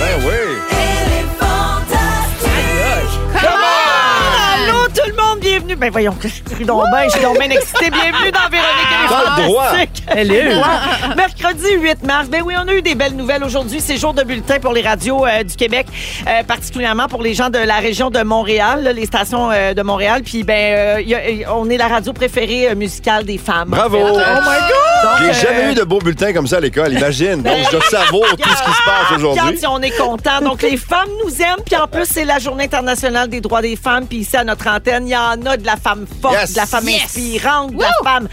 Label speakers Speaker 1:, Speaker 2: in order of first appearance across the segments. Speaker 1: Ben oui!
Speaker 2: Allô tout le monde, bienvenue. Ben voyons que je suis donc bien, je suis donc bien excitée. Bienvenue dans Véronique et les
Speaker 1: T'as le droit.
Speaker 2: Fantastiques. Ouais. Mercredi 8 mars. Ben oui, on a eu des belles nouvelles aujourd'hui. C'est jour de bulletin pour les radios euh, du Québec, euh, particulièrement pour les gens de la région de Montréal, là, les stations euh, de Montréal. Puis ben, euh, y a- y- on est la radio préférée euh, musicale des femmes.
Speaker 1: Bravo!
Speaker 2: En fait. Oh my God!
Speaker 1: J'ai
Speaker 2: Donc, euh,
Speaker 1: jamais eu de beaux bulletins comme ça à l'école, imagine. Donc, je dois savoir tout ce qui se passe
Speaker 2: Regarde
Speaker 1: aujourd'hui.
Speaker 2: si on est content. Donc, les femmes nous aiment. Puis en plus, c'est la Journée internationale des droits des femmes. Puis ici, à notre antenne, il y en a de la femme forte,
Speaker 1: Yes.
Speaker 2: de la femme inspirante, de la femme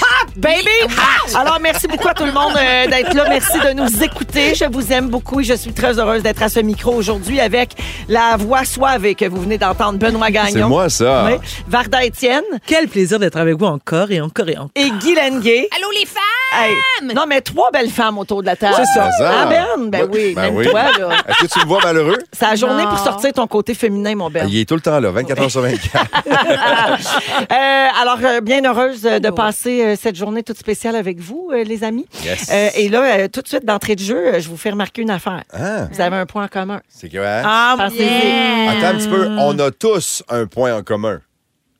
Speaker 2: hot, baby! Alors, merci beaucoup à tout le monde euh, d'être là. Merci de nous écouter. Je vous aime beaucoup et je suis très heureuse d'être à ce micro aujourd'hui avec la voix suave que vous venez d'entendre, Benoît Gagnon.
Speaker 1: C'est moi, ça.
Speaker 2: Oui. Varda Étienne
Speaker 3: Quel plaisir d'être avec vous encore et encore et encore.
Speaker 2: et Guy Lenguet.
Speaker 4: Allô les femmes!
Speaker 2: Hey. Non, mais trois belles femmes autour de la table.
Speaker 1: C'est ça.
Speaker 2: Ah, Ben, ben
Speaker 1: Moi-
Speaker 2: oui,
Speaker 1: ben
Speaker 2: même
Speaker 1: oui.
Speaker 2: toi, là.
Speaker 1: Est-ce que tu me vois malheureux?
Speaker 2: C'est la journée pour sortir ton côté féminin, mon Ben. bel.
Speaker 1: Il est tout le temps là, 24 heures sur 24.
Speaker 2: Euh, alors, euh, bien heureuse euh, de passer euh, cette journée toute spéciale avec vous, euh, les amis.
Speaker 1: Yes.
Speaker 2: Euh, et là, euh, tout de suite, d'entrée de jeu, euh, je vous fais remarquer une affaire.
Speaker 1: Hein?
Speaker 2: Vous avez un point en commun.
Speaker 1: C'est que, hein?
Speaker 2: Ah,
Speaker 1: Attends un petit peu, on a tous un point en commun.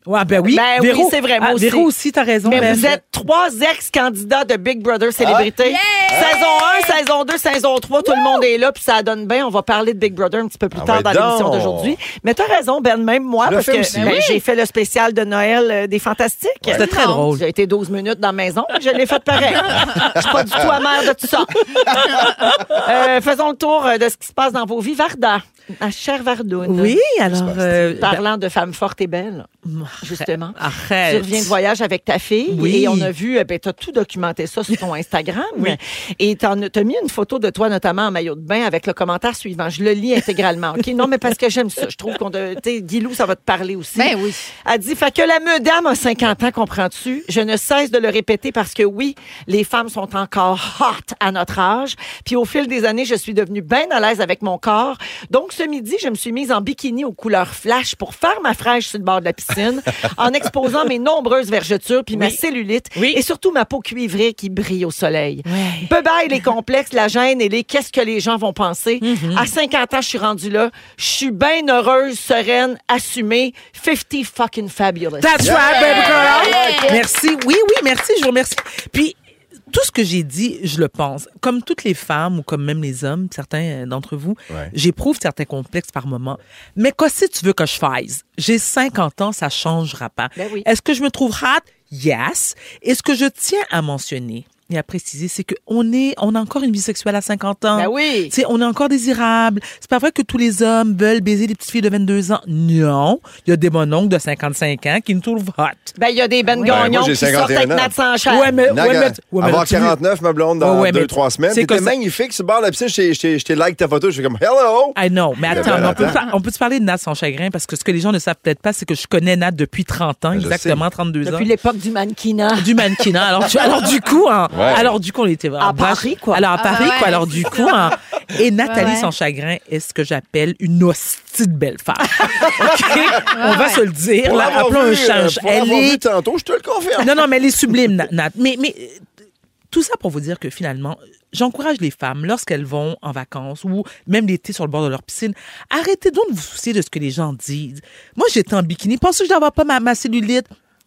Speaker 3: Ouais, ben oui.
Speaker 2: Ben oui,
Speaker 3: Véro.
Speaker 2: c'est vrai, moi
Speaker 3: Ah, Véro
Speaker 2: aussi.
Speaker 3: aussi, t'as raison.
Speaker 2: Mais
Speaker 3: Ben,
Speaker 2: vous êtes trois ex-candidats de Big
Speaker 3: Ah.
Speaker 2: Brother Célébrité. Saison 1, saison 2, saison 3, tout le monde est là, puis ça donne bien. On va parler de Big Brother un petit peu plus
Speaker 1: Ah
Speaker 2: tard
Speaker 1: ben
Speaker 2: dans l'émission
Speaker 1: donc.
Speaker 2: d'aujourd'hui. Mais t'as raison, Ben, même moi,
Speaker 1: Tu l'as
Speaker 2: parce
Speaker 1: fait
Speaker 2: que
Speaker 1: aussi.
Speaker 2: ben,
Speaker 1: Ben oui.
Speaker 2: j'ai fait le spécial de Noël euh, des Fantastiques.
Speaker 3: C'était très drôle.
Speaker 2: J'ai été 12 minutes dans la maison, mais je l'ai fait pareil. Je suis pas du tout amère de tout ça. Euh, faisons le tour euh, de ce qui se passe dans vos vies. Varda, ma chère Vardoune.
Speaker 3: Oui, alors. euh, ben,
Speaker 2: Parlant de femmes fortes et belles, justement. Tu
Speaker 3: Ah. Arrête.
Speaker 2: reviens de voyage avec ta fille
Speaker 3: Oui.
Speaker 2: et on a vu, euh, ben, tu as tout documenté ça sur ton Instagram. Et tu as mis une photo de toi, notamment en maillot de bain, avec le commentaire suivant. Je le lis intégralement. OK? Non, mais parce que j'aime ça. Je trouve qu'on. de- Tu sais, Guilou, ça va te parler aussi.
Speaker 4: Ben oui.
Speaker 2: Elle dit Fait que la madame a 50 ans, comprends-tu Je ne cesse de le répéter parce que oui, les femmes sont encore hot à notre âge. Puis au fil des années, je suis devenue bien à l'aise avec mon corps. Donc ce midi, je me suis mise en bikini aux couleurs flash pour faire ma fraîche sur le bord de la piscine en exposant mes nombreuses vergetures puis ma cellulite
Speaker 3: Oui.
Speaker 2: et surtout ma peau cuivrée qui brille au soleil. Peu bail les complexes, la gêne et les qu'est-ce que les gens vont penser.
Speaker 3: Mhm.
Speaker 2: À 50 ans, je suis rendue là. Je suis bien heureuse, sereine, assumée, 50 fucking fabulous.
Speaker 3: That's right, baby girl. Merci. Oui, oui, merci. Je vous remercie. Puis, tout ce que j'ai dit, je le pense. Comme toutes les femmes ou comme même les hommes, certains euh, d'entre vous,
Speaker 1: Ouais.
Speaker 3: j'éprouve certains complexes par moment. Mais qu'est-ce que tu veux que je fasse? J'ai 50 ans, ça changera pas.
Speaker 2: Ben oui.
Speaker 3: Est-ce que je me trouve hâte? Yes. Et ce que je tiens à mentionner et à préciser, c'est qu'on est, on a encore une vie sexuelle à 50 ans.
Speaker 2: Ben oui.
Speaker 3: Hein? Tu sais, on est encore désirable. C'est pas vrai que tous les hommes veulent baiser des petites filles de 22 ans. Non. Il y a des mononcles de 55 ans qui nous trouvent hot.
Speaker 2: Ben, il y a des Ben
Speaker 1: moi,
Speaker 2: Gagnons
Speaker 1: j'ai
Speaker 2: qui sortent
Speaker 1: 51
Speaker 2: avec
Speaker 1: ans.
Speaker 2: Nat Sanchez.
Speaker 3: mais,
Speaker 1: Naga- avoir
Speaker 3: là, tu-
Speaker 1: 49, ma blonde, dans
Speaker 3: Ouais, ouais,
Speaker 1: 2-3
Speaker 3: mais
Speaker 1: semaines.
Speaker 3: c'est
Speaker 1: C'était
Speaker 3: comme ça.
Speaker 1: magnifique. sur le bord de la piscine, je t'ai- je t'ai- je t'ai like ta photo. Je fais comme Hello!
Speaker 3: I know, mais
Speaker 1: Mais
Speaker 3: attends,
Speaker 1: ben,
Speaker 3: on, peut,
Speaker 1: attends.
Speaker 3: par- on peut se parler de Nat son chagrin parce que ce que les gens ne savent peut-être pas, c'est que je connais Nat depuis 30 ans,
Speaker 1: Ben, je
Speaker 3: exactement
Speaker 1: sais.
Speaker 3: 32
Speaker 2: Depuis
Speaker 3: ans.
Speaker 2: l'époque du mannequinat.
Speaker 3: Du mannequinat. Alors, tu- alors du coup, hein,
Speaker 1: Ouais.
Speaker 3: alors du coup, on était
Speaker 2: À Paris, quoi. Ah
Speaker 3: Alors à
Speaker 4: ben
Speaker 3: Paris,
Speaker 4: ouais,
Speaker 3: quoi. Alors du coup, hein. et Nathalie
Speaker 4: Ouais, ouais.
Speaker 3: son chagrin est ce que j'appelle une hostie de belle femme. Ok? on va se le dire.
Speaker 1: Pour
Speaker 3: là,
Speaker 1: l'avoir
Speaker 3: appelons
Speaker 1: vu,
Speaker 3: un
Speaker 1: euh,
Speaker 3: change.
Speaker 1: pour
Speaker 3: Elle
Speaker 1: l'avoir vu
Speaker 3: est
Speaker 1: tantôt, je te le confirme.
Speaker 3: Non, non, mais elle est sublime, Nat. Nat. Mais, mais euh, tout ça pour vous dire que finalement, j'encourage les femmes, lorsqu'elles vont en vacances ou même l'été sur le bord de leur piscine, arrêtez donc de vous soucier de ce que les gens disent. Moi, j'étais en bikini. Pensez que je n'avais pas ma, ma cellulite,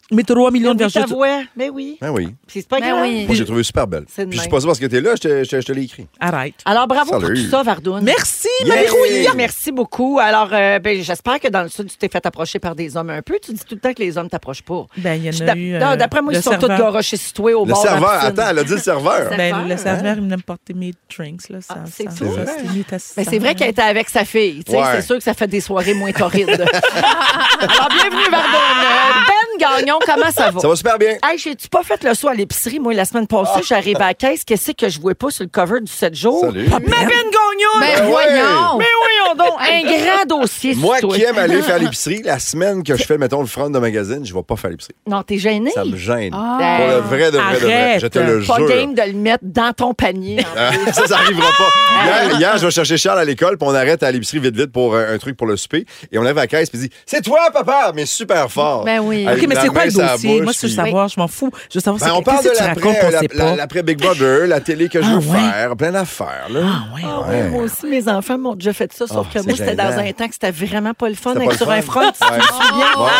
Speaker 3: mes 3 millions de
Speaker 2: Oui, ta
Speaker 3: vergetures.
Speaker 2: voix. Ben oui.
Speaker 1: Ben oui.
Speaker 2: Puis c'est pas
Speaker 4: Ben
Speaker 2: grave.
Speaker 4: oui.
Speaker 1: Moi, j'ai trouvé super belle.
Speaker 2: C'est de
Speaker 1: Puis je suis
Speaker 2: même.
Speaker 1: pas sûr parce que t'es là, je te, je te- je te l'ai écrit.
Speaker 3: Arrête.
Speaker 2: Alors, bravo pour
Speaker 1: Salut.
Speaker 2: tout ça, Vardoune.
Speaker 3: Merci,
Speaker 1: Yeah.
Speaker 3: Marie
Speaker 2: Oui, merci beaucoup. Alors, euh, ben, j'espère que dans le sud, tu t'es fait approcher par des hommes un peu. Tu dis tout le temps que les hommes t'approchent pas.
Speaker 3: Ben, il y en a
Speaker 2: Je suis d'a-
Speaker 3: eu, euh,
Speaker 2: Non, D'après moi,
Speaker 3: le
Speaker 2: ils sont tous
Speaker 3: serveur.
Speaker 2: garochés sur toi au
Speaker 1: Le
Speaker 2: bord de la
Speaker 1: serveur,
Speaker 2: piscine.
Speaker 1: attends, elle a dit le serveur.
Speaker 3: Ben, le
Speaker 2: Hein?
Speaker 3: serveur, il venait me porter mes drinks, là. Ça,
Speaker 2: Ah, c'est
Speaker 3: ça-
Speaker 2: tout.
Speaker 3: ça,
Speaker 1: C'est vrai.
Speaker 3: c'est imitation.
Speaker 2: Mais c'est vrai qu'elle était avec sa fille. Tu sais,
Speaker 1: Ouais.
Speaker 2: C'est sûr que ça fait des soirées moins torrides. Alors, bienvenue, Vardoune. Ben
Speaker 4: Gagnon, comment ça va?
Speaker 1: Ça va Ah. super bien.
Speaker 2: Hey, j'ai-tu pas fait le saut à l'épicerie, moi, la semaine passée? J'arrive à la caisse. Qu'est-ce que je vois pas sur le cover du 7 jours?
Speaker 1: Salut.
Speaker 2: Ma Gagnon!
Speaker 4: Ben
Speaker 1: ouais.
Speaker 4: voyons!
Speaker 2: Mais
Speaker 3: Eh
Speaker 2: voyons donc, un grand dossier. sur
Speaker 1: Moi
Speaker 2: toi.
Speaker 1: qui aime aller faire l'épicerie, la semaine que je fais, mettons, le front de magazine, je vais pas faire l'épicerie.
Speaker 2: Non, t'es gêné.
Speaker 1: Ça me gêne.
Speaker 4: Ah.
Speaker 1: Pour le vrai, de vrai, de vrai.
Speaker 3: Arrête.
Speaker 1: Je te le
Speaker 2: Pas
Speaker 1: jure.
Speaker 2: game de le mettre dans ton panier.
Speaker 1: Euh, ça, ça n'arrivera pas. Hier, hier, je vais chercher Charles à l'école, puis on arrête à l'épicerie vite, vite pour euh, un truc pour le souper. Et on lève la caisse, puis il dit C'est toi, papa Mais super fort.
Speaker 4: Ben oui.
Speaker 1: Avec
Speaker 3: OK,
Speaker 4: Ok,
Speaker 3: mais
Speaker 1: la
Speaker 3: c'est quoi
Speaker 1: main
Speaker 3: le
Speaker 1: sur la
Speaker 3: dossier?
Speaker 1: bouche,
Speaker 3: Moi, je veux
Speaker 1: puis-
Speaker 3: savoir, je m'en fous. Je veux savoir
Speaker 1: Ben,
Speaker 3: c'est
Speaker 1: on
Speaker 3: quoi.
Speaker 1: parle de
Speaker 3: Qu'est-ce que tu racontes qu'on
Speaker 1: l'après,
Speaker 3: sait
Speaker 1: la- la-
Speaker 3: pas?
Speaker 1: l'après Big Brother, la télé que je veux
Speaker 3: Ah, ouais.
Speaker 1: faire, plein d'affaires. Là.
Speaker 3: Ah ouais.
Speaker 2: Ah ouais, moi aussi, mes enfants m'ont déjà fait ça, sauf
Speaker 1: Oh,
Speaker 2: que
Speaker 1: c'est
Speaker 2: moi, c'était
Speaker 1: gênant.
Speaker 2: dans un temps que c'était vraiment pas le fun
Speaker 1: C'était
Speaker 2: d'être
Speaker 1: pas le
Speaker 2: sur
Speaker 1: fun.
Speaker 2: un front. tu
Speaker 1: Ouais.
Speaker 2: te souviens?
Speaker 1: Ouais.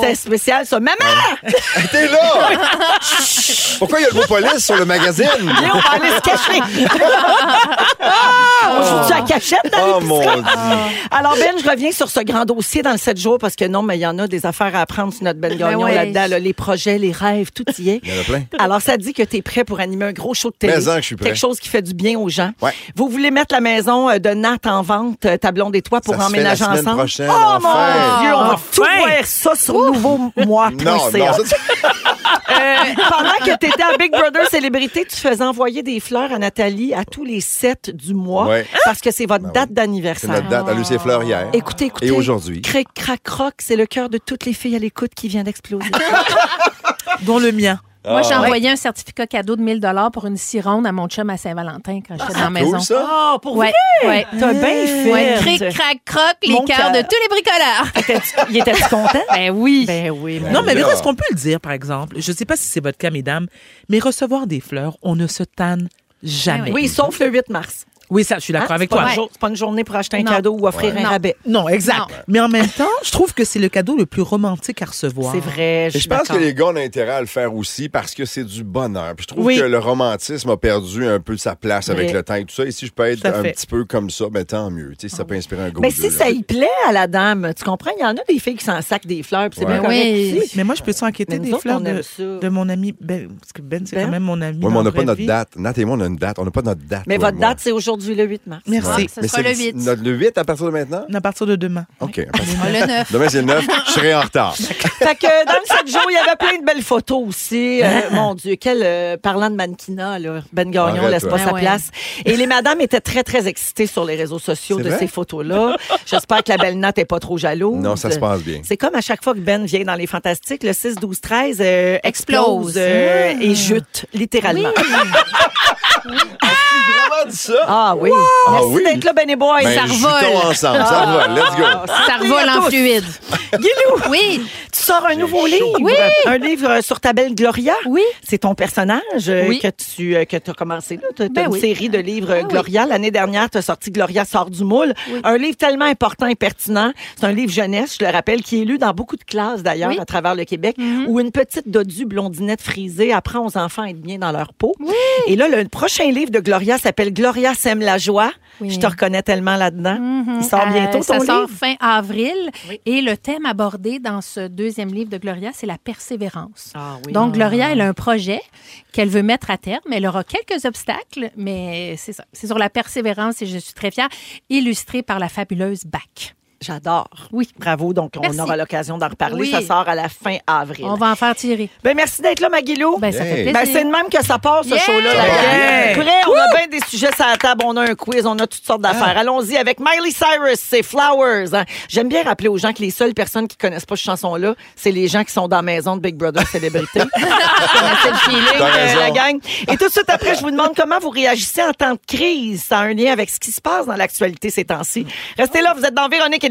Speaker 2: C'était spécial, ça. Maman!
Speaker 1: T'es là! Pourquoi il y a le mot police sur le magazine?
Speaker 2: Viens, on va aller se cacher! on joue-tu à cachette dans
Speaker 1: Oh
Speaker 2: l'épicerie?
Speaker 1: mon dieu!
Speaker 2: Alors, Ben, je reviens sur ce grand dossier dans le 7 jours parce que non, mais il y en a des affaires à apprendre sur notre Ben Gagnon
Speaker 4: ouais.
Speaker 2: là-dedans. là. les projets, les rêves, tout y est.
Speaker 1: Il y en a plein.
Speaker 2: Alors, ça dit que tu es prêt pour animer un gros show de télé.
Speaker 1: Mais en que je suis prêt.
Speaker 2: Quelque chose qui fait du bien aux gens.
Speaker 1: Ouais.
Speaker 2: Vous voulez mettre la maison euh, de Nat en vente, euh, ta blonde et toi, pour
Speaker 1: Ça se fait
Speaker 2: emménager
Speaker 1: la semaine
Speaker 2: ensemble?
Speaker 1: prochaine,
Speaker 2: oh mon
Speaker 1: enfin.
Speaker 2: Dieu, on va
Speaker 3: Enfin.
Speaker 2: tout voir ça sur nouveaumois.ca.
Speaker 1: Non, non, ça,
Speaker 2: Euh, Pendant que tu étais à Big Brother Célébrité, tu faisais envoyer des fleurs à Nathalie à tous les 7 du mois
Speaker 1: Ouais.
Speaker 2: parce que c'est votre
Speaker 1: Ben oui.
Speaker 2: date
Speaker 1: c'est
Speaker 2: d'anniversaire.
Speaker 1: notre date à Lucie Fleur hier.
Speaker 2: Écoutez, écoutez.
Speaker 1: Et aujourd'hui.
Speaker 2: Cric, crac, croc, c'est le cœur de toutes les filles à l'écoute qui vient d'exploser.
Speaker 1: Ah,
Speaker 3: Dont le mien.
Speaker 2: Ah,
Speaker 4: Moi, j'ai envoyé un certificat cadeau de 1000 pour une cironde à mon chum à Saint-Valentin quand j'étais dans la maison.
Speaker 1: Cool, ça?
Speaker 2: oh, pour
Speaker 4: Ouais, ouais.
Speaker 2: T'as bien fait.
Speaker 4: Ouais, cric, crac, croc, les
Speaker 2: Mon
Speaker 4: cœurs de
Speaker 2: cœur.
Speaker 4: tous les bricoleurs.
Speaker 2: Il était content?
Speaker 4: Ben oui.
Speaker 2: Ben oui.
Speaker 3: Non, mais
Speaker 1: là.
Speaker 3: est-ce qu'on peut le dire, par exemple? Je ne sais pas si c'est votre cas, mesdames, mais recevoir des fleurs, on ne se tanne jamais.
Speaker 2: Oui, sauf le 8 mars.
Speaker 3: Oui, ça, je suis
Speaker 2: Hein?
Speaker 3: d'accord
Speaker 2: C'est
Speaker 3: avec
Speaker 2: pas
Speaker 3: toi.
Speaker 2: un jour- C'est pas une journée pour acheter un
Speaker 4: Non.
Speaker 2: cadeau ou offrir
Speaker 4: Ouais.
Speaker 2: un
Speaker 4: Non.
Speaker 2: rabais.
Speaker 3: Non,
Speaker 4: Non.
Speaker 3: exact. Mais en même temps, je trouve que c'est le cadeau le plus romantique à recevoir.
Speaker 2: C'est vrai.
Speaker 1: Et je pense que
Speaker 2: d'accord.
Speaker 1: les gars, on a intérêt à le faire aussi parce que c'est du bonheur. Puis je trouve
Speaker 3: Oui.
Speaker 1: que le romantisme a perdu un peu sa place avec
Speaker 2: Vrai.
Speaker 1: le temps et tout ça. Et si je peux être
Speaker 3: Tout à
Speaker 1: un
Speaker 3: fait.
Speaker 1: petit peu comme ça, ben tant mieux. Tu sais, ça peut inspirer un gros
Speaker 2: Mais
Speaker 1: d'eux,
Speaker 2: si
Speaker 1: là.
Speaker 2: ça y plaît à la dame, tu comprends, il y en a des filles qui s'en sacent des fleurs, puis c'est
Speaker 1: Ouais.
Speaker 2: bien correct
Speaker 4: Oui.
Speaker 2: aussi.
Speaker 3: Mais moi, je peux s'inquiéter
Speaker 2: Mais nous
Speaker 3: des
Speaker 2: autres,
Speaker 3: fleurs
Speaker 2: on aime
Speaker 3: de,
Speaker 2: ça.
Speaker 3: de mon ami Ben? Parce que Ben, c'est
Speaker 2: Ben?
Speaker 3: quand même mon ami.
Speaker 1: Oui, mais on
Speaker 3: dans la
Speaker 1: n'a pas
Speaker 3: vraie
Speaker 1: notre
Speaker 3: vie.
Speaker 1: date. Nat et moi, on a une date. On n'a pas notre date.
Speaker 2: Mais
Speaker 1: toi et
Speaker 2: votre
Speaker 1: moi.
Speaker 2: date, c'est aujourd'hui le 8 mars.
Speaker 3: Merci.
Speaker 1: Ouais.
Speaker 4: Ce
Speaker 1: Mais
Speaker 4: sera
Speaker 1: c'est
Speaker 4: le 8.
Speaker 1: Notre, le 8 à partir de maintenant?
Speaker 3: À partir de demain.
Speaker 1: OK. à partir-
Speaker 4: Le 9.
Speaker 1: Demain, c'est le 9. Je serai en retard.
Speaker 2: Fait que dans le 7 jours, il y avait plein de belles photos aussi.
Speaker 1: Hein?
Speaker 2: Euh, mon Dieu, quel euh, parlant de mannequinat, là. Ben Gagnon
Speaker 1: Arrête,
Speaker 2: laisse pas
Speaker 1: toi.
Speaker 2: sa
Speaker 4: Ah ouais.
Speaker 2: place. Et les madames étaient très, très excitées sur les réseaux sociaux
Speaker 1: C'est
Speaker 2: de
Speaker 1: vrai?
Speaker 2: ces photos-là. J'espère que la belle Nat n'est pas trop jalouse.
Speaker 1: Non, ça se passe bien.
Speaker 2: C'est comme à chaque fois que Ben vient dans les Fantastiques, le 6, 12, 13 euh, explose
Speaker 4: Explose. Hmm.
Speaker 2: euh, et jute, littéralement.
Speaker 1: vraiment dit ça?
Speaker 2: Ah oui. Merci
Speaker 1: Ah oui.
Speaker 2: d'être là, Benny Boy.
Speaker 1: Ben,
Speaker 4: ça
Speaker 1: jutons
Speaker 4: revole.
Speaker 1: ensemble. Ça
Speaker 2: Ah.
Speaker 1: revole. Let's go.
Speaker 4: Ça revole en fluide.
Speaker 2: Guilou,
Speaker 4: Oui.
Speaker 2: tu sors un nouveau livre.
Speaker 4: Oui.
Speaker 2: Un livre euh, sur ta belle Gloria.
Speaker 4: Oui.
Speaker 2: C'est ton personnage euh,
Speaker 4: Oui.
Speaker 2: que tu euh, que as commencé. Tu as,
Speaker 4: Ben
Speaker 2: une
Speaker 4: oui.
Speaker 2: série de livres euh,
Speaker 4: oui.
Speaker 2: Gloria. L'année dernière, tu as sorti Gloria sort du moule. Un livre tellement important et pertinent. C'est un livre jeunesse, je le rappelle, qui est lu dans beaucoup de classes d'ailleurs
Speaker 4: Oui. Mm-hmm.
Speaker 2: à travers le Québec, où une petite dodue blondinette frisée apprend aux enfants à être bien dans leur peau. Et là, le prochain livre de Gloria s'appelle Gloria sème la joie.
Speaker 4: Oui.
Speaker 2: Je te reconnais tellement là-dedans. Il sort
Speaker 4: Euh,
Speaker 2: bientôt ton
Speaker 4: ça
Speaker 2: livre.
Speaker 4: sort fin avril. Et le thème abordé dans ce deuxième livre de Gloria, c'est la persévérance.
Speaker 2: Ah oui.
Speaker 4: Donc, Gloria, elle a un projet qu'elle veut mettre à terme. Elle aura quelques obstacles, mais c'est ça. C'est sur la persévérance et je suis très fière, illustrée par la fabuleuse Bach.
Speaker 2: J'adore.
Speaker 4: Oui.
Speaker 2: Bravo. Donc, on
Speaker 4: Merci.
Speaker 2: aura l'occasion d'en reparler.
Speaker 4: Oui.
Speaker 2: Ça sort à la fin avril.
Speaker 4: On va en faire tirer.
Speaker 2: Ben, merci d'être là, Maguilou.
Speaker 4: Ben, ça fait
Speaker 1: Hey.
Speaker 2: Ben,
Speaker 4: plaisir.
Speaker 2: c'est de même que ça part, ce
Speaker 4: Yeah!
Speaker 2: show-là. la
Speaker 3: Yeah!
Speaker 2: gang. Après, on a bien des sujets sur la table, on a un quiz, on a toutes sortes d'affaires.
Speaker 4: Ah.
Speaker 2: Allons-y avec Miley Cyrus, c'est Flowers. hein. J'aime bien rappeler aux gens que les seules personnes qui connaissent pas cette chanson-là, c'est les gens qui sont dans la maison de Big Brother Célébrité. Vous connaissez le feeling,
Speaker 1: T'as
Speaker 2: euh,
Speaker 1: raison.
Speaker 2: la gang. Et tout de suite après, je vous demande comment vous réagissez en temps de crise. Ça a un lien avec ce qui se passe dans l'actualité ces temps-ci. Restez là, vous êtes dans Véronique et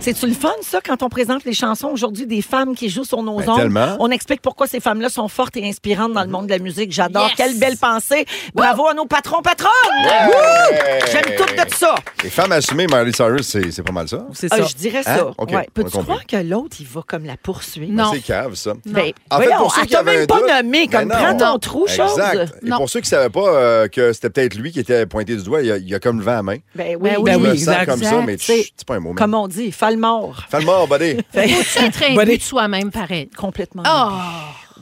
Speaker 2: C'est-tu le fun, ça, quand on présente les chansons aujourd'hui des femmes qui jouent sur nos
Speaker 1: Ben,
Speaker 2: ondes?
Speaker 1: tellement.
Speaker 2: On explique pourquoi ces femmes-là sont fortes et inspirantes dans le monde de la musique. J'adore.
Speaker 4: Yes.
Speaker 2: Quelle belle pensée. Bravo à nos patrons, patronnes!
Speaker 1: Ouais.
Speaker 2: Wouh! J'aime tout de ça.
Speaker 1: Les femmes assumées, Miley Cyrus, c'est c'est pas mal ça.
Speaker 3: C'est
Speaker 2: Euh,
Speaker 3: ça.
Speaker 2: je dirais
Speaker 1: Hein?
Speaker 2: ça.
Speaker 1: OK,
Speaker 2: Ouais.
Speaker 1: on a
Speaker 2: Peux-tu
Speaker 1: compris.
Speaker 2: croire que l'autre, il va comme la poursuivre?
Speaker 4: Non.
Speaker 1: C'est cave, ça.
Speaker 2: Ben,
Speaker 1: En fait,
Speaker 2: voyons,
Speaker 1: pour ceux
Speaker 2: elle
Speaker 1: qui
Speaker 2: t'a
Speaker 1: avaient un
Speaker 2: même pas
Speaker 1: doute-
Speaker 2: nommé.
Speaker 1: Ben
Speaker 2: Comme,
Speaker 1: non.
Speaker 2: prends ton
Speaker 1: Non.
Speaker 2: trou, chose.
Speaker 1: Exact. Et
Speaker 4: Non.
Speaker 1: pour ceux qui ne savaient pas euh, que c'était peut-être lui qui était pointé du doigt, il y a, il y a comme levé à la main.
Speaker 2: Ben oui,
Speaker 4: Ben
Speaker 1: Je
Speaker 4: oui.
Speaker 1: me
Speaker 3: exact.
Speaker 1: sens comme ça, mais
Speaker 2: C'est-
Speaker 1: tch, c'est pas un mot. mais-
Speaker 2: Comme on dit, fall le mort.
Speaker 1: Fais le mort, buddy.
Speaker 4: Faut-tu être imbu
Speaker 3: Bonnet.
Speaker 4: de soi-même, pareil?
Speaker 2: Complètement.
Speaker 4: Oh!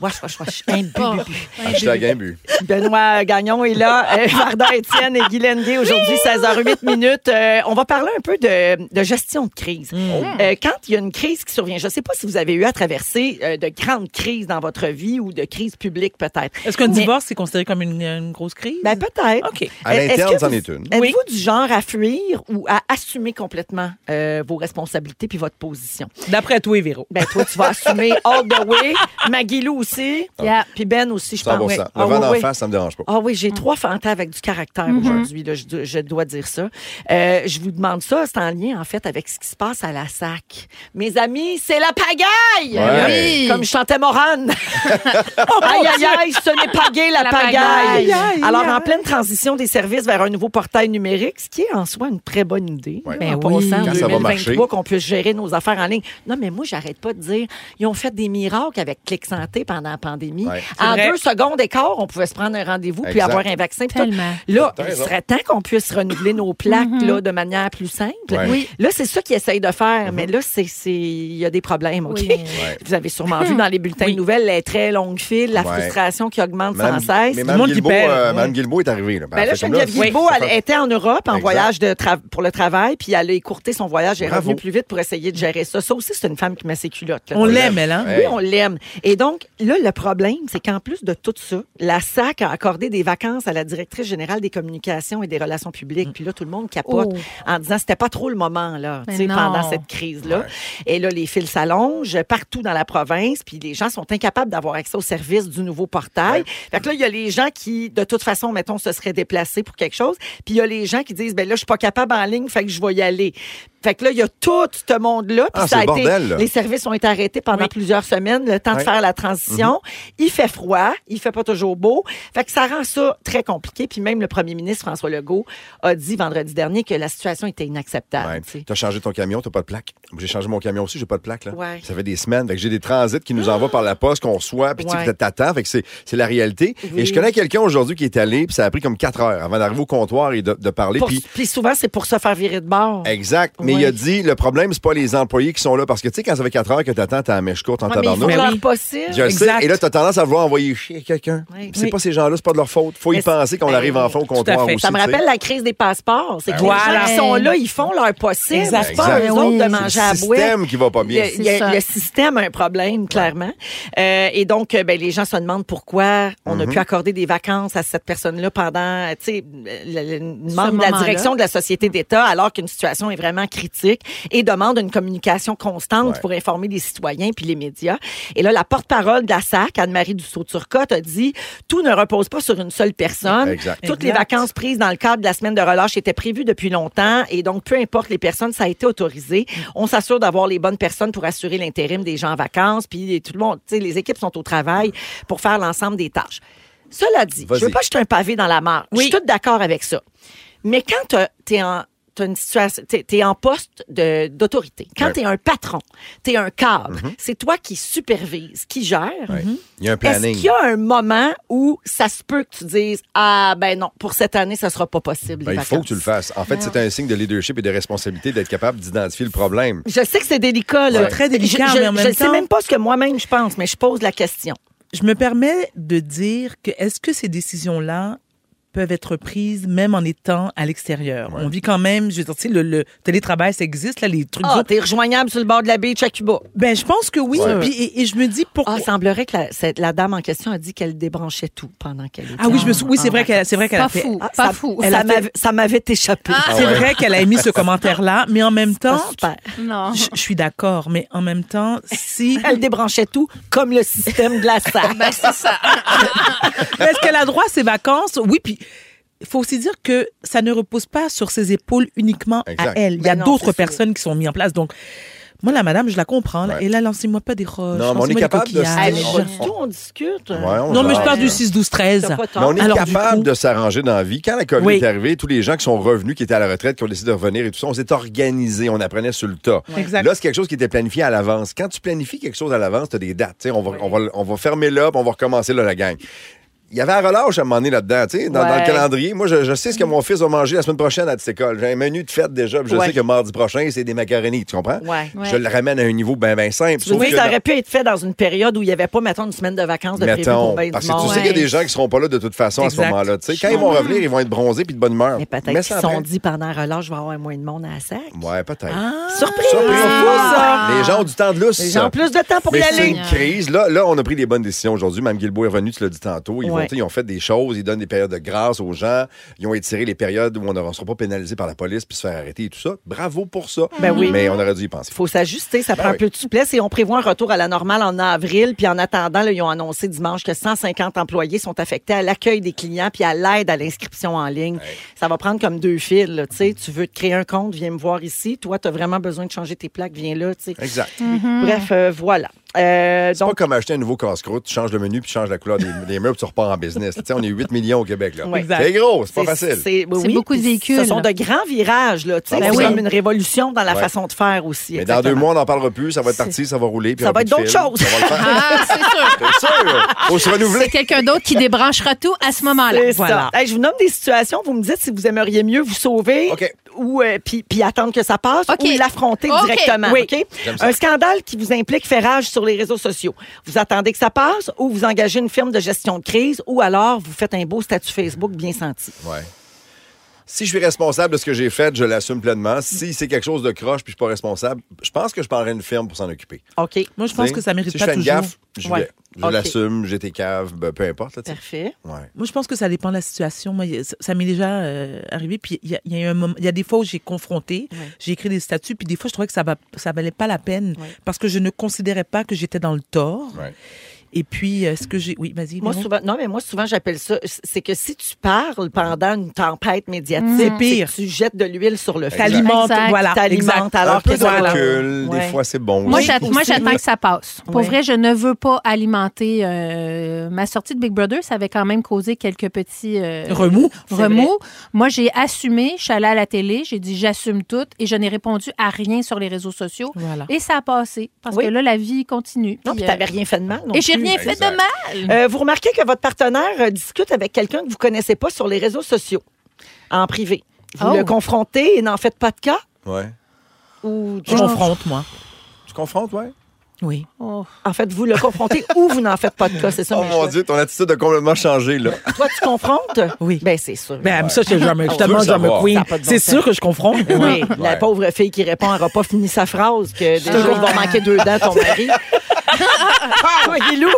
Speaker 2: Wesh, wesh, wesh. Imbu,
Speaker 4: Oh.
Speaker 2: bu, bu.
Speaker 1: Hashtag imbu.
Speaker 2: Benoît Gagnon est là, euh, Varda Étienne et Guylaine Gay aujourd'hui, 16h08 minutes. Euh, on va parler un peu de, de gestion de crise.
Speaker 3: Mm.
Speaker 2: Euh, quand il y a une crise qui survient, je ne sais pas si vous avez eu à traverser euh, de grandes crises dans votre vie ou de crises publiques peut-être.
Speaker 3: Est-ce qu'un
Speaker 2: Mais-
Speaker 3: divorce, c'est considéré comme une, une grosse crise?
Speaker 2: Ben peut-être.
Speaker 3: OK.
Speaker 1: À
Speaker 2: Euh, est-ce
Speaker 1: l'interne,
Speaker 2: que
Speaker 1: c'en
Speaker 2: vous-
Speaker 1: est une.
Speaker 2: Êtes-vous du genre à fuir ou à assumer complètement euh, vos responsabilités puis votre position?
Speaker 3: D'après toi, Véro.
Speaker 2: Ben toi, tu vas assumer all the way. Maggie Lou aussi.
Speaker 4: Yeah.
Speaker 2: Puis Ben aussi, je pense.
Speaker 1: 100
Speaker 2: Oui.
Speaker 1: Le
Speaker 2: Ah
Speaker 1: vent
Speaker 2: oui,
Speaker 1: d'en
Speaker 2: oui.
Speaker 1: face, ça me dérange pas.
Speaker 2: Ah Mm-hmm. oui, j'ai trois fantas avec du caractère aujourd'hui, là, je, do- je dois dire ça. Euh, je vous demande ça, c'est en lien en fait avec ce qui se passe à la SAC. Mes amis, c'est la pagaille!
Speaker 1: Ouais.
Speaker 4: Oui.
Speaker 2: Comme je chantais Morane. aïe, aïe, aïe, ce n'est pas gay, la,
Speaker 4: La
Speaker 2: pagaille.
Speaker 4: pagaille.
Speaker 2: Alors, en pleine transition des services vers un nouveau portail numérique, ce qui est en soi une très bonne idée.
Speaker 1: Ouais.
Speaker 4: Ben
Speaker 2: en
Speaker 4: oui.
Speaker 2: passant en
Speaker 1: Quand ça va marcher.
Speaker 2: 2023, qu'on puisse gérer nos affaires en ligne. Non, mais moi, j'arrête pas de dire, ils ont fait des miracles avec Clic Santé pendant la pandémie.
Speaker 1: Ouais.
Speaker 2: En
Speaker 3: vrai.
Speaker 2: deux secondes d'écart, on pouvait se prendre un rendez-vous puis
Speaker 1: Exact.
Speaker 2: avoir un vaccin. puis tout.
Speaker 4: Tellement. Mhm.
Speaker 2: Là,
Speaker 1: T'as
Speaker 2: il
Speaker 1: raison.
Speaker 2: serait temps qu'on puisse renouveler nos plaques là, de manière plus simple.
Speaker 1: Ouais. Mhm.
Speaker 4: Oui.
Speaker 2: Là, c'est ça qu'ils essayent de faire, mais là, c'est, c'est- il y a des problèmes, OK?
Speaker 4: Oui.
Speaker 2: Vous avez sûrement vu dans les bulletins de nouvelles les très longues files, la
Speaker 1: Ouais.
Speaker 2: frustration qui augmente
Speaker 1: Madame-
Speaker 2: sans cesse.
Speaker 1: Mais
Speaker 3: le
Speaker 1: Mme
Speaker 3: monde qui
Speaker 1: Guilbeault,
Speaker 3: perd,
Speaker 1: euh,
Speaker 3: ouais.
Speaker 1: Mme Guilbeault est arrivée. Là. Ben,
Speaker 2: Ben là,
Speaker 1: elle fait comme là,
Speaker 2: Geneviève Guilbeault,
Speaker 1: ça
Speaker 2: elle
Speaker 1: fait-
Speaker 2: était en Europe en
Speaker 1: Exact.
Speaker 2: voyage de tra- pour le travail, puis elle a écourté son voyage et est
Speaker 1: Bravo.
Speaker 2: revenue plus vite pour essayer de gérer ça. Ça aussi, c'est une femme qui met ses culottes. là.
Speaker 3: On l'aime, elle, hein?
Speaker 2: Oui, on l'aime. Et donc, là, le problème, c'est qu'en plus de tout ça, la SAC a accordé des vacances à la directrice générale des communications et des relations
Speaker 1: Mm.
Speaker 2: publiques. Puis là, tout le monde capote
Speaker 4: Oh.
Speaker 2: en disant c'était pas trop le moment, là, tu
Speaker 4: Mais
Speaker 2: sais,
Speaker 4: non.
Speaker 2: pendant cette crise-là. Et là, les fils s'allongent partout dans la province, puis les gens sont incapables d'avoir accès au service du nouveau portail. Fait que là, il y a les gens qui, de toute façon, mettons, se seraient déplacés pour quelque chose, puis il y a les gens qui disent, ben là, je suis pas capable en ligne, fait que je vais y aller. Fait que là, il y a tout ce monde-là. puis
Speaker 1: Ah,
Speaker 2: ça a
Speaker 1: c'est le
Speaker 2: été-
Speaker 1: bordel, là.
Speaker 2: les services ont été arrêtés pendant plusieurs semaines, le temps de
Speaker 1: Oui. Mhm.
Speaker 2: faire la transition. Il fait froid, il fait pas toujours beau. Fait que ça rend ça très compliqué. Puis même le premier ministre François Legault a dit vendredi dernier que la situation était inacceptable.
Speaker 1: Ouais.
Speaker 2: tu sais.
Speaker 1: T'as changé ton camion, t'as pas de plaque. J'ai changé mon camion aussi, j'ai pas de plaque. Là.
Speaker 2: Ouais.
Speaker 1: Ça fait des semaines. Fait que j'ai des transits qui nous envoient par la poste, qu'on reçoit, puis tu sais,
Speaker 2: Ouais.
Speaker 1: que t'attends. Fait que c'est c'est la réalité.
Speaker 2: Oui.
Speaker 1: Et je connais quelqu'un aujourd'hui qui est allé, puis ça a pris comme quatre heures avant d'arriver au comptoir et de, de parler.
Speaker 2: Pour-
Speaker 1: Puis
Speaker 2: Puis souvent, c'est pour se faire virer de bord.
Speaker 1: Exact. Mais
Speaker 2: Ouais.
Speaker 1: il a dit, le problème, c'est pas les employés qui sont là. Parce que, tu sais, quand ça fait 4 heures que t'attends, t'as la mèche courte en
Speaker 2: Ouais, mais il faut
Speaker 1: tabarnouche.
Speaker 2: leur
Speaker 3: oui.
Speaker 2: possible.
Speaker 1: Je le
Speaker 3: Exact.
Speaker 1: sais. Et là, t'as tendance à vouloir envoyer chier quelqu'un.
Speaker 2: Oui.
Speaker 1: C'est
Speaker 2: Oui.
Speaker 1: pas ces gens-là, c'est pas de leur faute. Faut
Speaker 2: Mais
Speaker 1: y
Speaker 2: c'est-
Speaker 1: penser qu'on
Speaker 2: Ben,
Speaker 1: arrive enfin au
Speaker 3: à
Speaker 1: comptoir
Speaker 3: fait.
Speaker 1: aussi.
Speaker 2: Ça me
Speaker 1: tu sais. Ben
Speaker 2: rappelle la crise des passeports. C'est que les
Speaker 3: Voilà.
Speaker 2: gens qui sont là, ils font leur possible.
Speaker 3: Exact.
Speaker 2: C'est pas à eux
Speaker 4: Exact.
Speaker 2: autres de
Speaker 4: Oui.
Speaker 2: manger
Speaker 1: C'est
Speaker 2: à
Speaker 1: le
Speaker 2: boire.
Speaker 1: système qui va pas bien.
Speaker 2: Le, il y a-
Speaker 4: C'est ça.
Speaker 2: le système a un problème, clairement. Euh, et donc, euh, ben, les gens se demandent pourquoi on
Speaker 1: Mhm.
Speaker 2: a pu accorder des vacances à cette personne-là pendant, euh, tu sais, le, le- le membre de la
Speaker 4: moment-là.
Speaker 2: direction de la
Speaker 1: Mm.
Speaker 2: Société d'État, alors qu'une situation est vraiment critique et demande une communication constante
Speaker 1: Ouais.
Speaker 2: pour informer les citoyens puis les médias. Et là, la porte-parole de la SAC, Anne-Marie Dussault-Turcotte, a dit « Tout ne repose pas sur une seule personne.
Speaker 1: Exact.
Speaker 2: Toutes les
Speaker 3: Exact.
Speaker 2: vacances prises dans le cadre de la semaine de relâche étaient prévues depuis longtemps et donc peu importe les personnes, ça a été autorisé.
Speaker 1: Mm.
Speaker 2: On s'assure d'avoir les bonnes personnes pour assurer l'intérim des gens en vacances, puis tout le monde, tu sais, les équipes sont au travail pour faire l'ensemble des tâches. Cela dit, je
Speaker 1: Mm. Vas-y.
Speaker 2: veux pas jeter un pavé dans la mare. Je suis toute d'accord avec ça. Mais quand t'as- t'es en t'as une situation, t'es t'es en poste de- d'autorité. Quand
Speaker 1: Ouais. Mm-hmm.
Speaker 2: t'es un patron, t'es un cadre, c'est toi qui supervise, qui gère.
Speaker 1: Ouais. Il y a un
Speaker 2: Mhm. Est-ce
Speaker 1: planning.
Speaker 2: qu'il y a un moment où ça se peut que tu dises Ah, ben non, pour cette année, ça sera pas possible.
Speaker 1: Ben,
Speaker 2: les
Speaker 1: il faut
Speaker 2: vacances. Ah.
Speaker 1: que tu le fasses. En fait, c'est un signe de leadership et de responsabilité d'être capable d'identifier le problème.
Speaker 2: Je sais que c'est délicat. là.
Speaker 3: C'est très délicat,
Speaker 2: Je- je-
Speaker 3: mais en même
Speaker 2: Je sais
Speaker 3: temps-
Speaker 2: même pas ce que moi-même je pense, mais je pose la question.
Speaker 3: Je me permets de dire que est-ce que ces décisions-là peuvent être prises même en étant à l'extérieur? On vit quand même, je veux dire, tu sais, le, le télétravail, ça existe, là, les trucs.
Speaker 2: Ah, t'es rejoignable sur le bord de la beach à Cuba.
Speaker 3: Ben, je pense que oui.
Speaker 1: Ouais.
Speaker 3: Puis- et, et je me dis
Speaker 2: Ah,
Speaker 3: pourquoi.
Speaker 2: semblerait que la, cette- la dame en question a dit qu'elle débranchait tout pendant qu'elle était.
Speaker 3: Ah oui, je me
Speaker 2: en-
Speaker 3: sou- oui, c'est
Speaker 2: en
Speaker 3: vrai qu'elle, c'est vrai qu'elle
Speaker 4: Pas
Speaker 3: a fait.
Speaker 4: fou.
Speaker 2: vacances.
Speaker 4: pas
Speaker 2: ça,
Speaker 4: fou.
Speaker 2: elle
Speaker 4: Ça
Speaker 2: a
Speaker 4: m'avait-
Speaker 2: fait- ça m'avait échappé.
Speaker 1: Ah
Speaker 3: C'est
Speaker 1: ouais.
Speaker 3: vrai qu'elle a émis ce commentaire-là, mais en même
Speaker 2: Pas
Speaker 3: temps,
Speaker 2: super.
Speaker 4: Non.
Speaker 3: je je suis d'accord, mais en même temps, si
Speaker 2: Elle débranchait tout comme le système de la salle. Ah,
Speaker 4: Ben, c'est ça.
Speaker 3: Mais Est-ce qu'elle a droit à ses vacances? Oui, puis il faut aussi dire que ça ne repose pas sur ses épaules uniquement à
Speaker 1: Exact.
Speaker 3: elle. Il y a
Speaker 2: Ben non,
Speaker 3: d'autres
Speaker 2: c'est sûr.
Speaker 3: personnes qui sont mises en place. Donc, moi, la madame, je la comprends. là.
Speaker 1: Ouais.
Speaker 3: Et là, lancez-moi pas des
Speaker 1: Non,
Speaker 3: roches.
Speaker 1: mais on
Speaker 3: lancez-moi
Speaker 1: est
Speaker 3: des
Speaker 1: capable de se-
Speaker 3: coquillages.
Speaker 2: Elle est pas du tout, on discute.
Speaker 1: Ouais, on
Speaker 3: Non, mais je
Speaker 1: jase,
Speaker 3: parle du
Speaker 1: là.
Speaker 3: 6, 12, 13.
Speaker 2: T'as pas
Speaker 1: Mais
Speaker 2: tort.
Speaker 1: on est
Speaker 3: Alors, du
Speaker 1: capable
Speaker 3: coup-
Speaker 1: de s'arranger dans la vie. Quand la COVID
Speaker 3: Oui.
Speaker 1: est arrivée, tous les gens qui sont revenus, qui étaient à la retraite, qui ont décidé de revenir et tout ça, on s'est organisé, on apprenait sur le tas.
Speaker 3: Exact.
Speaker 1: Là, c'est quelque chose qui était planifié à l'avance. Quand tu planifies quelque chose à l'avance, tu as des dates. Tu sais, On va, on, va, on va fermer là, puis on va recommencer là, la gang. il y avait un relâche à un moment donné là-dedans, tu sais, dans, dans le
Speaker 4: Ouais.
Speaker 1: calendrier. Moi, je, je sais ce que mon fils va manger la semaine prochaine à cette école. J'ai un menu de fête déjà, puis je
Speaker 2: Ouais.
Speaker 1: sais que mardi prochain, c'est des macaronis, tu comprends?
Speaker 2: Ouais.
Speaker 1: Je le ramène à un niveau bien, bien simple.
Speaker 2: Tu veux
Speaker 1: Sauf
Speaker 2: dire,
Speaker 1: que
Speaker 2: ça
Speaker 1: dans-
Speaker 2: aurait pu être fait dans une période où il n'y avait pas, mettons, une semaine de vacances de prévu
Speaker 1: Mettons,
Speaker 2: pour ben
Speaker 1: parce
Speaker 2: du
Speaker 1: que tu
Speaker 2: monde.
Speaker 1: sais qu'il y a
Speaker 4: Ouais.
Speaker 1: des gens qui seront pas là de toute façon à
Speaker 3: Exact.
Speaker 1: ce moment-là. Tu sais, quand ils vont revenir, ils vont être bronzés puis de bonne humeur.
Speaker 2: Mais
Speaker 1: Mets
Speaker 2: peut-être qu'ils
Speaker 1: ça
Speaker 2: se sont
Speaker 1: après.
Speaker 2: dit pendant un relâche, je vais avoir moins de monde à la sac.
Speaker 1: Ouais, peut-être.
Speaker 2: Surprise!
Speaker 1: Surprise!
Speaker 2: C'est fou, ça!
Speaker 1: Les gens ont du temps de lousse.
Speaker 2: Ah! Les gens ont plus de temps pour
Speaker 1: Mais
Speaker 2: y
Speaker 1: c'est
Speaker 2: aller.
Speaker 1: une crise. Là, là, on a pris les bonnes décisions aujourd'hui. Mme Guilbault est revenue, tu l'as dit tantôt. Ils, vont,
Speaker 2: Ouais.
Speaker 1: tu sais, ils ont fait des choses, ils donnent des périodes de grâce aux gens. Ils ont étiré les périodes où on ne sera pas pénalisé par la police puis se faire arrêter et tout ça. Bravo pour ça.
Speaker 2: Ben oui.
Speaker 1: Mais on aurait dû y penser.
Speaker 2: Il faut s'ajuster, ça
Speaker 1: Ben
Speaker 2: prend
Speaker 1: oui.
Speaker 2: un peu de souplesse et on prévoit un retour à la normale en avril. Puis en attendant, là, ils ont annoncé dimanche que 150 employés sont affectés à l'accueil des clients puis à l'aide à l'inscription en ligne. Ça va prendre comme deux fils. là, tu sais. Tu veux te créer un compte, viens me voir ici. Toi, tu as vraiment besoin de changer tes plaques, viens là. tu sais.
Speaker 1: Exact.
Speaker 4: Mm-hmm.
Speaker 2: Bref, euh, voilà. Euh,
Speaker 1: C'est pas
Speaker 2: donc,
Speaker 1: comme acheter un nouveau casse-croûte, tu changes le menu puis tu changes la couleur des, des murs puis tu repars en business. Tu sais, on est 8 millions au Québec. là.
Speaker 2: Ouais.
Speaker 3: Exact.
Speaker 1: C'est gros, c'est pas
Speaker 2: c'est-
Speaker 1: facile.
Speaker 2: C'est oui,
Speaker 4: C'est beaucoup
Speaker 2: puis
Speaker 4: de véhicules.
Speaker 2: Ce sont de grands virages. là, tu sais.
Speaker 1: Ah,
Speaker 2: C'est
Speaker 1: oui.
Speaker 2: comme une révolution dans la
Speaker 1: Ouais.
Speaker 2: façon de faire aussi.
Speaker 1: Mais dans deux
Speaker 2: exactement.
Speaker 1: mois, on n'en parlera plus, ça va être parti, ça va rouler. puis
Speaker 2: Ça
Speaker 1: on
Speaker 2: va
Speaker 1: aura
Speaker 2: être
Speaker 1: plus de fil,
Speaker 2: d'autres choses.
Speaker 1: Ça va le faire.
Speaker 4: Ah, c'est sûr.
Speaker 1: C'est sûr. Faut se renouveler.
Speaker 4: C'est quelqu'un d'autre qui débranchera tout à ce moment-là.
Speaker 2: C'est
Speaker 3: Voilà.
Speaker 2: ça. Hey, je vous nomme des situations. Vous me dites si vous aimeriez mieux vous sauver
Speaker 1: OK.
Speaker 2: ou euh, puis, puis attendre que ça passe
Speaker 4: OK.
Speaker 2: ou l'affronter
Speaker 4: OK.
Speaker 2: directement.
Speaker 4: Oui.
Speaker 2: OK?
Speaker 1: J'aime ça.
Speaker 2: Un scandale qui vous implique fait rage sur les réseaux sociaux. Vous attendez que ça passe ou vous engagez une firme de gestion de crise ou alors vous faites un beau statut Facebook bien senti.
Speaker 1: Ouais. Si je suis responsable de ce que j'ai fait, je l'assume pleinement. Si c'est quelque chose de croche puis je suis pas responsable, je pense que je parlerai à une firme pour s'en occuper.
Speaker 2: OK.
Speaker 3: Moi, je pense
Speaker 1: Tu sais,
Speaker 3: que ça mérite
Speaker 1: si
Speaker 3: pas
Speaker 1: je fais
Speaker 3: toujours.
Speaker 1: une gaffe, je
Speaker 2: Ouais.
Speaker 1: l'ai. Je
Speaker 2: Ok.
Speaker 1: l'assume, j'étais cave, ben, peu importe. là, tu sais.
Speaker 2: Parfait.
Speaker 1: Ouais.
Speaker 3: Moi, je pense que ça dépend de la situation. Moi, y a- ça- ça m'est déjà euh, arrivé. Puis il y a, il y a eu un moment- il y a des fois où j'ai confronté, j'ai écrit des statuts, puis des fois, je trouvais que ça va, ça valait pas la peine parce que je ne considérais pas que j'étais dans le tort.
Speaker 1: Ouais.
Speaker 3: Et puis, euh, ce que j'ai. Oui, vas-y.
Speaker 2: Moi
Speaker 3: Véro.
Speaker 2: souvent, non mais moi souvent j'appelle ça, c'est que si tu parles pendant une tempête médiatique,
Speaker 3: C'est
Speaker 2: que
Speaker 3: pire.
Speaker 2: tu jettes de l'huile sur le feu.
Speaker 3: T'alimentes,
Speaker 4: Exact.
Speaker 3: voilà.
Speaker 2: T'alimentes
Speaker 3: exact.
Speaker 2: alors
Speaker 1: Un peu
Speaker 2: que
Speaker 1: de
Speaker 2: ça va-
Speaker 1: recul,
Speaker 2: Ouais.
Speaker 1: des fois c'est bon.
Speaker 4: Moi,
Speaker 1: aussi.
Speaker 4: j'att- moi, j'attends que ça passe. Pour
Speaker 2: Ouais.
Speaker 4: vrai, je ne veux pas alimenter euh, ma sortie de Big Brother. Ça avait quand même causé quelques petits euh,
Speaker 3: Remous.
Speaker 4: remous. Moi, j'ai assumé. Je suis allée à la télé. J'ai dit j'assume tout et je n'ai répondu à rien sur les réseaux sociaux.
Speaker 3: Voilà.
Speaker 4: Et ça a passé parce
Speaker 2: Oui.
Speaker 4: que là, la vie continue.
Speaker 2: Non,
Speaker 4: Puis,
Speaker 2: puis
Speaker 4: euh,
Speaker 2: t'avais rien fait de mal. non
Speaker 4: et j'ai
Speaker 2: plus.
Speaker 4: rien fait
Speaker 1: Exact.
Speaker 4: de mal.
Speaker 2: Euh, vous remarquez que votre partenaire euh, discute avec quelqu'un que vous connaissez pas sur les réseaux sociaux, en privé. Vous
Speaker 4: Oh.
Speaker 2: le confrontez et n'en faites pas de cas?
Speaker 1: Ouais.
Speaker 2: Ou
Speaker 3: Je confronte, moi.
Speaker 1: Tu confrontes, ouais?
Speaker 3: Oui.
Speaker 4: Oh.
Speaker 2: En fait, vous le confrontez ou vous n'en faites pas de cas, c'est ça.
Speaker 1: Oh
Speaker 2: mes
Speaker 1: mon
Speaker 2: choix.
Speaker 1: Dieu, ton attitude a complètement changé, là.
Speaker 2: Toi, tu confrontes?
Speaker 3: Oui.
Speaker 2: Ben, c'est sûr.
Speaker 3: Ben, ça, je suis drummer.
Speaker 2: Tu veux
Speaker 3: Justement,
Speaker 2: le
Speaker 3: drummer
Speaker 1: Ah, savoir.
Speaker 3: queen.
Speaker 2: Ça a pas de bon
Speaker 3: C'est
Speaker 2: sens.
Speaker 3: sûr que je confronte.
Speaker 2: Oui,
Speaker 3: moi.
Speaker 2: la
Speaker 1: Ouais.
Speaker 2: pauvre fille qui répond n'aura pas fini sa phrase, que déjà, il va manquer deux dents, ton mari. Toi, Guilou.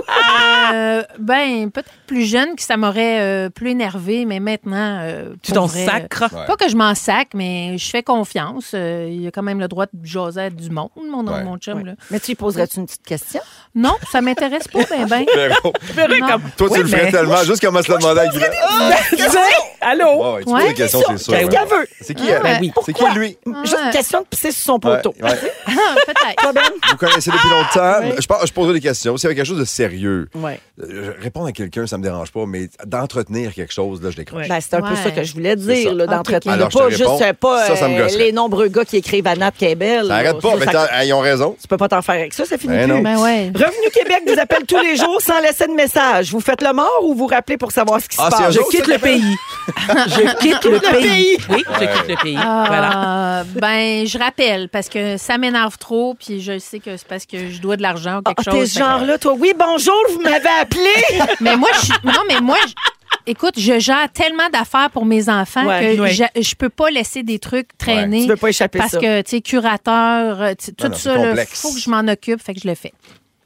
Speaker 4: Euh, ben, peut-être plus jeune que ça m'aurait euh, plus énervé, mais maintenant. euh,
Speaker 3: Tu
Speaker 4: pour
Speaker 3: t'en
Speaker 4: vrai, euh,
Speaker 3: sacres.
Speaker 1: Ouais.
Speaker 4: Pas que je m'en sac, mais je fais confiance. Euh, il a quand même le droit de jaser à du monde, mon,
Speaker 1: Ouais.
Speaker 4: mon chum. Là.
Speaker 2: Mais tu lui poserais-tu une petite question?
Speaker 4: Non, ça m'intéresse pas, ben, ben.
Speaker 1: Véro,
Speaker 4: Non.
Speaker 1: Toi, tu
Speaker 3: Oui,
Speaker 1: le ferais
Speaker 3: mais-
Speaker 1: tellement, juste comment se le demander à Guillaume.
Speaker 3: Allô?
Speaker 1: Ouais, ouais, tu
Speaker 4: Ouais.
Speaker 1: poses des questions, c'est sûr.
Speaker 3: Ben,
Speaker 1: ouais.
Speaker 2: qu'elle veut.
Speaker 1: C'est qui, elle?
Speaker 4: Ben
Speaker 3: oui.
Speaker 1: C'est qui, lui?
Speaker 2: Juste une question de pisser sur son poteau.
Speaker 1: Ouais, ouais.
Speaker 4: Ah, Peut-être.
Speaker 1: Vous connaissez depuis longtemps. Je, pense- je poserai des questions. S'il y avait quelque chose de sérieux,
Speaker 2: Ouais.
Speaker 1: euh, répondre à quelqu'un, ça me dérange pas, mais d'entretenir quelque chose, là, je décroche.
Speaker 2: Ben, c'est un peu
Speaker 4: Ouais.
Speaker 2: ça que je voulais dire,
Speaker 1: ça.
Speaker 2: là,
Speaker 4: Ok,
Speaker 2: d'entretenir.
Speaker 1: ok. Alors, je te
Speaker 2: pas
Speaker 1: réponds,
Speaker 2: juste euh, pas
Speaker 1: ça, ça me
Speaker 2: euh,
Speaker 1: gosserait.
Speaker 2: les nombreux gars qui écrivent à Nat Kebel.
Speaker 1: Ça arrête pas, mais
Speaker 2: ça-
Speaker 1: t'as- hey, ils ont raison.
Speaker 2: tu peux pas t'en faire avec ça, ça finit
Speaker 1: Ben
Speaker 2: plus.
Speaker 1: non.
Speaker 4: Ben ouais.
Speaker 2: Revenu Québec vous appelle tous les jours sans laisser de message. Vous faites le mort ou vous rappelez pour savoir ce qui
Speaker 1: Ah,
Speaker 2: se
Speaker 1: c'est
Speaker 2: passe?
Speaker 1: un
Speaker 3: Je
Speaker 1: jour,
Speaker 3: quitte
Speaker 1: ça,
Speaker 3: le pays. Je quitte le pays. Oui, je quitte le pays. Voilà.
Speaker 4: Ah, ben, je rappelle parce que ça m'énerve trop, puis je sais que c'est parce que je dois de l'argent ou
Speaker 2: Ah,
Speaker 4: quelque
Speaker 2: t'es
Speaker 4: chose.
Speaker 2: ce genre-là, toi. Oui, bonjour, vous m'avez appelé.
Speaker 4: Mais moi, je suis- non, mais moi, je- écoute, je gère tellement d'affaires pour mes enfants
Speaker 2: Ouais.
Speaker 4: que
Speaker 3: Ouais.
Speaker 4: je, je peux pas laisser des trucs traîner.
Speaker 2: Tu veux pas échapper
Speaker 4: parce
Speaker 2: ça.
Speaker 4: que, tu sais, curateur, euh, tu- tout
Speaker 1: Ah non, c'est
Speaker 4: ça, il
Speaker 1: complexe.
Speaker 4: faut que je m'en occupe, fait que je le fais.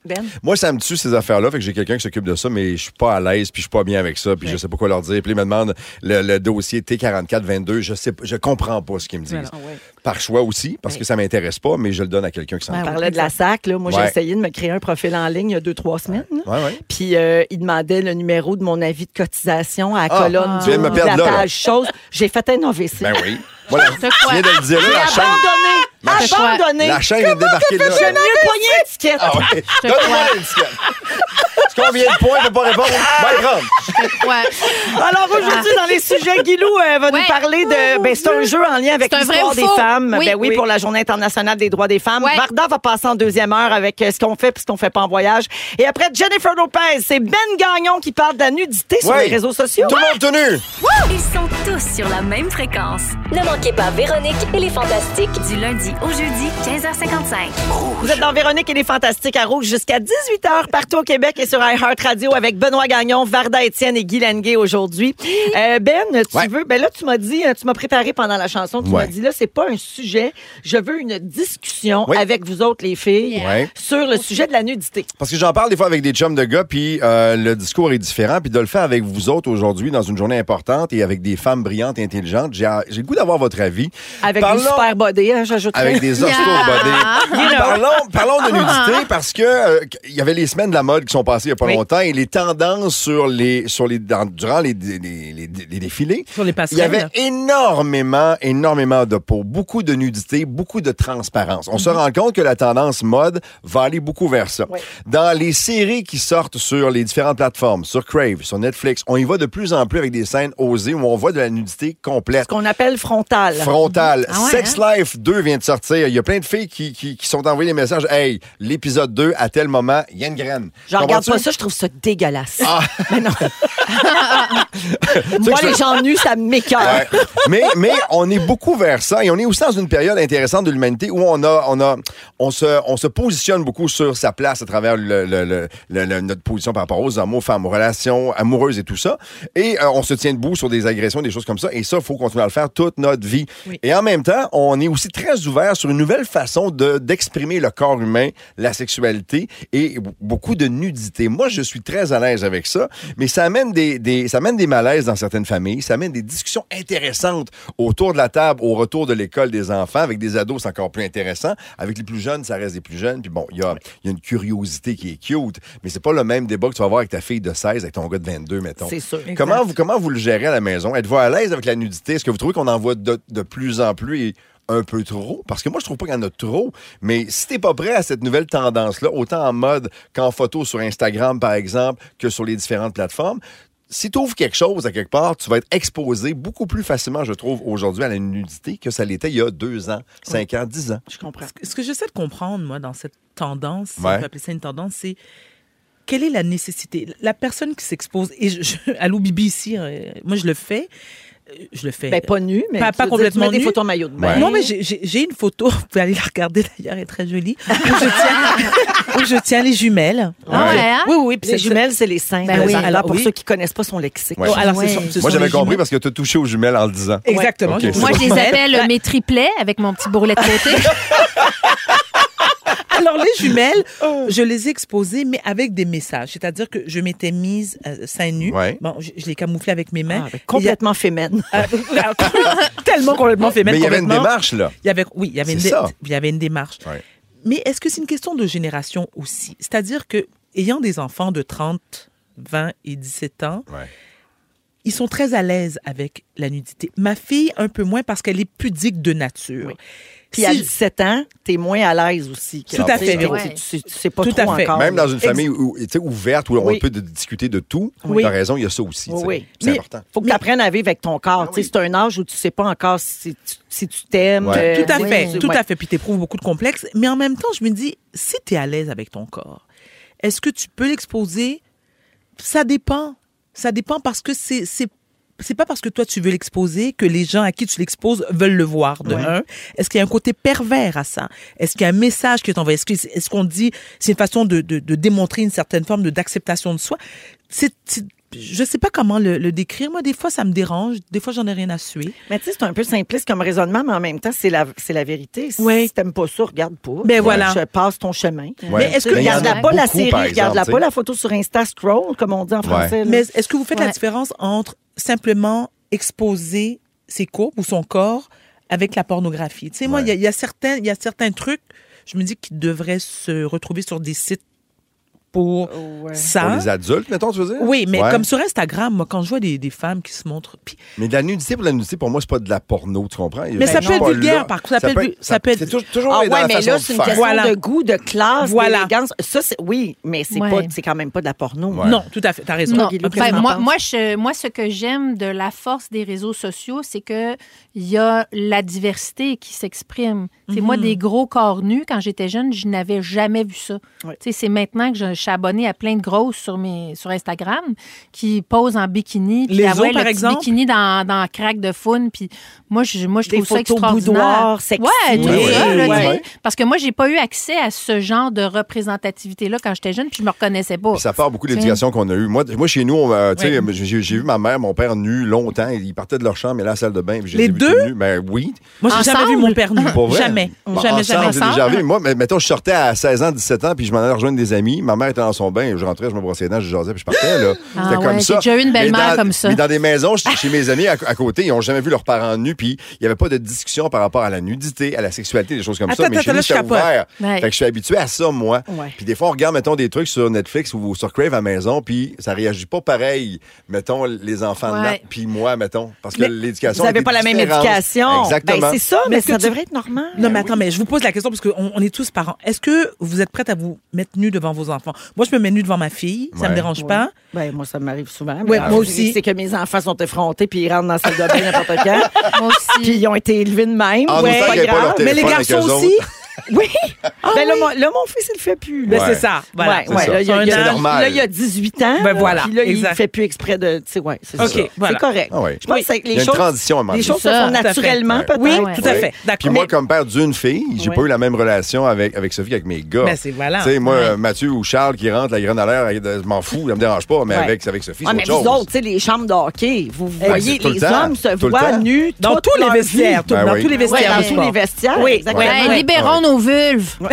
Speaker 2: Ben,
Speaker 1: Moi, ça me tue ces affaires-là, fait que j'ai quelqu'un qui s'occupe de ça, mais je suis pas à l'aise, puis je suis pas bien avec ça, puis je sais pas quoi leur dire. Puis ils me demandent le, le dossier T4422, je sais, pas- je comprends pas ce qu'ils me disent.
Speaker 4: Ben
Speaker 1: Par choix aussi, parce que ça m'intéresse pas, mais je le donne à quelqu'un qui s'en
Speaker 4: Ben ah
Speaker 2: on
Speaker 1: occupe.
Speaker 2: parlait de la SAC, là. Moi, j'ai
Speaker 1: Ouais.
Speaker 2: essayé de me créer un profil en ligne il y a deux, trois semaines. là.
Speaker 1: Ouais, ouais.
Speaker 2: Puis euh, il demandait le numéro de mon avis de cotisation à la
Speaker 1: Ah,
Speaker 2: colonne
Speaker 1: tu viens de me
Speaker 2: de
Speaker 1: perdre
Speaker 2: la
Speaker 1: là, là.
Speaker 2: page chose. J'ai fait un AVC.
Speaker 1: Ben oui. Voilà,
Speaker 4: C'est
Speaker 1: tu
Speaker 4: quoi?
Speaker 1: viens de le dire, là, la chaîne,
Speaker 2: Abandonné!
Speaker 4: chaîne-
Speaker 2: Abandonné!
Speaker 1: la chaîne vient de débarquer
Speaker 2: J'aime
Speaker 1: là.
Speaker 2: mieux poigner l'étiquette.
Speaker 1: Ah ouais. Donne-moi l'étiquette. Combien de points ne pas répondre?
Speaker 2: Ah!
Speaker 1: Ben, Rome.
Speaker 4: Ouais.
Speaker 2: Alors aujourd'hui, dans les sujets, Guilou euh, va
Speaker 4: Ouais.
Speaker 2: nous parler de. Ben, c'est un jeu en lien avec
Speaker 4: C'est un vrai
Speaker 2: l'histoire
Speaker 4: ou
Speaker 2: des
Speaker 4: faux?
Speaker 2: femmes.
Speaker 4: Oui.
Speaker 2: Ben oui,
Speaker 4: Oui.
Speaker 2: pour la Journée internationale des droits des femmes.
Speaker 4: Ouais.
Speaker 2: Varda va passer en deuxième heure avec euh, ce qu'on fait puis ce qu'on fait pas en voyage. Et après, Jennifer Lopez, c'est Ben Gagnon qui parle de la nudité sur
Speaker 1: Ouais.
Speaker 2: les réseaux sociaux.
Speaker 1: Tout le monde tenu.
Speaker 5: Ils sont tous sur la même fréquence.
Speaker 6: Ne manquez pas Véronique et les Fantastiques.
Speaker 5: Du lundi au jeudi, 15h55.
Speaker 2: Vous êtes dans Véronique et les Fantastiques à Rouge jusqu'à 18h partout au Québec et sur iHeartRadio Radio avec Benoît Gagnon, Varda Étienne et Guy Lenguet aujourd'hui. Euh, ben, tu
Speaker 1: Ouais.
Speaker 2: veux, ben là, tu m'as dit, euh, tu m'as préparé pendant la chanson, tu
Speaker 1: Ouais.
Speaker 2: m'as dit, là, c'est pas un sujet, je veux une discussion
Speaker 1: Oui.
Speaker 2: avec vous autres, les filles,
Speaker 1: Yeah. Ouais.
Speaker 2: sur le sujet de la nudité.
Speaker 1: Parce que j'en parle des fois avec des chums de gars, puis euh, le discours est différent. Puis de le faire avec vous autres aujourd'hui, dans une journée importante et avec des femmes brillantes et intelligentes, j'ai j'ai le goût d'avoir votre avis.
Speaker 2: Avec
Speaker 1: Parlons-
Speaker 2: des super body, hein, j'ajoute.
Speaker 1: avec des os body. parlons, parlons de
Speaker 3: Ah.
Speaker 1: nudité parce que euh, il y avait les semaines de la mode qui sont passées il n'y a pas
Speaker 2: Oui.
Speaker 1: longtemps et les tendances sur les sur les dans- durant les, les, les- les défilés.
Speaker 3: Sur les
Speaker 1: Il y avait
Speaker 3: passerelles.
Speaker 1: énormément, énormément de peau, beaucoup de nudité, beaucoup de transparence. On se
Speaker 3: Mhm.
Speaker 1: rend compte que la tendance mode va aller beaucoup vers ça. Dans les séries qui sortent sur les différentes plateformes, sur Crave, sur Netflix, on y va de plus en plus avec des scènes osées où on voit de la nudité complète.
Speaker 2: Ce qu'on appelle frontal.
Speaker 1: Frontal.
Speaker 4: Ah ouais,
Speaker 1: Sex
Speaker 2: hein?
Speaker 1: Life 2 vient de sortir. Il y a plein de filles qui, qui, qui sont envoyées des messages. Hey, l'épisode 2, à tel moment, il y a une graine.
Speaker 2: J'en regarde
Speaker 1: Comprends-tu?
Speaker 2: pas ça, je trouve ça dégueulasse.
Speaker 1: Ah.
Speaker 2: Mais non.
Speaker 1: Tu sais
Speaker 2: Moi,
Speaker 1: que
Speaker 2: les
Speaker 1: je-
Speaker 2: gens nus, ça m'écoeure.
Speaker 1: Ouais. mais, mais on est beaucoup vers ça et on est aussi dans une période intéressante de l'humanité où on a, on a, on se, on se positionne beaucoup sur sa place à travers le, le- le- le- le- notre position par rapport aux hommes, aux femmes, aux relations amoureuses et tout ça. Et euh, on se tient debout sur des agressions, des choses comme ça. Et ça, il faut continuer à le faire toute notre vie. Et en même temps, on est aussi très ouvert sur une nouvelle façon de, d'exprimer le corps humain, la sexualité et b- beaucoup de nudité. Moi, je suis très à l'aise avec ça, mais ça amène des, des- ça amène des malaises dans certaines familles, ça amène des discussions intéressantes autour de la table, au retour de l'école des enfants, avec des ados, c'est encore plus intéressant. Avec les plus jeunes, ça reste des plus jeunes. Puis bon, il y a, il y a une curiosité qui est cute, mais c'est pas le même débat que tu vas avoir avec ta fille de 16, avec ton gars de 22, mettons.
Speaker 2: C'est sûr.
Speaker 1: Comment vous, comment vous le gérez à la maison? Êtes-vous à l'aise avec la nudité? Est-ce que vous trouvez qu'on en voit de, de plus en plus et un peu trop? Parce que moi, je trouve pas qu'il y en a trop. Mais si t'es pas prêt à cette nouvelle tendance-là, autant en mode qu'en photo sur Instagram, par exemple, que sur les différentes plateformes, si tu ouvres quelque chose à quelque part, tu vas être exposé beaucoup plus facilement, je trouve, aujourd'hui à la nudité que ça l'était il y a deux ans, cinq ans, dix ans.
Speaker 2: Je comprends.
Speaker 3: Ce que- ce que j'essaie de comprendre, moi, dans cette tendance, si
Speaker 1: Ouais.
Speaker 3: on peut appeler ça une tendance, c'est quelle est la nécessité? La personne qui s'expose, et je, je- allô Bibi ici, euh, moi je le fais, euh, je le fais.
Speaker 2: Ben, pas nu, mais
Speaker 3: Pas-
Speaker 2: tu
Speaker 3: pas
Speaker 2: veux dire,
Speaker 3: complètement
Speaker 2: tu mets des
Speaker 3: nu.
Speaker 2: photos en maillot de bain.
Speaker 1: Ouais.
Speaker 3: Non, mais j'ai- j'ai j'ai une photo, vous pouvez aller la regarder d'ailleurs, elle est très jolie, où je tiens, où je tiens les jumelles.
Speaker 4: Ah ouais,
Speaker 1: Ouais.
Speaker 4: hein?
Speaker 3: Oui, oui, oui. puis
Speaker 2: Les
Speaker 3: c'est-
Speaker 2: jumelles, c'est les seins.
Speaker 4: Ben oui.
Speaker 2: Alors, pour
Speaker 3: Oui.
Speaker 2: ceux qui connaissent pas son lexique.
Speaker 1: Ouais.
Speaker 3: Oh, alors, c'est
Speaker 4: Ouais.
Speaker 3: sur- ce
Speaker 1: Moi,
Speaker 3: sont
Speaker 1: j'avais
Speaker 3: des
Speaker 1: compris
Speaker 3: jumelles.
Speaker 1: parce que tu as touché aux jumelles en le disant.
Speaker 3: Exactement.
Speaker 1: Ok,
Speaker 3: j'ai-
Speaker 1: c'est
Speaker 4: Moi, je les appelle
Speaker 3: Ouais.
Speaker 4: euh, mes triplets avec mon petit bourrelet de côté.
Speaker 3: Alors, les jumelles, je les ai exposées, mais avec des messages. C'est-à-dire que je m'étais mise euh, seins nus.
Speaker 1: Ouais.
Speaker 3: Bon, je, je les camouflais avec mes mains.
Speaker 2: Ah, ben, complètement féminine.
Speaker 3: Euh, tellement complètement féminin.
Speaker 1: Mais il y avait une
Speaker 3: complètement.
Speaker 1: démarche, là.
Speaker 3: Il y avait, oui, il y avait, une,
Speaker 1: C'est
Speaker 3: dé-
Speaker 1: ça.
Speaker 3: il y avait une démarche.
Speaker 1: Ouais.
Speaker 3: Mais est-ce que c'est une question de génération aussi? C'est-à-dire que ayant des enfants de 30, 20 et 17 ans,
Speaker 1: Ouais.
Speaker 3: ils sont très à l'aise avec la nudité. Ma fille, un peu moins parce qu'elle est pudique de nature.
Speaker 2: Puis à
Speaker 3: Si-
Speaker 2: 17 ans, t'es moins à l'aise aussi. que-
Speaker 3: Tout à fait,
Speaker 2: Tu sais,
Speaker 3: oui.
Speaker 2: tu- Tu, tu sais pas
Speaker 3: Tout
Speaker 2: trop
Speaker 3: à fait.
Speaker 2: encore.
Speaker 1: Même dans une
Speaker 3: Ex-
Speaker 1: famille où, tu sais, ouverte, où
Speaker 2: Oui.
Speaker 1: on peut de- discuter de tout,
Speaker 2: Oui.
Speaker 1: t'as raison, il y a ça aussi. tu sais.
Speaker 2: Oui.
Speaker 1: C'est
Speaker 3: Mais-
Speaker 1: important.
Speaker 2: faut que tu apprennes à vivre avec ton corps. Tu sais, C'est un âge où tu sais pas encore si tu si tu t'aimes.
Speaker 1: Ouais.
Speaker 2: euh,
Speaker 3: Tout à
Speaker 2: oui,
Speaker 3: fait,
Speaker 2: tu-
Speaker 3: tout
Speaker 2: ouais.
Speaker 3: à fait. Puis t'éprouves beaucoup de complexes. Mais en même temps, je me dis, si t'es à l'aise avec ton corps, est-ce que tu peux l'exposer? Ça dépend. Ça dépend parce que c'est... c'est c'est pas parce que toi tu veux l'exposer que les gens à qui tu l'exposes veulent le voir de un. Est-ce qu'il y a un côté pervers à ça Est-ce qu'il y a un message qui est envoyé Est-ce que- est-ce qu'on dit c'est une façon de, de- de démontrer une certaine forme de d'acceptation de soi C'est c'est- je sais pas comment le, le décrire. Moi des fois ça me dérange, des fois j'en ai rien à suer.
Speaker 2: Mais tu sais, c'est un peu simpliste comme raisonnement, mais en même temps, c'est la, c'est la vérité. Si,
Speaker 3: Oui.
Speaker 2: si t'aimes pas ça, regarde pas.
Speaker 3: Ben voilà.
Speaker 2: Je passe ton chemin.
Speaker 1: Ouais.
Speaker 3: Mais est-ce que-
Speaker 1: il y en a
Speaker 2: regarde la pas la
Speaker 1: beaucoup,
Speaker 2: série,
Speaker 1: par
Speaker 2: regarde la
Speaker 1: exemple,
Speaker 2: pas la photo sur Insta scroll, comme on dit en français. là.
Speaker 3: Mais est-ce que vous faites la
Speaker 4: Ouais.
Speaker 3: différence entre simplement exposer ses courbes ou son corps avec la pornographie? Tu sais, moi, il y a- il y, a certains- il y a certains trucs, je me dis, qui devraient se retrouver sur des sites pour
Speaker 4: Oh,
Speaker 2: Ouais.
Speaker 3: ça.
Speaker 1: Pour les adultes, mettons, tu veux dire?
Speaker 3: Oui, mais
Speaker 1: Ouais.
Speaker 3: comme sur Instagram, moi, quand je vois des, des femmes qui se montrent. Puis,
Speaker 1: Mais de la nudité pour la nudité, pour moi, c'est pas de la porno, tu comprends?
Speaker 3: Mais ça
Speaker 1: Je
Speaker 3: peut
Speaker 1: suis
Speaker 3: être
Speaker 1: pas
Speaker 3: vulgaire,
Speaker 1: là.
Speaker 3: par contre. Ça peut être- ça peut être-
Speaker 1: C'est toujours, toujours
Speaker 2: Ah
Speaker 1: dans
Speaker 2: ouais,
Speaker 1: la
Speaker 2: mais
Speaker 1: façon
Speaker 2: là,
Speaker 1: de
Speaker 2: c'est une
Speaker 1: faire.
Speaker 2: question
Speaker 3: Voilà.
Speaker 2: de goût, de classe,
Speaker 3: Voilà.
Speaker 2: d'élégance. Ça, c'est oui, mais c'est
Speaker 4: Ouais.
Speaker 2: pas, c'est quand même pas de la porno.
Speaker 1: Ouais.
Speaker 3: Non, tout à fait. T'as raison. Ah,
Speaker 4: Non.
Speaker 2: Guilou,
Speaker 4: Ben,
Speaker 2: qu'est-ce que t'en
Speaker 4: moi,
Speaker 2: penses?
Speaker 4: moi, je- moi, ce que j'aime de la force des réseaux sociaux, c'est que il y a la diversité qui s'exprime. C'est Moi,
Speaker 3: Mhm.
Speaker 4: des gros corps nus, quand j'étais jeune, je n'avais jamais vu ça.
Speaker 2: Ouais.
Speaker 4: Tu sais, C'est maintenant que je, je suis abonnée à plein de grosses sur, mes, sur Instagram qui posent en bikini. puis
Speaker 3: Les
Speaker 4: la
Speaker 3: os,
Speaker 4: voient,
Speaker 3: par
Speaker 4: le petit
Speaker 3: exemple?
Speaker 4: bikini dans, dans crack de faune. Puis moi, je, moi, je
Speaker 2: Des
Speaker 4: trouve ça
Speaker 2: photos
Speaker 4: extraordinaire.
Speaker 2: boudoir, sexy.
Speaker 4: Ouais, tout
Speaker 1: Ouais,
Speaker 4: ça,
Speaker 3: ouais,
Speaker 4: là, tu sais.
Speaker 1: ouais.
Speaker 4: Parce que moi, j'ai pas eu accès à ce genre de représentativité-là quand j'étais jeune, puis je me reconnaissais pas.
Speaker 1: Puis Ça part beaucoup de l'éducation qu'on a eue. Moi, moi chez nous, on, euh, tu sais, j'ai j'ai vu ma mère, mon père nus longtemps. Ils partaient de leur chambre, mais là, la salle de bain. puis je
Speaker 3: Les
Speaker 1: ai vus
Speaker 3: deux?
Speaker 1: tout nus. Ben oui.
Speaker 3: Moi, j'ai jamais vu
Speaker 4: Ensemble?
Speaker 3: mon père nu.
Speaker 1: Pas vrai?
Speaker 3: Jamais.
Speaker 1: Bon,
Speaker 3: jamais, jamais.
Speaker 1: ensemble, j'ai déjà arrivé. Moi, mais- mettons, je sortais à 16 ans, 17 ans, puis je m'en allais rejoindre des amis. Ma mère était dans son bain, je rentrais, je me brossais les dents, je jasais, puis je partais. Là.
Speaker 4: Ah
Speaker 1: C'était comme
Speaker 4: ouais,
Speaker 1: ça.
Speaker 4: j'ai déjà eu une belle-mère
Speaker 1: Mais dans-
Speaker 4: comme ça.
Speaker 1: Mais dans des maisons, chez chez mes amis à, à côté, ils n'ont jamais vu leurs parents nus, puis il n'y avait pas de discussion par rapport à la nudité, à la sexualité, des choses comme
Speaker 3: Attends,
Speaker 1: ça. Mais
Speaker 3: attends,
Speaker 1: chez nous,
Speaker 3: là, je
Speaker 1: c'était
Speaker 3: capote.
Speaker 1: ouvert.
Speaker 4: Ouais.
Speaker 1: Fait que je suis habitué à ça, moi.
Speaker 2: Ouais.
Speaker 1: Puis des fois, on regarde, mettons, des trucs sur Netflix ou sur Crave à la maison, puis ça réagit pas pareil. Mettons, les enfants de
Speaker 4: Ouais.
Speaker 1: là, puis moi, mettons. Parce que
Speaker 3: Mais
Speaker 1: l'éducation.
Speaker 2: Vous n'avez
Speaker 1: était
Speaker 2: pas la même
Speaker 1: différente.
Speaker 2: éducation.
Speaker 1: Exactement.
Speaker 2: Ben, c'est ça, mais,
Speaker 3: Mais
Speaker 2: ça
Speaker 3: que tu-
Speaker 2: devrait être normal.
Speaker 3: Non, mais
Speaker 1: Ah
Speaker 3: attends, mais je vous pose la question parce qu'on on est tous parents. Est-ce que vous êtes prête à vous mettre nu devant vos enfants? Moi, je me mets nu devant ma fille. Ça
Speaker 1: Ouais.
Speaker 3: me dérange pas.
Speaker 2: Ben, moi, ça m'arrive souvent.
Speaker 3: Ouais,
Speaker 2: mais
Speaker 3: moi
Speaker 2: je dis,
Speaker 3: aussi.
Speaker 2: C'est que mes enfants sont effrontés, puis ils rentrent dans la salle de bain n'importe quand.
Speaker 4: Moi aussi.
Speaker 2: Puis ils ont été élevés de même.
Speaker 1: En
Speaker 2: ouais,
Speaker 1: autant
Speaker 2: pas
Speaker 1: Ah, qu'il y ait pas
Speaker 2: grave.
Speaker 1: leur
Speaker 3: Mais les
Speaker 1: Téléphone avec
Speaker 3: garçons
Speaker 1: eux
Speaker 3: aussi?
Speaker 2: Oui. ben, là,
Speaker 3: oui.
Speaker 2: mon, là, mon fils, il le fait plus. là.
Speaker 3: Ben,
Speaker 1: Ouais.
Speaker 3: c'est ça. Voilà.
Speaker 2: Ouais,
Speaker 1: c'est
Speaker 2: ouais,
Speaker 1: ça.
Speaker 2: Là, il y a,
Speaker 3: C'est
Speaker 2: il y a-
Speaker 1: normal.
Speaker 2: là, il y a 18 ans.
Speaker 3: Ben voilà,
Speaker 2: Puis là, il
Speaker 3: exact.
Speaker 2: fait plus exprès de. Tu sais, ouais, c'est
Speaker 3: OK,
Speaker 2: ça.
Speaker 3: voilà.
Speaker 2: C'est correct.
Speaker 1: Ah ouais.
Speaker 2: Je pense que
Speaker 1: Il
Speaker 2: les
Speaker 1: y a une
Speaker 2: choses,
Speaker 1: transition à un moment
Speaker 2: les
Speaker 1: donné.
Speaker 2: choses se
Speaker 4: Ça,
Speaker 2: font
Speaker 4: tout à
Speaker 3: fait.
Speaker 2: naturellement,
Speaker 1: Ouais.
Speaker 2: peut-être.
Speaker 3: Oui,
Speaker 4: Ouais.
Speaker 3: tout à
Speaker 1: Oui.
Speaker 3: fait.
Speaker 1: Puis
Speaker 3: D'accord.
Speaker 1: moi, comme père d'une fille, j'ai
Speaker 2: Ouais.
Speaker 1: pas eu la même relation avec, avec Sophie qu'avec mes gars.
Speaker 3: Ben, c'est voilà.
Speaker 1: Tu sais, moi,
Speaker 3: Ouais.
Speaker 1: euh, Mathieu ou Charles qui rentre, la graine à l'air, elle- je m'en fous, ça me dérange pas, mais
Speaker 2: Ouais.
Speaker 1: avec, avec Sophie,
Speaker 2: Ah,
Speaker 1: c'est
Speaker 2: mais
Speaker 1: autre
Speaker 2: vous
Speaker 1: chose.
Speaker 2: autres, tu sais, les chambres de hockey, vous
Speaker 1: c'est
Speaker 2: voyez,
Speaker 1: tout le
Speaker 2: les
Speaker 1: temps.
Speaker 2: hommes se
Speaker 1: Tout le
Speaker 2: voient
Speaker 1: temps.
Speaker 2: nus
Speaker 3: Dans
Speaker 2: toute
Speaker 3: tous les
Speaker 2: leur
Speaker 3: vestiaires.
Speaker 2: vie.
Speaker 3: tout-
Speaker 1: Ben
Speaker 3: dans
Speaker 1: oui.
Speaker 3: tous les
Speaker 1: Ouais,
Speaker 2: Ouais,
Speaker 3: vestiaires.
Speaker 2: dans
Speaker 3: du
Speaker 2: tous
Speaker 3: sport.
Speaker 2: les vestiaires,
Speaker 3: Oui.
Speaker 2: exactement.
Speaker 4: Ben,
Speaker 3: Ouais.
Speaker 4: libérons nos vulves.
Speaker 2: mais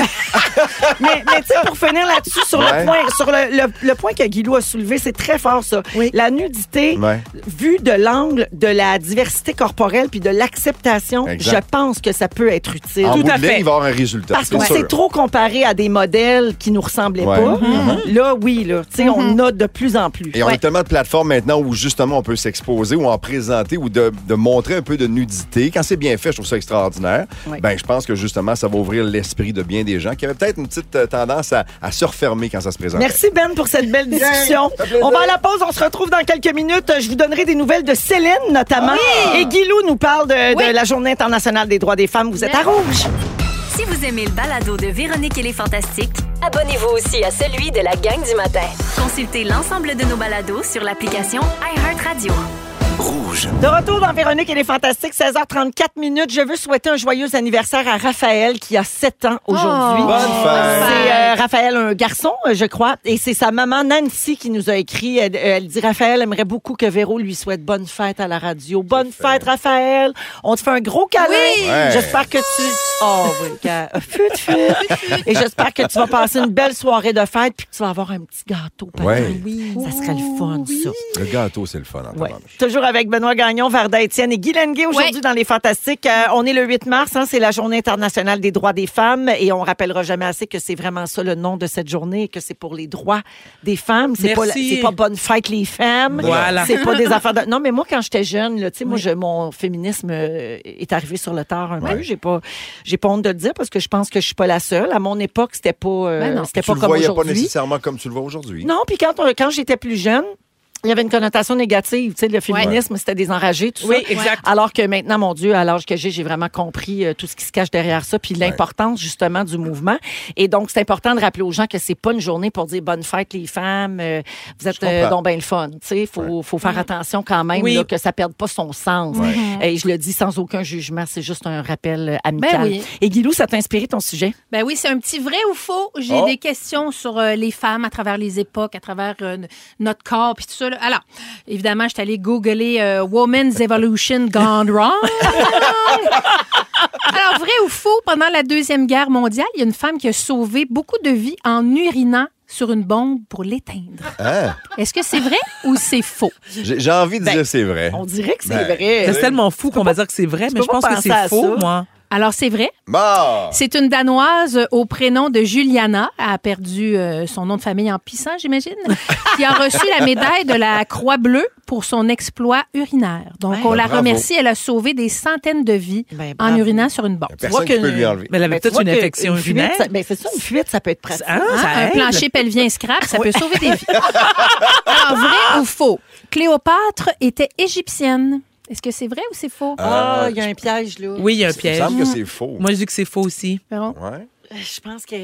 Speaker 2: mais tu sais, pour finir là-dessus, sur,
Speaker 1: Ouais.
Speaker 2: le, point, sur le, le- le point que Guilou a soulevé, c'est très fort, ça. La nudité,
Speaker 1: Ouais.
Speaker 2: vue de l'angle de la diversité corporelle puis de l'acceptation,
Speaker 1: Exact.
Speaker 2: je pense que ça peut être utile.
Speaker 1: En
Speaker 3: Tout
Speaker 1: bout
Speaker 3: à
Speaker 1: de ligne,
Speaker 3: fait.
Speaker 1: il va y avoir un résultat.
Speaker 2: Parce qu'on
Speaker 1: c'est
Speaker 2: s'est
Speaker 1: sûr.
Speaker 2: trop comparé à des modèles qui nous ressemblaient
Speaker 1: Ouais.
Speaker 2: pas.
Speaker 3: Mm-hmm.
Speaker 1: Mhm.
Speaker 2: Là, oui, là, tu sais, on a de plus en plus.
Speaker 1: Et on a tellement de plateformes maintenant où justement on peut s'exposer ou en présenter ou de, de montrer un peu de nudité. Quand c'est bien fait, je trouve ça extraordinaire.
Speaker 2: Ouais.
Speaker 1: Ben, je pense que justement, ça va ouvrir l'esprit de bien des gens qui avaient peut-être une petite euh, tendance à, à se refermer quand ça se présente.
Speaker 2: Merci Ben pour cette belle discussion. On va à la pause, on se retrouve dans quelques minutes. Je vous donnerai des nouvelles de Céline notamment.
Speaker 3: Ah
Speaker 2: Et Guilou nous parle de, de
Speaker 4: Oui.
Speaker 2: la Journée internationale des droits des femmes. Vous êtes à
Speaker 4: Yes.
Speaker 2: rouge.
Speaker 5: Si vous aimez le balado de Véronique et les Fantastiques,
Speaker 6: Abonnez-vous aussi à celui de la gang du matin.
Speaker 5: consultez l'ensemble de nos balados sur l'application iHeartRadio.
Speaker 2: De retour dans Véronique et les Fantastiques, 16h34 minutes. Je veux souhaiter un joyeux anniversaire à Raphaël qui a 7 ans aujourd'hui.
Speaker 4: Oh.
Speaker 1: Bonne fête.
Speaker 2: C'est euh, Raphaël, un garçon, euh, je crois, et c'est sa maman Nancy qui nous a écrit. Elle, euh, elle dit Raphaël aimerait beaucoup que Véro lui souhaite bonne fête à la radio. Bonne fête, Raphaël. On te fait un gros câlin.
Speaker 1: Ouais.
Speaker 2: J'espère que tu. Oh, oui, gars. Fut, fut. Et j'espère que tu vas passer une belle soirée de fête puis que tu vas avoir un petit gâteau. pareil.
Speaker 1: Ouais.
Speaker 2: Ça serait le fun, ça.
Speaker 1: Le gâteau, c'est le fun en
Speaker 2: Ouais.
Speaker 1: tabarnak.
Speaker 2: Toujours avec Benoît Gagnon, Varda Étienne et Guy Lenguet aujourd'hui
Speaker 4: Ouais.
Speaker 2: dans Les Fantastiques. Euh, on est le 8 mars, hein, c'est la Journée internationale des droits des femmes et on rappellera jamais assez que c'est vraiment ça le nom de cette journée et que c'est pour les droits des femmes. C'est pas, la-
Speaker 3: Merci.
Speaker 2: c'est pas bonne fête les femmes.
Speaker 3: Voilà.
Speaker 2: C'est pas des affaires de... Non, mais moi, quand j'étais jeune, là, tu sais, moi, je- mon féminisme euh, est arrivé sur le tard un peu. J'ai pas, j'ai pas honte de le dire parce que je pense que je suis pas la seule. À mon époque, c'était pas, euh,
Speaker 4: Ben non.
Speaker 2: c'était
Speaker 1: Tu
Speaker 2: pas
Speaker 1: le
Speaker 2: comme
Speaker 1: voyais pas
Speaker 2: aujourd'hui.
Speaker 1: nécessairement comme tu le vois aujourd'hui.
Speaker 2: Non, puis quand, on- quand j'étais plus jeune, il y avait une connotation négative. Tu sais, le féminisme, c'était des enragés, tout
Speaker 3: Oui,
Speaker 2: ça.
Speaker 3: exact.
Speaker 2: Alors que maintenant, mon Dieu, à l'âge que j'ai, j'ai vraiment compris euh, tout ce qui se cache derrière ça, puis l'importance, justement, du mouvement. Et donc, c'est important de rappeler aux gens que c'est pas une journée pour dire bonne fête, les femmes, euh, vous êtes
Speaker 1: Je comprends.
Speaker 2: euh, donc bien le fun. Tu sais, faut, faut faire attention quand même
Speaker 3: Mm-hmm. Oui. Mm-hmm.
Speaker 2: là, que ça perde pas son sens. Et je le dis sans aucun jugement, c'est juste un rappel euh, amical.
Speaker 4: Ben oui.
Speaker 2: Et Guilou, ça t'a inspiré ton sujet?
Speaker 4: Ben oui, c'est un petit vrai ou faux. J'ai
Speaker 1: Oh.
Speaker 4: des questions sur euh, les femmes à travers les époques, à travers euh, n- notre corps, puis tout ça. là. Alors, évidemment, je suis allée googler euh, Woman's Evolution Gone Wrong. Alors, vrai ou faux, pendant la Deuxième Guerre mondiale, il y a une femme qui a sauvé beaucoup de vies en urinant sur une bombe pour l'éteindre.
Speaker 1: Hein?
Speaker 4: Est-ce que c'est vrai ou c'est faux?
Speaker 1: J'ai j'ai envie de
Speaker 2: Ben,
Speaker 1: dire c'est vrai.
Speaker 2: On dirait que c'est
Speaker 1: Ben,
Speaker 2: vrai.
Speaker 3: C'est tellement fou qu'on va dire que c'est vrai, mais
Speaker 2: peux
Speaker 3: je
Speaker 2: pas
Speaker 3: pense que
Speaker 2: penser à
Speaker 3: c'est faux,
Speaker 2: ça.
Speaker 3: moi.
Speaker 4: Alors, c'est vrai.
Speaker 1: Bah!
Speaker 4: C'est une Danoise au prénom de Juliana. Elle a perdu euh, son nom de famille en pissant, j'imagine. qui a reçu la médaille de la Croix-Bleue pour son exploit urinaire. Donc,
Speaker 2: Ouais.
Speaker 4: on la
Speaker 1: Bravo.
Speaker 4: remercie. Elle a sauvé des centaines de vies
Speaker 2: Ben,
Speaker 4: en
Speaker 2: bravo.
Speaker 4: urinant sur une bombe.
Speaker 1: Personne qui peut lui enlever.
Speaker 3: Mais elle avait
Speaker 2: Ben, tu
Speaker 3: peut-être
Speaker 2: vois
Speaker 3: une
Speaker 2: que
Speaker 3: infection
Speaker 2: une fuite,
Speaker 3: urinaire.
Speaker 2: ça- ben, c'est ça, une fuite, ça peut être pratique.
Speaker 3: Hein,
Speaker 4: Hein,
Speaker 3: ça
Speaker 4: un
Speaker 3: aide.
Speaker 4: plancher pelvien scrap, ça peut sauver des vies. Alors, vrai ou faux? Cléopâtre était égyptienne. Est-ce que c'est vrai ou c'est faux?
Speaker 2: Ah,
Speaker 1: Ah,
Speaker 2: il y a un piège, là.
Speaker 3: Oui, il y a un
Speaker 1: Il me
Speaker 3: piège.
Speaker 1: semble que c'est faux.
Speaker 3: Moi, je dis que c'est faux aussi.
Speaker 4: Véron?
Speaker 1: Ouais.
Speaker 2: Euh, Je pense que.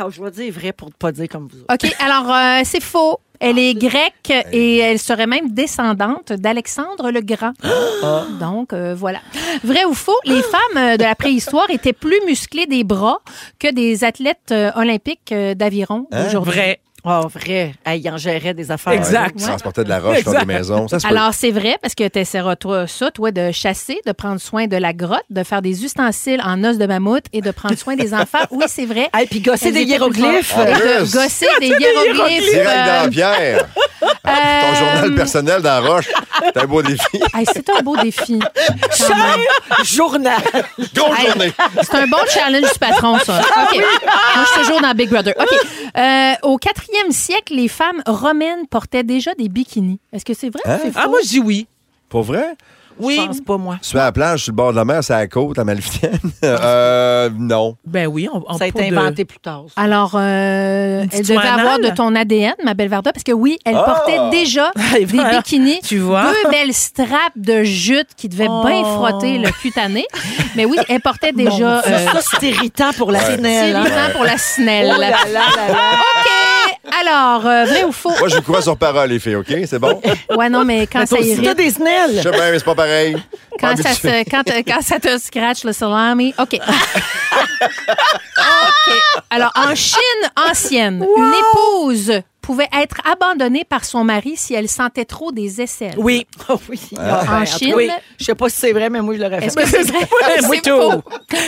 Speaker 2: ah, je vais dire vrai pour ne pas dire comme vous autres.
Speaker 4: OK, alors euh, c'est faux. Elle
Speaker 1: Ah,
Speaker 4: est grecque et elle serait même descendante d'Alexandre le Grand.
Speaker 1: Ah.
Speaker 4: Donc, euh, voilà. Vrai ou faux, les femmes euh, de la préhistoire étaient plus musclées des bras que des athlètes euh, olympiques euh, d'aviron
Speaker 1: Hein?
Speaker 4: aujourd'hui.
Speaker 3: Vrai.
Speaker 2: Oh, vrai. Hey, il en gérait des affaires.
Speaker 3: Exact.
Speaker 1: Ils transportaient de la roche dans des
Speaker 3: Exact.
Speaker 1: maisons. Ça se peut.
Speaker 4: Alors, c'est vrai, parce que tu essaieras toi, ça, toi, de chasser, de prendre soin de la grotte, de faire des ustensiles en os de mammouth et de prendre soin des enfants. Oui, c'est vrai.
Speaker 2: Hey, puis gosser
Speaker 4: Elles
Speaker 2: des
Speaker 4: étaient
Speaker 2: hiéroglyphes.
Speaker 4: plus fortes.
Speaker 1: Ah,
Speaker 4: Et de
Speaker 1: yes.
Speaker 4: Gosser des hiéroglyphes.
Speaker 1: Direct dans
Speaker 4: euh,
Speaker 1: la pierre. Ton
Speaker 4: euh,
Speaker 1: journal personnel dans la roche. C'est un beau défi.
Speaker 4: Hey, c'est un beau défi. Quand même.
Speaker 2: Journal.
Speaker 1: Grosse journée.
Speaker 4: C'est un bon challenge du patron, ça.
Speaker 2: Ah
Speaker 4: OK. Moi, je suis toujours dans Big Brother. OK. Euh, au 4e siècle, les femmes romaines portaient déjà des bikinis. Est-ce que c'est vrai? ou
Speaker 1: Hein?
Speaker 4: c'est faux?
Speaker 3: Ah, moi, je dis oui.
Speaker 1: Pour vrai?
Speaker 3: Oui.
Speaker 2: Je pense pas, moi.
Speaker 1: Tu es à la plage, sur le bord de la mer, c'est à la côte, à Malfitaine? Euh, non.
Speaker 3: Ben oui, on, on
Speaker 2: Ça a été
Speaker 3: peut de-
Speaker 2: inventé plus tard. ça.
Speaker 4: Alors, euh,
Speaker 3: Dis-tu
Speaker 4: elle devait
Speaker 3: anal?
Speaker 4: avoir de ton ADN, ma belle Varda, parce que oui, elle
Speaker 1: Ah!
Speaker 4: portait déjà
Speaker 3: Et
Speaker 4: des
Speaker 3: voilà.
Speaker 4: bikinis.
Speaker 3: Tu vois?
Speaker 4: Deux belles straps de jute qui devaient bien frotter le cutané. Mais oui, elle portait déjà...
Speaker 2: Oh. Mon Dieu,
Speaker 4: euh,
Speaker 2: ça, c'est irritant pour la
Speaker 1: Ouais.
Speaker 2: snelle. hein.
Speaker 4: irritant pour la
Speaker 2: Oh
Speaker 4: snelle.
Speaker 2: là là là là.
Speaker 4: OK. Alors, euh, vrai ou faux?
Speaker 1: Moi, je vous crois sur parole, les filles, OK? C'est bon?
Speaker 4: Ouais, non, mais quand
Speaker 2: Mais
Speaker 4: ça
Speaker 2: toi aussi,
Speaker 4: irrite...
Speaker 2: t'as des
Speaker 1: Je
Speaker 2: snelles.
Speaker 1: sais bien, mais c'est pas pareil. Pas
Speaker 4: Quand ça,
Speaker 1: habitué.
Speaker 4: se, quand, euh, quand ça te scratch le salami. OK. OK. Alors, en Chine ancienne, une épouse pouvait être abandonnée par son mari si elle sentait trop des aisselles.
Speaker 3: Oui.
Speaker 2: Oh oui.
Speaker 4: En
Speaker 2: Ah, ben, tout cas,
Speaker 4: Chine.
Speaker 2: oui. Je sais pas si c'est vrai, mais moi, je l'aurais
Speaker 4: Est-ce
Speaker 2: fait.
Speaker 4: que c'est vrai?
Speaker 3: Ouais, moi,
Speaker 4: C'est
Speaker 3: tout. Ah
Speaker 4: faux.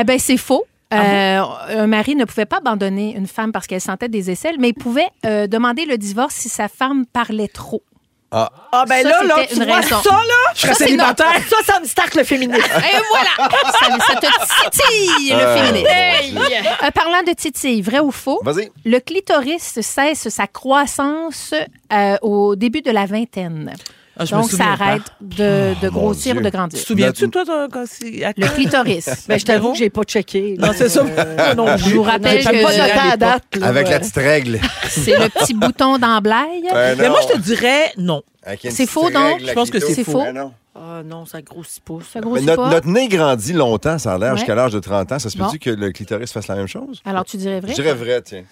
Speaker 4: Eh bien, c'est faux. Euh, un mari ne pouvait pas abandonner une femme parce qu'elle sentait des aisselles, mais il pouvait euh, demander le divorce si sa femme parlait trop.
Speaker 2: Ah, ben
Speaker 4: Ça,
Speaker 2: là, là,
Speaker 4: c'était
Speaker 2: tu
Speaker 4: une
Speaker 2: vois
Speaker 4: raison.
Speaker 2: ça, là?
Speaker 3: Je serais célibataire.
Speaker 2: Ça, ça me starte le féminisme.
Speaker 4: Et voilà! ça, ça te titille, le
Speaker 1: Euh,
Speaker 4: féminisme. Euh, parlant de titille, vrai ou faux?
Speaker 1: Vas-y.
Speaker 4: Le clitoris cesse sa croissance euh, au début de la vingtaine.
Speaker 3: Ah, je me
Speaker 4: Donc, ça
Speaker 3: souviens pas. Oh,
Speaker 4: arrête de, de
Speaker 1: mon
Speaker 4: grossir ou
Speaker 1: Dieu.
Speaker 4: de
Speaker 3: Tu
Speaker 4: grandir.
Speaker 3: te souviens-tu, de toi, toi, quand c'est. à-
Speaker 4: Le clitoris.
Speaker 2: Ben, je t'avoue que j'ai pas checké.
Speaker 3: Non, c'est ça.
Speaker 2: Euh, non,
Speaker 4: Je vous rappelle
Speaker 2: J'ai pas
Speaker 4: que
Speaker 2: de temps à date. là.
Speaker 1: Avec la petite règle.
Speaker 4: c'est le petit bouton d'emblaye.
Speaker 1: Ben
Speaker 3: Mais
Speaker 1: non.
Speaker 3: moi, je te dirais non.
Speaker 1: Avec une
Speaker 4: C'est
Speaker 1: petite
Speaker 4: faux,
Speaker 1: règle,
Speaker 4: donc?
Speaker 1: la
Speaker 3: Je pense que
Speaker 1: clito.
Speaker 4: c'est faux.
Speaker 1: Ben non.
Speaker 2: Ah non, ça grossit pas. ça.
Speaker 4: Ça
Speaker 1: Mais
Speaker 4: grossit
Speaker 1: notre,
Speaker 4: pas.
Speaker 1: notre nez grandit longtemps, ça a l'air,
Speaker 4: Ouais.
Speaker 1: jusqu'à l'âge de 30 ans. Ça se
Speaker 4: Bon.
Speaker 1: peut-tu que le clitoris fasse la même chose?
Speaker 4: Alors, tu dirais vrai?
Speaker 1: Je dirais vrai, tiens.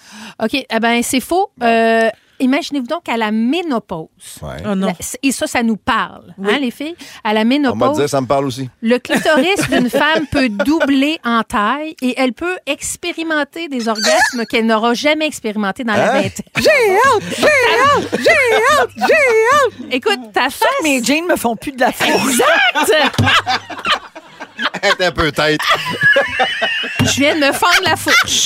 Speaker 4: OK. Eh ben, c'est faux. Euh, Imaginez-vous donc à la ménopause.
Speaker 1: Ouais.
Speaker 3: Oh non.
Speaker 4: La- Et ça, ça nous parle, hein, les filles? À la
Speaker 1: On m'a
Speaker 4: ménopause,
Speaker 1: dit, ça me parle aussi.
Speaker 4: Le clitoris d'une femme peut doubler en taille et elle peut expérimenter des orgasmes qu'elle n'aura jamais expérimenté dans la
Speaker 1: Hein?
Speaker 4: vingtaine. J'ai hâte! J'ai hâte! J'ai hâte! J'ai hâte! Écoute, ta face...
Speaker 2: Mes jeans me font plus de la force.
Speaker 1: Arrête un peu tête.
Speaker 4: Je viens de me fendre la fourche.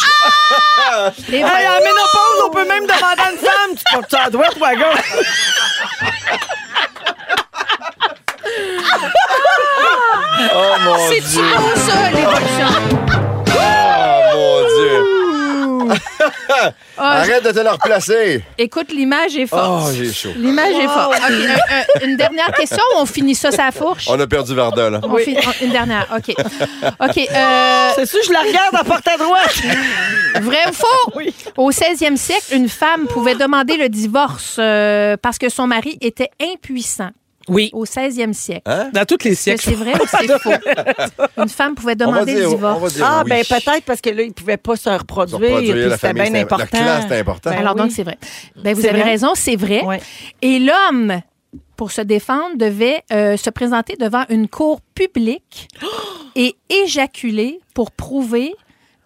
Speaker 1: Ah!
Speaker 4: Et
Speaker 2: Hey,
Speaker 4: voilà.
Speaker 2: à la ménopause, on peut même demander à une femme, tu portes ça à droite ou à gauche?
Speaker 1: Oh mon
Speaker 4: C'est
Speaker 1: Dieu!
Speaker 4: beau, ça, l'évolution.
Speaker 1: Oh mon Dieu!
Speaker 4: Ah,
Speaker 1: Arrête de te la replacer!
Speaker 4: écoute, l'image est forte.
Speaker 1: Oh, j'ai chaud.
Speaker 4: L'image est forte. OK, un- un- une dernière question ou on finit ça sa fourche?
Speaker 1: On a perdu Varda, là.
Speaker 4: On fin- on- une dernière, OK. OK, euh,
Speaker 2: C'est sûr, je la regarde à porte à droite.
Speaker 4: Vrai ou faux? Au 16e siècle, une femme pouvait demander le divorce euh, parce que son mari était impuissant.
Speaker 3: Oui.
Speaker 4: Au 16e siècle.
Speaker 3: Dans toutes les
Speaker 4: Est-ce que
Speaker 3: siècles.
Speaker 4: c'est vrai ou c'est faux? Une femme pouvait
Speaker 1: On va
Speaker 4: demander
Speaker 1: dire,
Speaker 4: le
Speaker 1: on va
Speaker 4: divorce.
Speaker 1: dire
Speaker 2: Ah,
Speaker 1: oui.
Speaker 2: ben peut-être parce que là, il pouvait pas se reproduire.
Speaker 1: Se reproduire,
Speaker 2: puis
Speaker 1: la
Speaker 2: c'était
Speaker 1: famille,
Speaker 2: bien
Speaker 1: c'était- la
Speaker 2: important.
Speaker 1: classe, c'était important.
Speaker 2: Ben
Speaker 4: Alors
Speaker 2: oui.
Speaker 4: donc, c'est vrai. Ben, vous
Speaker 2: C'est
Speaker 4: avez
Speaker 2: vrai.
Speaker 4: raison, c'est vrai.
Speaker 2: Ouais.
Speaker 4: Et l'homme, pour se défendre, devait euh, se présenter devant une cour publique et éjaculer pour prouver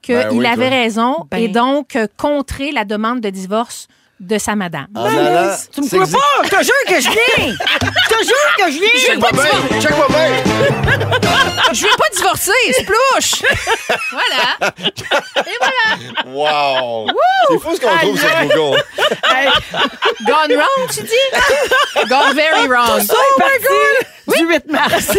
Speaker 4: qu'il
Speaker 1: Ben oui,
Speaker 4: avait
Speaker 1: toi.
Speaker 4: raison
Speaker 2: Ben.
Speaker 4: et donc euh, contrer la demande de divorce de sa madame.
Speaker 1: En allant,
Speaker 2: Tu me
Speaker 1: c'est
Speaker 2: crois
Speaker 1: exact-
Speaker 2: pas? Je te jure que je viens! Je te jure que je viens!
Speaker 1: Check-moi bien! Check-moi bien!
Speaker 7: Ah, Je veux pas divorcer, c'est plouche.
Speaker 4: Voilà.
Speaker 1: Wow! C'est fou ce qu'on trouve sur Google.
Speaker 7: Hey, Gone wrong, tu dis? Gone very wrong.
Speaker 2: Oh my God! Du 8 mars.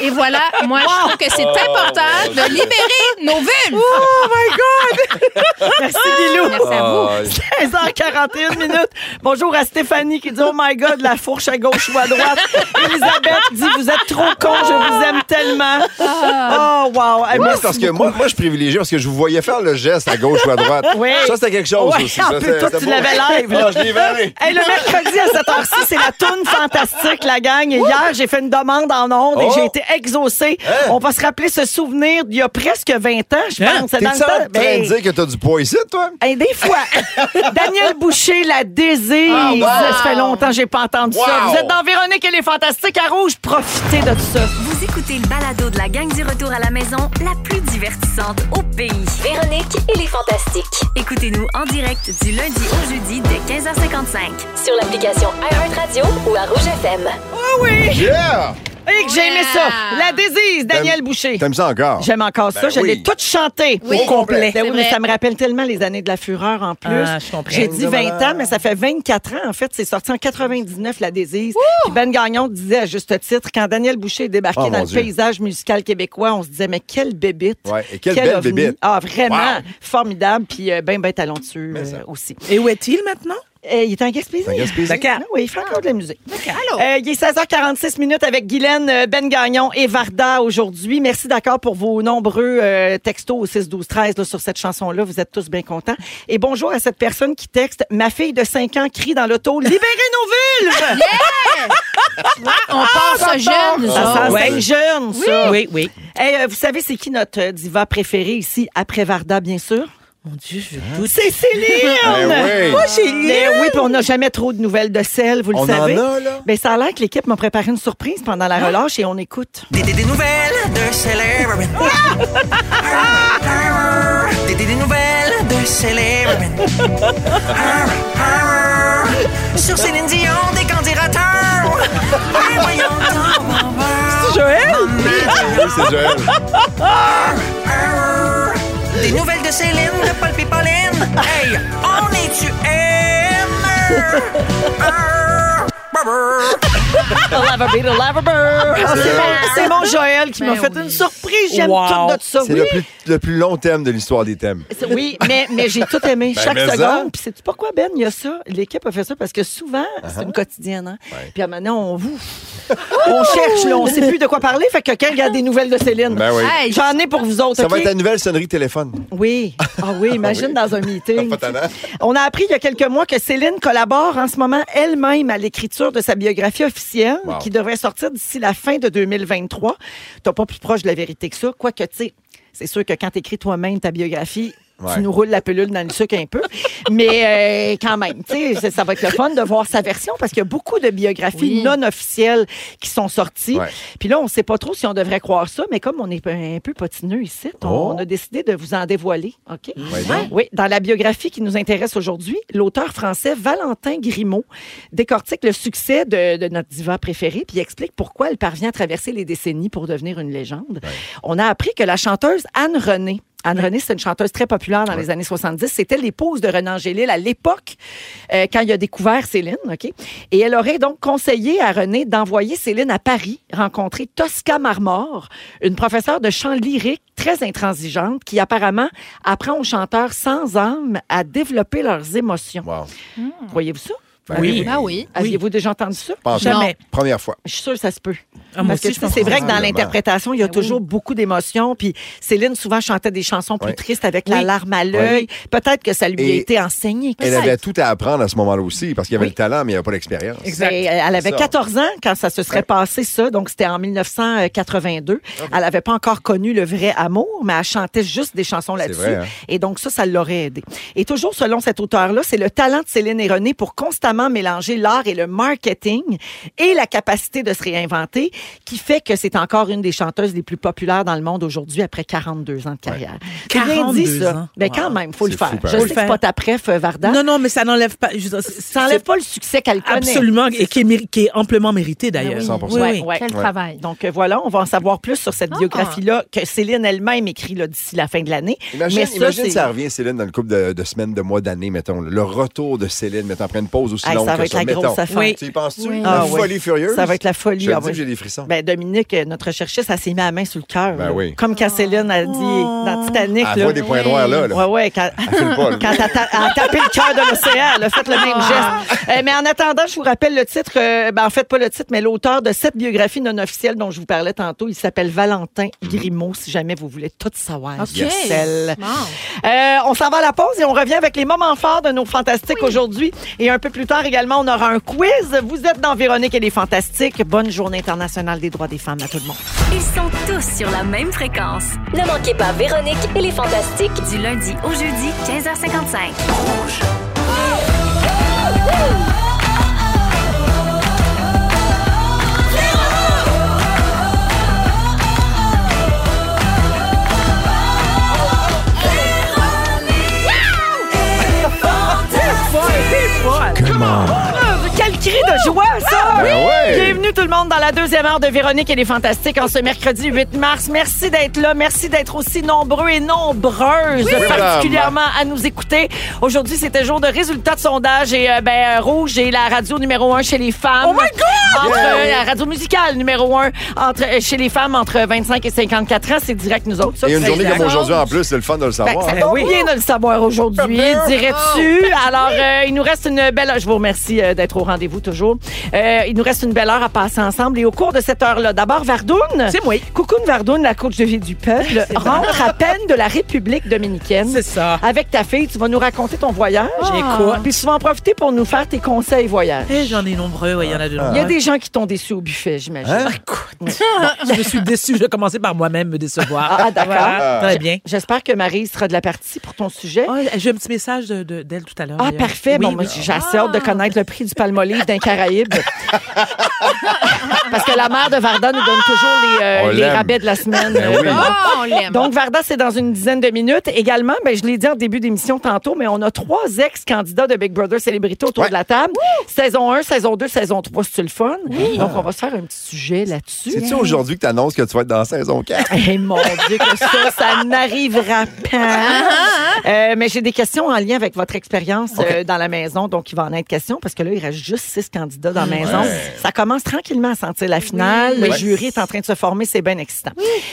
Speaker 4: Et voilà, moi, je trouve que c'est important de libérer nos vulves.
Speaker 2: Oh my God! Merci, Guilou.
Speaker 4: Merci à vous.
Speaker 1: Ah,
Speaker 2: 16h41 minutes. Bonjour à Stéphanie qui dit Oh my God, la fourche à gauche ou à droite. Elisabeth dit Vous êtes trop con, je vous aime tellement. Oh wow. Eh,
Speaker 1: Moi,
Speaker 2: merci
Speaker 1: c'est parce que moi, moi, je privilégiais parce que je vous voyais faire le geste à gauche ou à droite.
Speaker 2: Oui.
Speaker 1: Ça, c'était quelque chose
Speaker 2: Ouais,
Speaker 1: aussi.
Speaker 2: en
Speaker 1: Ça,
Speaker 2: plus,
Speaker 1: c'est-
Speaker 2: toi,
Speaker 1: c'était
Speaker 2: tu
Speaker 1: beau.
Speaker 2: l'avais live, là.
Speaker 1: Ah, je l'ai verré.
Speaker 2: Hey, le mercredi à 7h06, c'est la toune fantastique, la gang. Et hier, j'ai fait une demande en ondes et
Speaker 1: Oh!
Speaker 2: j'ai été exaucée.
Speaker 1: Hein?
Speaker 2: On va se rappeler ce souvenir d'il y a presque 20 ans, je
Speaker 3: Hein?
Speaker 2: pense. C'est
Speaker 1: T'es
Speaker 2: dans
Speaker 1: en
Speaker 2: le
Speaker 1: train
Speaker 2: temps. ben,
Speaker 1: de dire que t'as du poids ici, toi?
Speaker 2: Hey, des fois, Daniel Boucher, la désise.
Speaker 1: Ah, wow.
Speaker 2: Ça fait longtemps que j'ai pas entendu ça.
Speaker 1: Wow.
Speaker 2: Vous êtes dans Véronique et les Fantastiques à Rouge. Profitez de tout ça.
Speaker 5: Vous écoutez le balado de la gang du retour à la maison, la plus divertissante au pays.
Speaker 6: Véronique et les Fantastiques.
Speaker 5: Écoutez-nous en direct du lundi au jeudi dès 15h55.
Speaker 6: Sur l'application iHeartRadio ou à Rouge FM.
Speaker 1: Yeah!
Speaker 2: Et que j'ai aimé ça. La désise, Daniel Boucher.
Speaker 1: T'aimes ça encore?
Speaker 2: J'aime encore ça.
Speaker 1: Ben
Speaker 2: je
Speaker 1: oui.
Speaker 2: l'ai toute chantée au complet. Ben oui, mais ça me rappelle tellement les années de la fureur en plus.
Speaker 3: Ah, je comprends.
Speaker 2: J'ai dit 20 ans, mais ça fait 24 ans. En fait, c'est sorti en 99, La Désise. Puis ben Gagnon disait à juste titre, quand Daniel Boucher est débarqué
Speaker 1: Oh, mon
Speaker 2: dans le
Speaker 1: Dieu.
Speaker 2: paysage musical québécois, on se disait, mais quelle bébite.
Speaker 1: Ouais, et quelle belle
Speaker 2: ovni.
Speaker 1: bébite.
Speaker 2: Ah, vraiment.
Speaker 1: Wow.
Speaker 2: Formidable. Puis euh, ben, ben talentueux
Speaker 1: Mais ça.
Speaker 2: euh, aussi.
Speaker 3: Et où est-il maintenant?
Speaker 2: Euh, il est en Gaspésie.
Speaker 1: En Gaspésie.
Speaker 3: D'accord.
Speaker 2: Ah oui, il fait encore de la musique. Euh, il est 16h46 minutes avec Guylaine euh, Ben Gagnon et Varda aujourd'hui. Merci d'accord pour vos nombreux euh, textos au 6 12 13 là, sur cette chanson-là. Vous êtes tous bien contents. Et bonjour à cette personne qui texte Ma fille de 5 ans crie dans l'auto Libérez nos vulves!
Speaker 7: On part ça jeune, nous
Speaker 2: Ça
Speaker 7: autres.
Speaker 2: sent
Speaker 3: Ah, ouais.
Speaker 2: bien jeune, ça.
Speaker 3: Oui, oui.
Speaker 2: Hey, euh, vous savez, c'est qui notre euh, diva préférée ici, après Varda, bien sûr?
Speaker 3: Mon Dieu, je doute.
Speaker 2: C'est Céline!
Speaker 1: Ben oui. Moi,
Speaker 2: Céline! oui, puis on n'a jamais trop de nouvelles de celle, vous le
Speaker 1: On en
Speaker 2: savez.
Speaker 1: a, là. Hein?
Speaker 2: Ben, ça a l'air que l'équipe m'a préparé une surprise pendant la relâche et on écoute.
Speaker 8: Des, des, des nouvelles de célèbres. Des, des, des nouvelles de célèbres. Sur Céline Dion, des candidateurs. Ben voyons donc, ben,
Speaker 2: Joël!
Speaker 1: Oui, c'est Joël.
Speaker 8: ben. Des nouvelles de Céline, de Paul et Pauline. Hey, on est-tu M?
Speaker 2: Ah, c'est, mon, c'est mon Joël qui m'a
Speaker 4: Ben
Speaker 2: fait
Speaker 4: oui.
Speaker 2: une surprise. J'aime
Speaker 3: Wow.
Speaker 2: tout de ça.
Speaker 1: C'est le, plus, le plus long thème de l'histoire des thèmes.
Speaker 2: C'est- Oui, mais, mais j'ai tout aimé.
Speaker 1: Ben,
Speaker 2: Chaque
Speaker 1: mais ça.
Speaker 2: seconde. Puis sais-tu pourquoi, Ben, il y a ça? L'équipe a fait ça parce que souvent,
Speaker 1: Uh-huh.
Speaker 2: c'est une quotidienne. Hein? Puis à un moment donné, on vous. on cherche, là, on sait plus de quoi parler. Fait que quand il y a des nouvelles de Céline,
Speaker 1: Ben oui.
Speaker 7: Hey,
Speaker 2: j'en ai pour vous autres.
Speaker 1: Ça
Speaker 2: OK?
Speaker 1: va être la nouvelle sonnerie téléphone.
Speaker 2: Oui. Ah oui, imagine
Speaker 1: oui.
Speaker 2: dans un meeting.
Speaker 1: Pas hein? tannant.
Speaker 2: On a appris il y a quelques mois que Céline collabore en ce moment elle-même à l'écriture de sa biographie officielle
Speaker 1: Wow.
Speaker 2: qui devrait sortir d'ici la fin de 2023. T'as pas plus proche de la vérité que ça. Quoique, tu sais, c'est sûr que quand t'écris toi-même ta biographie,
Speaker 1: Ouais.
Speaker 2: Tu nous roules la pelule dans le sucre un peu. Mais euh, quand même, tu sais, ça- ça va être le fun de voir sa version parce qu'il y a beaucoup de biographies non officielles qui sont sorties.
Speaker 1: Ouais.
Speaker 2: Puis là, on ne sait pas trop si on devrait croire ça, mais comme on est un peu potineux ici, on,
Speaker 1: Oh.
Speaker 2: on a décidé de vous en dévoiler. OK? Hein?
Speaker 1: Ouais, donc.
Speaker 2: Oui, dans la biographie qui nous intéresse aujourd'hui, l'auteur français Valentin Grimaud décortique le succès de, de notre diva préférée puis explique pourquoi elle parvient à traverser les décennies pour devenir une légende. On a appris que la chanteuse Anne René Anne René, c'est une chanteuse très populaire dans les années 70. C'était l'épouse de Renan Gélil à l'époque, euh, quand il a découvert Céline. ok. Et elle aurait donc conseillé à René d'envoyer Céline à Paris rencontrer Tosca Marmor, une professeure de chant lyrique très intransigeante qui apparemment apprend aux chanteurs sans âme à développer leurs émotions.
Speaker 1: Wow.
Speaker 2: Croyez-vous ça?
Speaker 1: Ben
Speaker 3: Oui.
Speaker 1: oui.
Speaker 4: Ah oui.
Speaker 2: Aviez-vous déjà entendu ça?
Speaker 1: Pas encore.
Speaker 3: Jamais.
Speaker 1: Première fois.
Speaker 2: Je suis sûre que ça se peut.
Speaker 3: Ah, moi
Speaker 2: Parce que
Speaker 3: aussi,
Speaker 2: tu
Speaker 3: je
Speaker 2: sais, c'est vrai que dans
Speaker 1: Probablement.
Speaker 2: l'interprétation, il y a toujours beaucoup d'émotions. Puis Céline souvent chantait des chansons plus
Speaker 1: Ouais.
Speaker 2: tristes avec la larme à l'œil. Peut-être que ça lui a
Speaker 1: Et
Speaker 2: été enseigné.
Speaker 1: Elle
Speaker 2: Peut-être.
Speaker 1: avait tout à apprendre à ce moment-là aussi, parce qu'il y avait le talent, mais il n'y avait pas l'expérience.
Speaker 2: Mais euh, Elle avait
Speaker 1: Ça.
Speaker 2: 14 ans quand ça se serait
Speaker 1: Ouais. Ah
Speaker 2: passé, ça. Donc, c'était en 1982. Elle n'avait pas encore connu le vrai amour, mais elle chantait juste des chansons
Speaker 1: C'est
Speaker 2: là-dessus.
Speaker 1: vrai, hein.
Speaker 2: Et donc, ça, ça l'aurait aidé. Et toujours selon cet auteur-là, c'est le talent de Céline et René pour constamment mélanger l'art et le marketing et la capacité de se réinventer. qui fait que c'est encore une des chanteuses les plus populaires dans le monde aujourd'hui après 42 ans de carrière. C'est bien
Speaker 3: 42
Speaker 2: dit, ça.
Speaker 3: ans.
Speaker 2: Mais
Speaker 3: Wow.
Speaker 2: quand même, faut le
Speaker 1: C'est
Speaker 2: faire.
Speaker 1: fou,
Speaker 2: Je
Speaker 1: pareil.
Speaker 2: sais que c'est pas ta préf, euh, Varda.
Speaker 3: Non, non, mais ça n'enlève pas. je veux dire, c'est-
Speaker 2: ça n'enlève pas le succès qu'elle connaît.
Speaker 3: Absolument, et qui est, méri- qui est amplement mérité d'ailleurs.
Speaker 1: Ah oui. 100%.
Speaker 3: Oui, oui.
Speaker 2: Ouais.
Speaker 4: Quel
Speaker 1: Ouais.
Speaker 4: travail.
Speaker 2: Donc euh, voilà, on va en savoir plus sur
Speaker 4: Ah!
Speaker 2: cette biographie-là que Céline elle-même écrit là, d'ici la fin de l'année.
Speaker 1: Imagine,
Speaker 2: Mais ça,
Speaker 1: imagine
Speaker 2: c'est-
Speaker 1: ça revient, Céline, dans le couple de, de semaines, de mois, d'années, mettons. là. Le retour de Céline, mettons, après une pause aussi
Speaker 2: Hey,
Speaker 1: longue
Speaker 2: ça
Speaker 1: que
Speaker 2: va être la
Speaker 1: mettons.
Speaker 2: grosse affaire.
Speaker 3: Oui.
Speaker 1: Tu y penses-tu?
Speaker 4: Oui.
Speaker 1: La
Speaker 2: Ah oui.
Speaker 1: folie furieuse?
Speaker 2: Ça va être la folie.
Speaker 1: Je te
Speaker 2: ah
Speaker 1: dis
Speaker 2: oui.
Speaker 1: que j'ai des frissons.
Speaker 2: Ben, Dominique, euh, notre chercheuse, ça s'est mis la main sur le cœur.
Speaker 1: Ben
Speaker 2: là.
Speaker 1: oui.
Speaker 2: Comme quand Céline a dit
Speaker 4: Ah!
Speaker 2: dans Titanic.
Speaker 1: Elle
Speaker 2: là.
Speaker 1: voit des points noirs, là, là.
Speaker 2: Ouais, ouais, quand,
Speaker 1: le pas, là.
Speaker 2: quand elle, a ta- elle a tapé le cœur de l'océan, elle a fait le même
Speaker 4: Ah!
Speaker 2: geste. Euh, mais en attendant, je vous rappelle le titre, euh, ben, en fait, pas le titre, mais l'auteur de cette biographie non officielle dont je vous parlais tantôt, il s'appelle Valentin Grimaud, si jamais vous voulez tout savoir.
Speaker 4: OK.
Speaker 2: sur elle.
Speaker 4: Bon.
Speaker 2: Euh, on s'en va à la pause et on revient avec les moments forts de nos fantastiques aujourd'hui. Et un peu plus tard également, on aura un quiz. Vous êtes dans Véronique et les Fantastiques. Bonne journée internationale des droits des femmes à tout le monde.
Speaker 5: Ils sont tous sur la même fréquence.
Speaker 6: Ne manquez pas Véronique et les Fantastiques.
Speaker 5: Du lundi au jeudi, 15h55.
Speaker 2: Euh, Quel cri de joie, ça!
Speaker 1: Ben ouais.
Speaker 2: Bienvenue tout le monde dans la deuxième heure de Véronique et les Fantastiques en ce mercredi 8 mars. Merci d'être là. Merci d'être aussi nombreux et nombreuses, particulièrement à nous écouter. Aujourd'hui, c'était jour de résultats de sondage et euh, ben, euh, Rouge est la radio numéro un chez les femmes. Oh my God! Entre, euh, la radio musicale numéro un entre, euh, chez les femmes entre 25 et 54 ans. C'est direct nous autres. ça.
Speaker 1: Et une
Speaker 2: C'est
Speaker 1: journée
Speaker 2: exact.
Speaker 1: comme aujourd'hui, en plus, c'est le fun de le
Speaker 2: Ben,
Speaker 1: savoir.
Speaker 2: ça tombe bien de le savoir aujourd'hui, dirais-tu. Alors, euh, il nous reste une belle heure. Je vous remercie euh, d'être au rendez-vous toujours. Euh, il nous reste une belle heure à passer ensemble. Et au cours de cette heure-là, d'abord, Vardoun.
Speaker 3: C'est moi.
Speaker 2: Coucoune Vardoun, la coach de vie du peuple, rentre à peine de la République dominicaine.
Speaker 3: C'est ça.
Speaker 2: Avec ta fille, tu vas nous raconter ton voyage. Ah.
Speaker 3: J'écoute.
Speaker 2: Puis tu vas en profiter pour nous faire tes conseils voyage.
Speaker 3: Eh, J'en ai nombreux, ouais, Hein? il y en a de nombreux.
Speaker 2: Il y a des gens qui t'ont déçu au buffet, j'imagine.
Speaker 3: Je me suis déçue, je vais commencer par moi-même me décevoir.
Speaker 2: Ah, ah, d'accord.
Speaker 3: Voilà, Très bien.
Speaker 2: J'espère que Marie sera de la partie pour ton sujet.
Speaker 3: Oh, J'ai un petit message de- de- d'elle tout à l'heure.
Speaker 2: Ah,
Speaker 3: d'ailleurs.
Speaker 2: parfait.
Speaker 3: Oui,
Speaker 2: bon, moi,
Speaker 3: oui.
Speaker 2: j'ai assez hâte de connaître le prix du palmolive d'un Caraïbe. Parce que la mère de Varda nous donne toujours les, euh,
Speaker 1: On
Speaker 2: les
Speaker 1: l'aime.
Speaker 2: rabais de la semaine.
Speaker 1: Ben oui.
Speaker 4: Oh,
Speaker 7: Ah, on l'aime.
Speaker 2: Donc, Varda, c'est dans une dizaine de minutes. Également, ben, je l'ai dit en début d'émission tantôt, mais on a trois ex-candidats de Big Brother Célébrité autour
Speaker 1: Ouais.
Speaker 2: de la table. Saison 1, saison 2, saison 3, c'est le fun. Donc, on va se faire un petit sujet là-dessus.
Speaker 1: C'est-tu aujourd'hui que tu annonces que tu vas être dans la saison 4?
Speaker 2: Eh mon Dieu, que ça, ça n'arrivera
Speaker 1: Ah,
Speaker 2: pas. Euh, mais j'ai des questions en lien avec votre expérience euh, dans la maison, donc il va en être question parce que là, il reste juste six candidats dans la maison.
Speaker 1: Mm. Ouais.
Speaker 2: Ça commence tranquillement à sentir la finale. Le
Speaker 1: Ouais.
Speaker 2: jury est en train de se former, c'est bien excitant.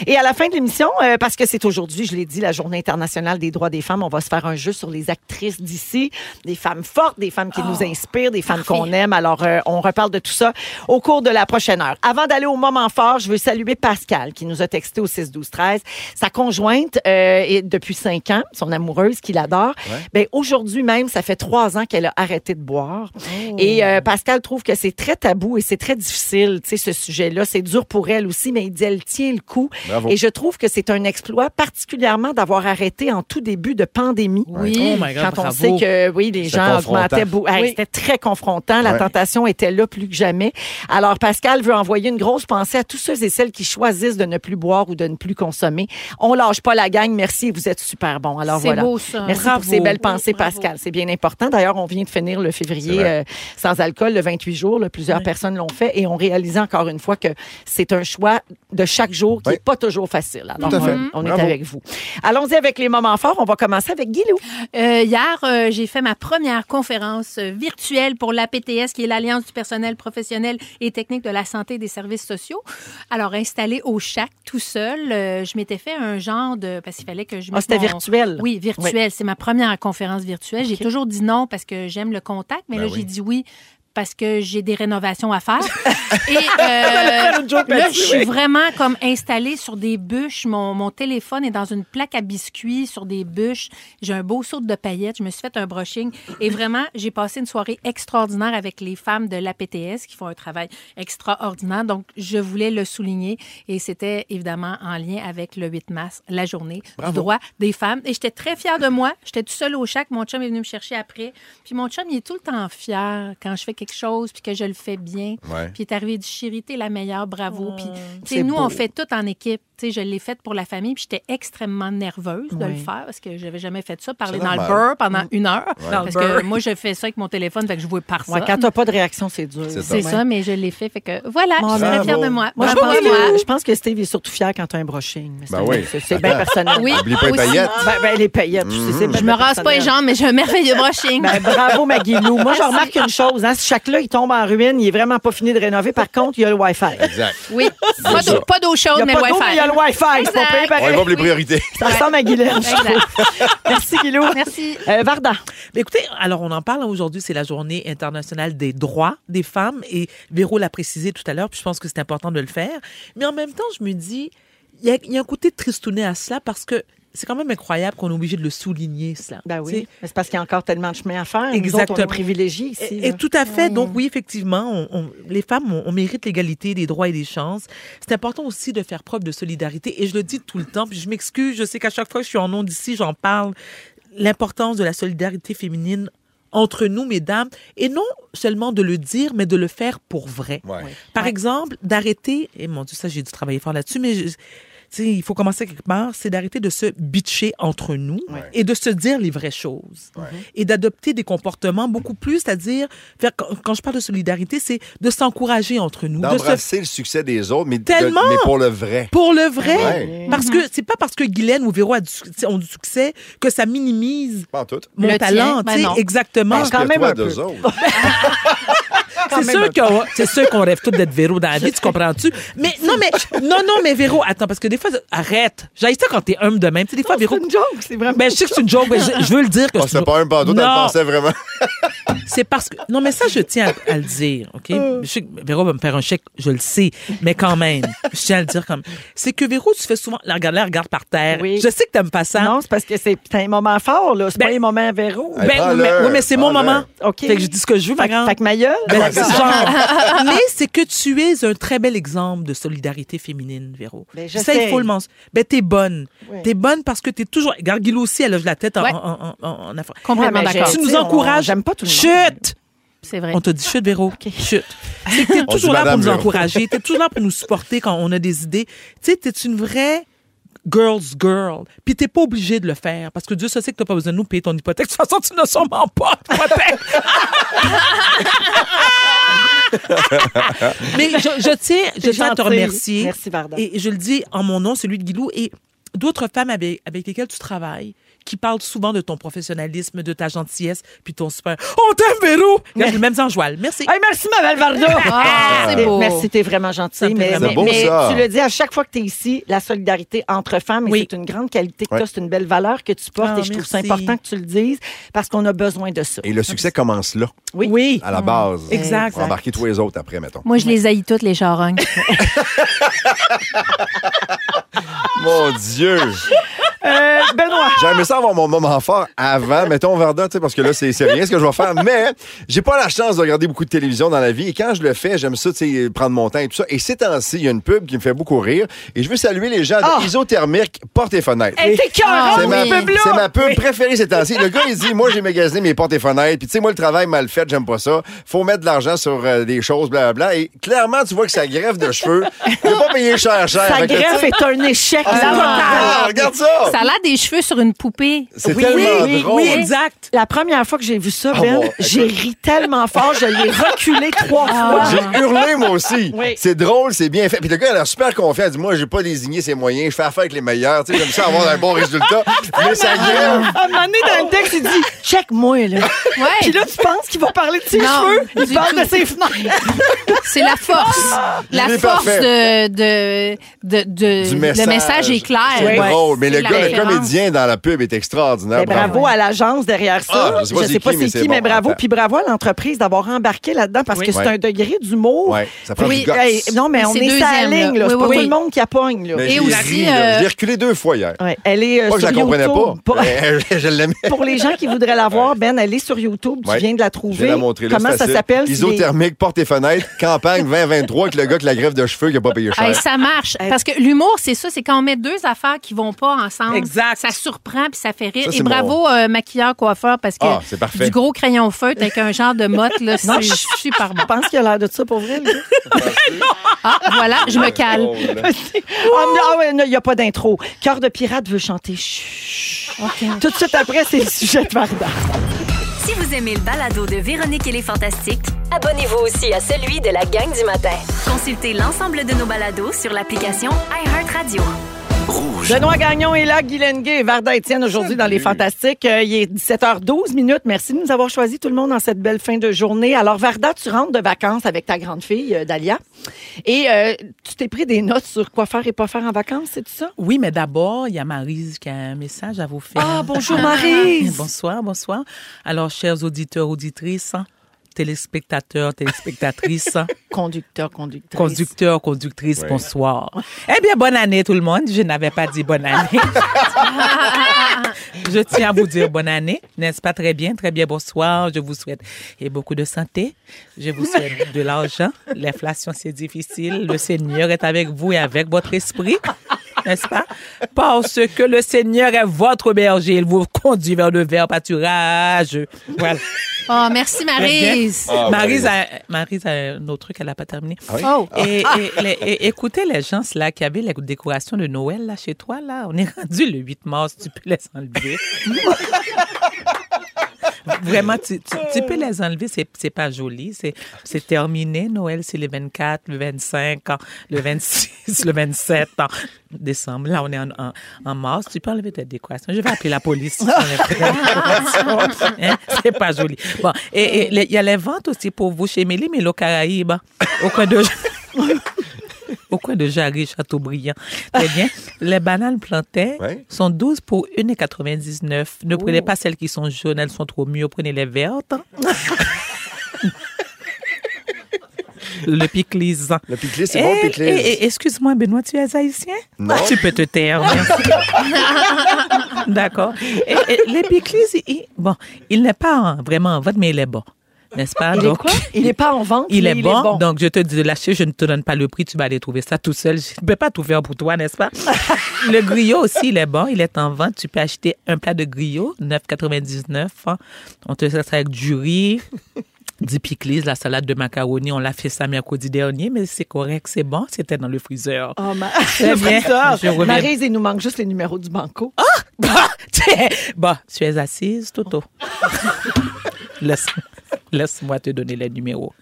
Speaker 2: Et à la fin de l'émission, euh, parce que c'est aujourd'hui, je l'ai dit, la Journée internationale des droits des femmes, on va se faire un jeu sur les actrices d'ici, des femmes fortes, des femmes qui
Speaker 1: Ah.
Speaker 2: nous inspirent, des femmes qu'on aime. Alors, euh, on reparle de tout ça au cours de la prochaine heure. Avant d'aller au moment fort, je veux saluer Pascal qui nous a texté au 6-12-13. Sa conjointe, euh, est depuis cinq ans, son amoureuse qu'il adore, ben, aujourd'hui même, ça fait trois ans qu'elle a arrêté de boire.
Speaker 1: Oh.
Speaker 2: Et euh, Pascal trouve que c'est très tabou et c'est très difficile, tu sais, ce sujet-là. C'est dur pour elle aussi, mais il dit, elle tient le coup.
Speaker 1: Bravo.
Speaker 2: Et je trouve que c'est un exploit, particulièrement d'avoir arrêté en tout début de pandémie.
Speaker 3: Oui. Oh my God,
Speaker 2: Quand on
Speaker 3: bravo.
Speaker 2: sait que oui, les
Speaker 1: C'était
Speaker 2: gens
Speaker 1: confrontant.
Speaker 2: augmentaient beaucoup. Hey,
Speaker 3: Oui.
Speaker 2: C'était très confrontant. La
Speaker 1: Ouais.
Speaker 2: tentation était là plus que jamais. Alors, Pascal veut envoyer une grosse pensée à tous ceux et celles qui choisissent de ne plus boire ou de ne plus consommer. On lâche pas la gang. Merci, vous êtes super bon. Alors
Speaker 4: C'est
Speaker 2: voilà.
Speaker 4: beau, ça.
Speaker 2: Merci
Speaker 3: Bravo.
Speaker 2: pour ces belles pensées,
Speaker 4: Oui, bravo.
Speaker 2: Pascal. C'est bien important. D'ailleurs, on vient de finir le février
Speaker 1: C'est vrai.
Speaker 2: euh, sans alcool, le 28 jours. là. plusieurs personnes l'ont fait et on réalise encore une fois que c'est un choix de chaque jour qui
Speaker 1: Oui.
Speaker 2: n'est pas toujours facile. Alors,
Speaker 1: Tout à fait.
Speaker 2: on- on est
Speaker 1: Bravo.
Speaker 2: avec vous. Allons-y avec les moments forts. On va commencer avec Guilou.
Speaker 4: Euh, hier, euh, j'ai fait ma première conférence euh, virtuelle pour l'APTS, qui est l'Alliance du personnel professionnel et technique de la santé et des services sociaux. Alors, installée au CHAC, tout seul, euh, je m'étais fait un genre de... Parce qu'il fallait que je
Speaker 2: Ah,
Speaker 4: mette
Speaker 2: c'était
Speaker 4: mon-
Speaker 2: virtuel.
Speaker 4: Oui, virtuel. C'est ma première conférence virtuelle. J'ai toujours dit non parce que j'aime le contact, mais
Speaker 1: Ben
Speaker 4: là,
Speaker 1: oui.
Speaker 4: j'ai dit oui parce que j'ai des rénovations à faire. Et euh, là, je suis vraiment comme installée sur des bûches. Mon, mon téléphone est dans une plaque à biscuits sur des bûches. J'ai un beau saut de paillettes. Je me suis fait un brushing. Et vraiment, j'ai passé une soirée extraordinaire avec les femmes de l'APTS qui font un travail extraordinaire. Donc, je voulais le souligner. Et c'était évidemment en lien avec le 8 mars, la journée du droit des femmes. Et j'étais très fière de moi. J'étais tout seule au chac. Mon chum est venu me chercher après. Puis mon chum, il est tout le temps fier quand je fais quelque chose puis que je le fais bien.
Speaker 1: Ouais.
Speaker 4: Puis il est arrivé du chérie, t'es la meilleure, bravo. Puis, tu
Speaker 2: C'est
Speaker 4: sais, nous,
Speaker 2: beau.
Speaker 4: on fait tout en équipe. Tu sais, je l'ai faite pour la famille, puis j'étais extrêmement nerveuse de le faire parce que j'avais jamais fait ça, parler
Speaker 1: C'est
Speaker 4: dans le
Speaker 1: normal.
Speaker 4: beurre
Speaker 2: Mm.
Speaker 4: pendant une heure.
Speaker 3: Dans le
Speaker 4: Parce
Speaker 3: beurre.
Speaker 4: que moi, je fais ça avec mon téléphone, fait que je vois par ça.
Speaker 2: Ouais, quand t'as pas de réaction, c'est dur.
Speaker 1: C'est ça.
Speaker 4: C'est ça, mais je l'ai fait, fait que voilà,
Speaker 2: Mon
Speaker 4: je suis très
Speaker 1: bravo.
Speaker 4: fière de moi.
Speaker 2: Moi, je
Speaker 4: Bravo
Speaker 2: pense,
Speaker 4: à moi.
Speaker 2: que, je pense que Steve est surtout fier quand t'as un brushing. mais c'est-
Speaker 1: Ben oui.
Speaker 2: c'est- C'est bien
Speaker 1: Attends. Mhm.
Speaker 2: personnel.
Speaker 4: Oui.
Speaker 1: Oublie pas les
Speaker 4: aussi.
Speaker 1: paillettes.
Speaker 2: Ben, ben, les paillettes, tu sais, c'est bien
Speaker 4: Je me rase pas les
Speaker 2: personnel.
Speaker 4: jambes, mais j'ai un merveilleux brushing.
Speaker 2: Ben, bravo, Maguilou. Moi, je remarque une chose. Hein, ce chac-là, il tombe en ruine. Il est vraiment pas fini de rénover. Par contre, il y a le Wi-Fi.
Speaker 1: Exact.
Speaker 4: oui, pas d'eau- pas d'eau
Speaker 2: Il y
Speaker 4: chaude,
Speaker 2: a
Speaker 4: mais
Speaker 2: pas d'eau,
Speaker 4: Wi-Fi.
Speaker 2: mais il y a le Wi-Fi. C'est pas
Speaker 4: Exact.
Speaker 2: pire,
Speaker 1: On y
Speaker 2: pareil.
Speaker 1: va pour les priorités.
Speaker 2: Ça ressemble à Guylaine. je trouve.
Speaker 4: Exact.
Speaker 2: Merci, Guilou.
Speaker 4: Merci.
Speaker 2: Euh, Varda.
Speaker 3: Mais écoutez, alors on en parle aujourd'hui, c'est la journée internationale des droits des femmes et Véro l'a précisé tout à l'heure, puis je pense que c'est important de le faire. Mais en même temps, je me dis, il y a, il y a un côté tristouné à cela parce que c'est quand même incroyable qu'on est obligé de le souligner, cela.
Speaker 2: Ben
Speaker 3: Tu
Speaker 2: oui.
Speaker 3: sais,
Speaker 2: Mais C'est parce qu'il y a encore tellement de chemin à faire. Exactement. Nous autres, on
Speaker 3: Exactement.
Speaker 2: est privilégiés ici.
Speaker 3: Et, et
Speaker 2: là.
Speaker 3: tout à fait. Donc oui, effectivement, on- on- les femmes, on, on mérite l'égalité des droits et des chances. C'est important aussi de faire preuve de solidarité. Et je le dis tout le temps, puis je m'excuse, je sais qu'à chaque fois que je suis en onde d'ici, j'en parle, l'importance de la solidarité féminine entre nous, mesdames, et non seulement de le dire, mais de le faire pour vrai.
Speaker 1: Ouais. Oui.
Speaker 3: Par exemple, d'arrêter, et mon Dieu, ça, j'ai dû travailler fort là-dessus, mais je- tu sais, il faut commencer quelque part, c'est d'arrêter de se bitcher entre nous et de se dire les vraies choses Mhm. et d'adopter des comportements beaucoup plus, c'est-à-dire, faire- quand, quand je parle de solidarité, c'est de s'encourager entre nous, de se
Speaker 1: D'embrasser le succès des autres, mais, de-
Speaker 3: Tellement.
Speaker 1: mais pour le vrai.
Speaker 3: pour le vrai.
Speaker 1: Ouais.
Speaker 3: Parce que c'est pas parce que Guylaine ou Véro a du suc- ont du succès que ça minimise
Speaker 1: Pas en tout.
Speaker 3: mon
Speaker 4: Le
Speaker 3: talent.
Speaker 4: tien, ben
Speaker 3: tu sais,
Speaker 4: non.
Speaker 3: exactement.
Speaker 2: Parce que- quand même
Speaker 1: Inspire-toi
Speaker 2: un
Speaker 1: d'eux
Speaker 2: peu.
Speaker 1: autres.
Speaker 3: C'est sûr qu'on c'est sûr qu'on rêve tous d'être Véro dans la vie, tu comprends-tu? Mais non, mais non, non, mais Véro, attends, parce que des fois, arrête. J'aille ça quand t'es homme de même. Tu sais, des fois, Véro.
Speaker 2: C'est une joke. C'est vraiment.
Speaker 3: Ben, je sais que c'est une joke, mais je, je veux le dire que
Speaker 1: On se
Speaker 3: c'est une
Speaker 1: Ah, pas un pas en tout, on
Speaker 3: Non.
Speaker 1: pensait vraiment.
Speaker 3: C'est parce que. Non, mais ça, je tiens à, à le dire, OK?
Speaker 2: Oh.
Speaker 3: Je sais que Véro va me faire un chèque, je le sais, mais quand même, je tiens à le dire comme. C'est que Véro, tu fais souvent. La regarde, la regarde par terre.
Speaker 2: Oui.
Speaker 3: Je sais que t'aimes pas ça.
Speaker 2: Non, c'est parce que c'est c'est un moment fort, là. C'est
Speaker 3: Ben-
Speaker 2: pas un moment verrou.
Speaker 1: Hey,
Speaker 3: Ben,
Speaker 1: prends-le,
Speaker 3: mais, oui, mais c'est mon
Speaker 1: prends-le.
Speaker 3: moment.
Speaker 2: OK.
Speaker 3: Fait que je dis ce que je veux, ma
Speaker 2: Fait, que-
Speaker 3: grande.
Speaker 2: fait que ma gueule.
Speaker 3: Ben,
Speaker 1: Ah, Ouais,
Speaker 3: c'est
Speaker 1: c'est
Speaker 3: genre. Mais c'est que tu es un très bel exemple de solidarité féminine, Véro.
Speaker 2: Ben,
Speaker 3: ça, il
Speaker 2: j'essaie.
Speaker 3: faut le mentionner. Ben, t'es bonne.
Speaker 2: Ouais.
Speaker 3: T'es bonne parce que t'es toujours. Regarde, Guilou aussi, elle lève la tête en,
Speaker 4: Ouais.
Speaker 3: en, en, en- en affaire.
Speaker 4: Complètement
Speaker 2: Ouais, mais
Speaker 4: d'accord.
Speaker 3: Tu
Speaker 2: j'ai-
Speaker 3: nous
Speaker 2: T'sais, on-
Speaker 3: encourages.
Speaker 2: j'aime pas tout le monde.
Speaker 3: Chut!
Speaker 4: C'est vrai.
Speaker 3: On te dit chute, Véro. Chute. C'est que t'es
Speaker 1: On
Speaker 3: toujours
Speaker 1: dit
Speaker 3: là pour
Speaker 1: Madame
Speaker 3: nous
Speaker 1: Véro.
Speaker 3: encourager. T'es toujours là pour nous supporter quand on a des idées. Tu sais, t'es une vraie girl's girl. Puis t'es pas obligé de le faire parce que Dieu sait que t'as pas besoin de nous payer ton hypothèque. De toute façon, tu n'as sûrement pas de hypothèque. Mais je, je tiens, je
Speaker 2: C'est
Speaker 3: tiens à te
Speaker 2: gentil.
Speaker 3: remercier.
Speaker 2: Merci, Varda.
Speaker 3: Et je le dis en mon nom, celui de Guilou. Et d'autres femmes avec, avec lesquelles tu travailles qui parlent souvent de ton professionnalisme, de ta gentillesse, puis ton super. On t'aime, Véro! Regarde, le même sang joual. Merci.
Speaker 2: Hey, merci, ma belle Varda.
Speaker 4: Ah, c'est
Speaker 2: T'es-
Speaker 4: beau.
Speaker 2: Merci, t'es vraiment
Speaker 3: Ça me
Speaker 2: gentille.
Speaker 3: fait
Speaker 2: Mais,
Speaker 3: vraiment
Speaker 2: mais-
Speaker 1: beau,
Speaker 2: mais
Speaker 1: ça.
Speaker 2: tu le dis à chaque fois que t'es ici, la solidarité entre femmes, et
Speaker 3: Oui.
Speaker 2: c'est une grande qualité que
Speaker 1: Ouais.
Speaker 2: t'as, c'est une belle valeur que tu portes
Speaker 3: Ah,
Speaker 2: et je trouve ça
Speaker 3: merci.
Speaker 2: important que tu le dises parce qu'on a besoin de ça.
Speaker 1: Et le succès commence là,
Speaker 3: Oui.
Speaker 1: à la base.
Speaker 3: Exact.
Speaker 1: Faut embarquer tous les autres après, mettons.
Speaker 4: Moi, je les haïs toutes, les charognes.
Speaker 1: Mon Dieu!
Speaker 2: Euh, Benoît,
Speaker 1: J'aimerais ça avoir mon moment fort avant, mettons Varda, tu sais, parce que là, c'est c'est rien ce que je vais faire. Mais j'ai pas la chance de regarder beaucoup de télévision dans la vie. Et quand je le fais, j'aime ça, tu sais, prendre mon temps et tout ça. Et ces temps-ci, il y a une pub qui me fait beaucoup rire. Et je veux saluer les gens
Speaker 2: Ah!
Speaker 1: de Isothermique Porte et Fenêtres.
Speaker 2: hey, t'es
Speaker 4: Ah,
Speaker 2: cœur,
Speaker 1: C'est ma,
Speaker 2: peuple
Speaker 1: c'est ma pub préférée ces temps-ci. Le gars, il dit Moi, j'ai magasiné mes portes et fenêtres. Puis, tu sais, moi, le travail mal fait, j'aime pas ça. Faut mettre de l'argent sur euh, des choses, blablabla. Et clairement, tu vois que ça greffe de cheveux. Il a pas payé cher, cher.
Speaker 2: Sa
Speaker 1: Fait que,
Speaker 2: greffe est un échec
Speaker 1: Ah,
Speaker 2: lamentable.
Speaker 1: regarde ça!
Speaker 4: Ça a l'air des cheveux sur une poupée.
Speaker 1: C'est
Speaker 2: Oui,
Speaker 1: tellement
Speaker 2: oui,
Speaker 1: drôle.
Speaker 3: Oui, exact.
Speaker 2: La première fois que j'ai vu ça,
Speaker 1: Oh,
Speaker 2: Ben,
Speaker 1: mon- écoute.
Speaker 2: j'ai ri tellement fort, je l'ai reculé trois fois.
Speaker 1: J'ai hurlé, moi aussi.
Speaker 2: Oui.
Speaker 1: C'est drôle, c'est bien fait. Puis le gars, il a l'air super confiant. Il dit Moi, j'ai pas désigné ses moyens. Je fais affaire avec les meilleurs. Tu sais, j'aime ça avoir un bon résultat. Mais ça greffe.
Speaker 2: À un moment donné, dans le texte, il dit « Check-moi, là
Speaker 4: Ouais. ».
Speaker 2: Puis là, tu penses qu'il va parler de ses
Speaker 4: Non,
Speaker 2: cheveux, il
Speaker 4: du
Speaker 2: parle de
Speaker 4: tout.
Speaker 2: ses fenêtres.
Speaker 4: C'est la force. La
Speaker 1: Il est
Speaker 4: force
Speaker 1: parfait.
Speaker 4: de, de, de, de-
Speaker 1: Du
Speaker 4: Le message est clair.
Speaker 1: C'est
Speaker 4: Ouais.
Speaker 1: drôle. Mais le
Speaker 4: C'est la
Speaker 1: gars, le
Speaker 4: référence.
Speaker 1: comédien dans la pub est extraordinaire.
Speaker 2: Ben, bravo à l'agence derrière ça.
Speaker 1: Ah, je sais pas c'est qui, mais c'est
Speaker 2: mais
Speaker 1: bon,
Speaker 2: bravo.
Speaker 1: attends.
Speaker 2: Puis bravo à l'entreprise d'avoir embarqué là-dedans parce que c'est
Speaker 1: Ouais.
Speaker 2: un degré d'humour.
Speaker 1: Ouais, ça prend du
Speaker 2: Oui,
Speaker 1: guts.
Speaker 2: hey, non, mais
Speaker 4: Mais
Speaker 2: on
Speaker 4: c'est
Speaker 2: est sur la
Speaker 4: deuxième,
Speaker 2: ligne. là.
Speaker 4: là.
Speaker 2: C'est
Speaker 4: Oui,
Speaker 2: pas
Speaker 4: oui,
Speaker 2: tout
Speaker 4: oui.
Speaker 2: le monde qui appogne. Là.
Speaker 1: Mais
Speaker 4: Et
Speaker 1: j'ai
Speaker 4: aussi,
Speaker 1: ri, là.
Speaker 4: euh,
Speaker 1: J'ai reculé deux fois hier.
Speaker 2: Ouais, elle est euh,
Speaker 1: Pas que je
Speaker 2: sur
Speaker 1: la comprenais
Speaker 2: YouTube.
Speaker 1: pas.
Speaker 2: Pas-
Speaker 1: mais euh, je l'aimais.
Speaker 2: Pour les gens qui voudraient la voir, Ben, elle est sur YouTube. Tu
Speaker 1: Ouais.
Speaker 2: viens de
Speaker 1: Je
Speaker 2: la
Speaker 1: vais
Speaker 2: trouver.
Speaker 1: la montrer là,
Speaker 2: Comment
Speaker 1: c'est
Speaker 2: ça
Speaker 1: facile.
Speaker 2: s'appelle? si les-
Speaker 1: Isothermique, porte et fenêtre, campagne 2023 avec le gars qui la greffe de cheveux qui a pas payé cher.
Speaker 4: Hey, ça marche. Parce que l'humour, c'est ça. C'est quand on met deux affaires qui vont pas ensemble. ensemble.
Speaker 3: Exact.
Speaker 4: Ça surprend puis ça fait rire.
Speaker 1: Ça, c'est
Speaker 4: Et bravo, euh, maquilleur, coiffeur, parce que
Speaker 1: Ah, c'est parfait.
Speaker 4: du gros crayon feutre avec un genre de motte, là, c'est super bon.
Speaker 2: Je pense qu'il a l'air de ça pour vrai. lui.
Speaker 4: Ah, voilà, je me
Speaker 1: Oh,
Speaker 4: calme.
Speaker 2: Ah, non, ah ouais, non, il n'y a pas d'intro. Cœur de pirate veut chanter. Chut. Tout de suite après, c'est le sujet de Varda.
Speaker 5: Si vous aimez le balado de Véronique et les Fantastiques,
Speaker 6: Abonnez-vous aussi à celui de la gang du matin.
Speaker 5: consultez l'ensemble de nos balados sur l'application iHeartRadio.
Speaker 2: Benoît Gagnon est là, Guy Lenguet et Varda Étienne aujourd'hui dans Les Fantastiques. Euh, il est 17h12 minutes. Merci de nous avoir choisi tout le monde en cette belle fin de journée. Alors, Varda, tu rentres de vacances avec ta grande fille, euh, Dahlia. Et euh, tu t'es pris des notes sur quoi faire et pas faire en vacances, c'est ça?
Speaker 3: Oui, mais d'abord, il y a Marise qui a un message à vous faire.
Speaker 2: Ah, bonjour, Maryse.
Speaker 3: Bonsoir, bonsoir. Alors, chers auditeurs, auditrices, hein, téléspectateurs, téléspectatrices, hein,
Speaker 2: Conducteur, conductrice.
Speaker 3: conducteurs, conductrices, bonsoir. Eh bien, bonne année tout le monde. Je n'avais pas dit bonne année. Je tiens à vous dire bonne année. N'est-ce pas très bien? Très bien, bonsoir. Je vous souhaite et beaucoup de santé. Je vous souhaite de l'argent. L'inflation, c'est difficile. Le Seigneur est avec vous et avec votre esprit. N'est-ce pas? Parce que le Seigneur est votre berger. Il vous conduit vers le vert pâturage. Voilà.
Speaker 4: Oh, merci, Marise.
Speaker 1: Ah,
Speaker 3: Marise a, Maryse a un autre truc, elle n'a pas terminé.
Speaker 4: Oh,
Speaker 3: Et, et- les- et- écoutez les gens là, qui avaient les décorations de Noël là, chez toi, là, on est rendu le 8 mars, tu peux les enlever. Vraiment, tu, tu- tu peux les enlever, c'est c'est pas joli, c'est c'est terminé. Noël, c'est le 24, le 25, hein, le 26, le 27 hein, décembre. Là, on est en, en- en mars, tu peux enlever tes décorations. Je vais appeler la police. si on enlève tes décorations. Hein, c'est pas joli. Bon, et et les- il y a les ventes aussi pour vous chez Mélie, mais au Caraïbe, hein, au coin de... au coin de Jarry, Châteaubriand. Très bien. Les bananes plantées
Speaker 1: Ouais.
Speaker 3: sont 12 pour 1,99.
Speaker 2: Oh.
Speaker 3: Ne prenez pas celles qui sont jaunes, elles sont trop mûres. Prenez les vertes. Le piclis.
Speaker 1: Le piclis, c'est bon, le
Speaker 3: Eh,
Speaker 1: piclis.
Speaker 3: eh, eh, Excuse-moi, Benoît, tu es haïtien? Ah,
Speaker 1: Non.
Speaker 3: Tu peux te taire, merci. D'accord. Eh, Et, et, le piclis, il- il, bon, il n'est pas en- vraiment en vote, mais il est bon. N'est-ce pas?
Speaker 2: Il est
Speaker 3: Donc,
Speaker 2: quoi? Il n'est pas en vente.
Speaker 3: il
Speaker 2: mais
Speaker 3: est, bon, donc je te dis de lâcher, je ne te donne pas le prix, tu vas aller trouver ça tout seul. Je ne peux pas tout faire pour toi, n'est-ce pas? le griot aussi, il est bon, il est en vente. Tu peux acheter un plat de griot, 9,99. hein. On te sert ça avec du riz, du piclis, la salade de macaroni. On l'a fait ça mercredi dernier, mais c'est correct, c'est bon, c'était dans le freezer.
Speaker 2: Oh, ma...
Speaker 3: Très bien. Je reviens. Ah!
Speaker 2: Maryse, il nous manque juste les numéros du banco.
Speaker 3: bon, Bah! tu es assise, Toto. Laisse, laisse-moi te donner les numéros.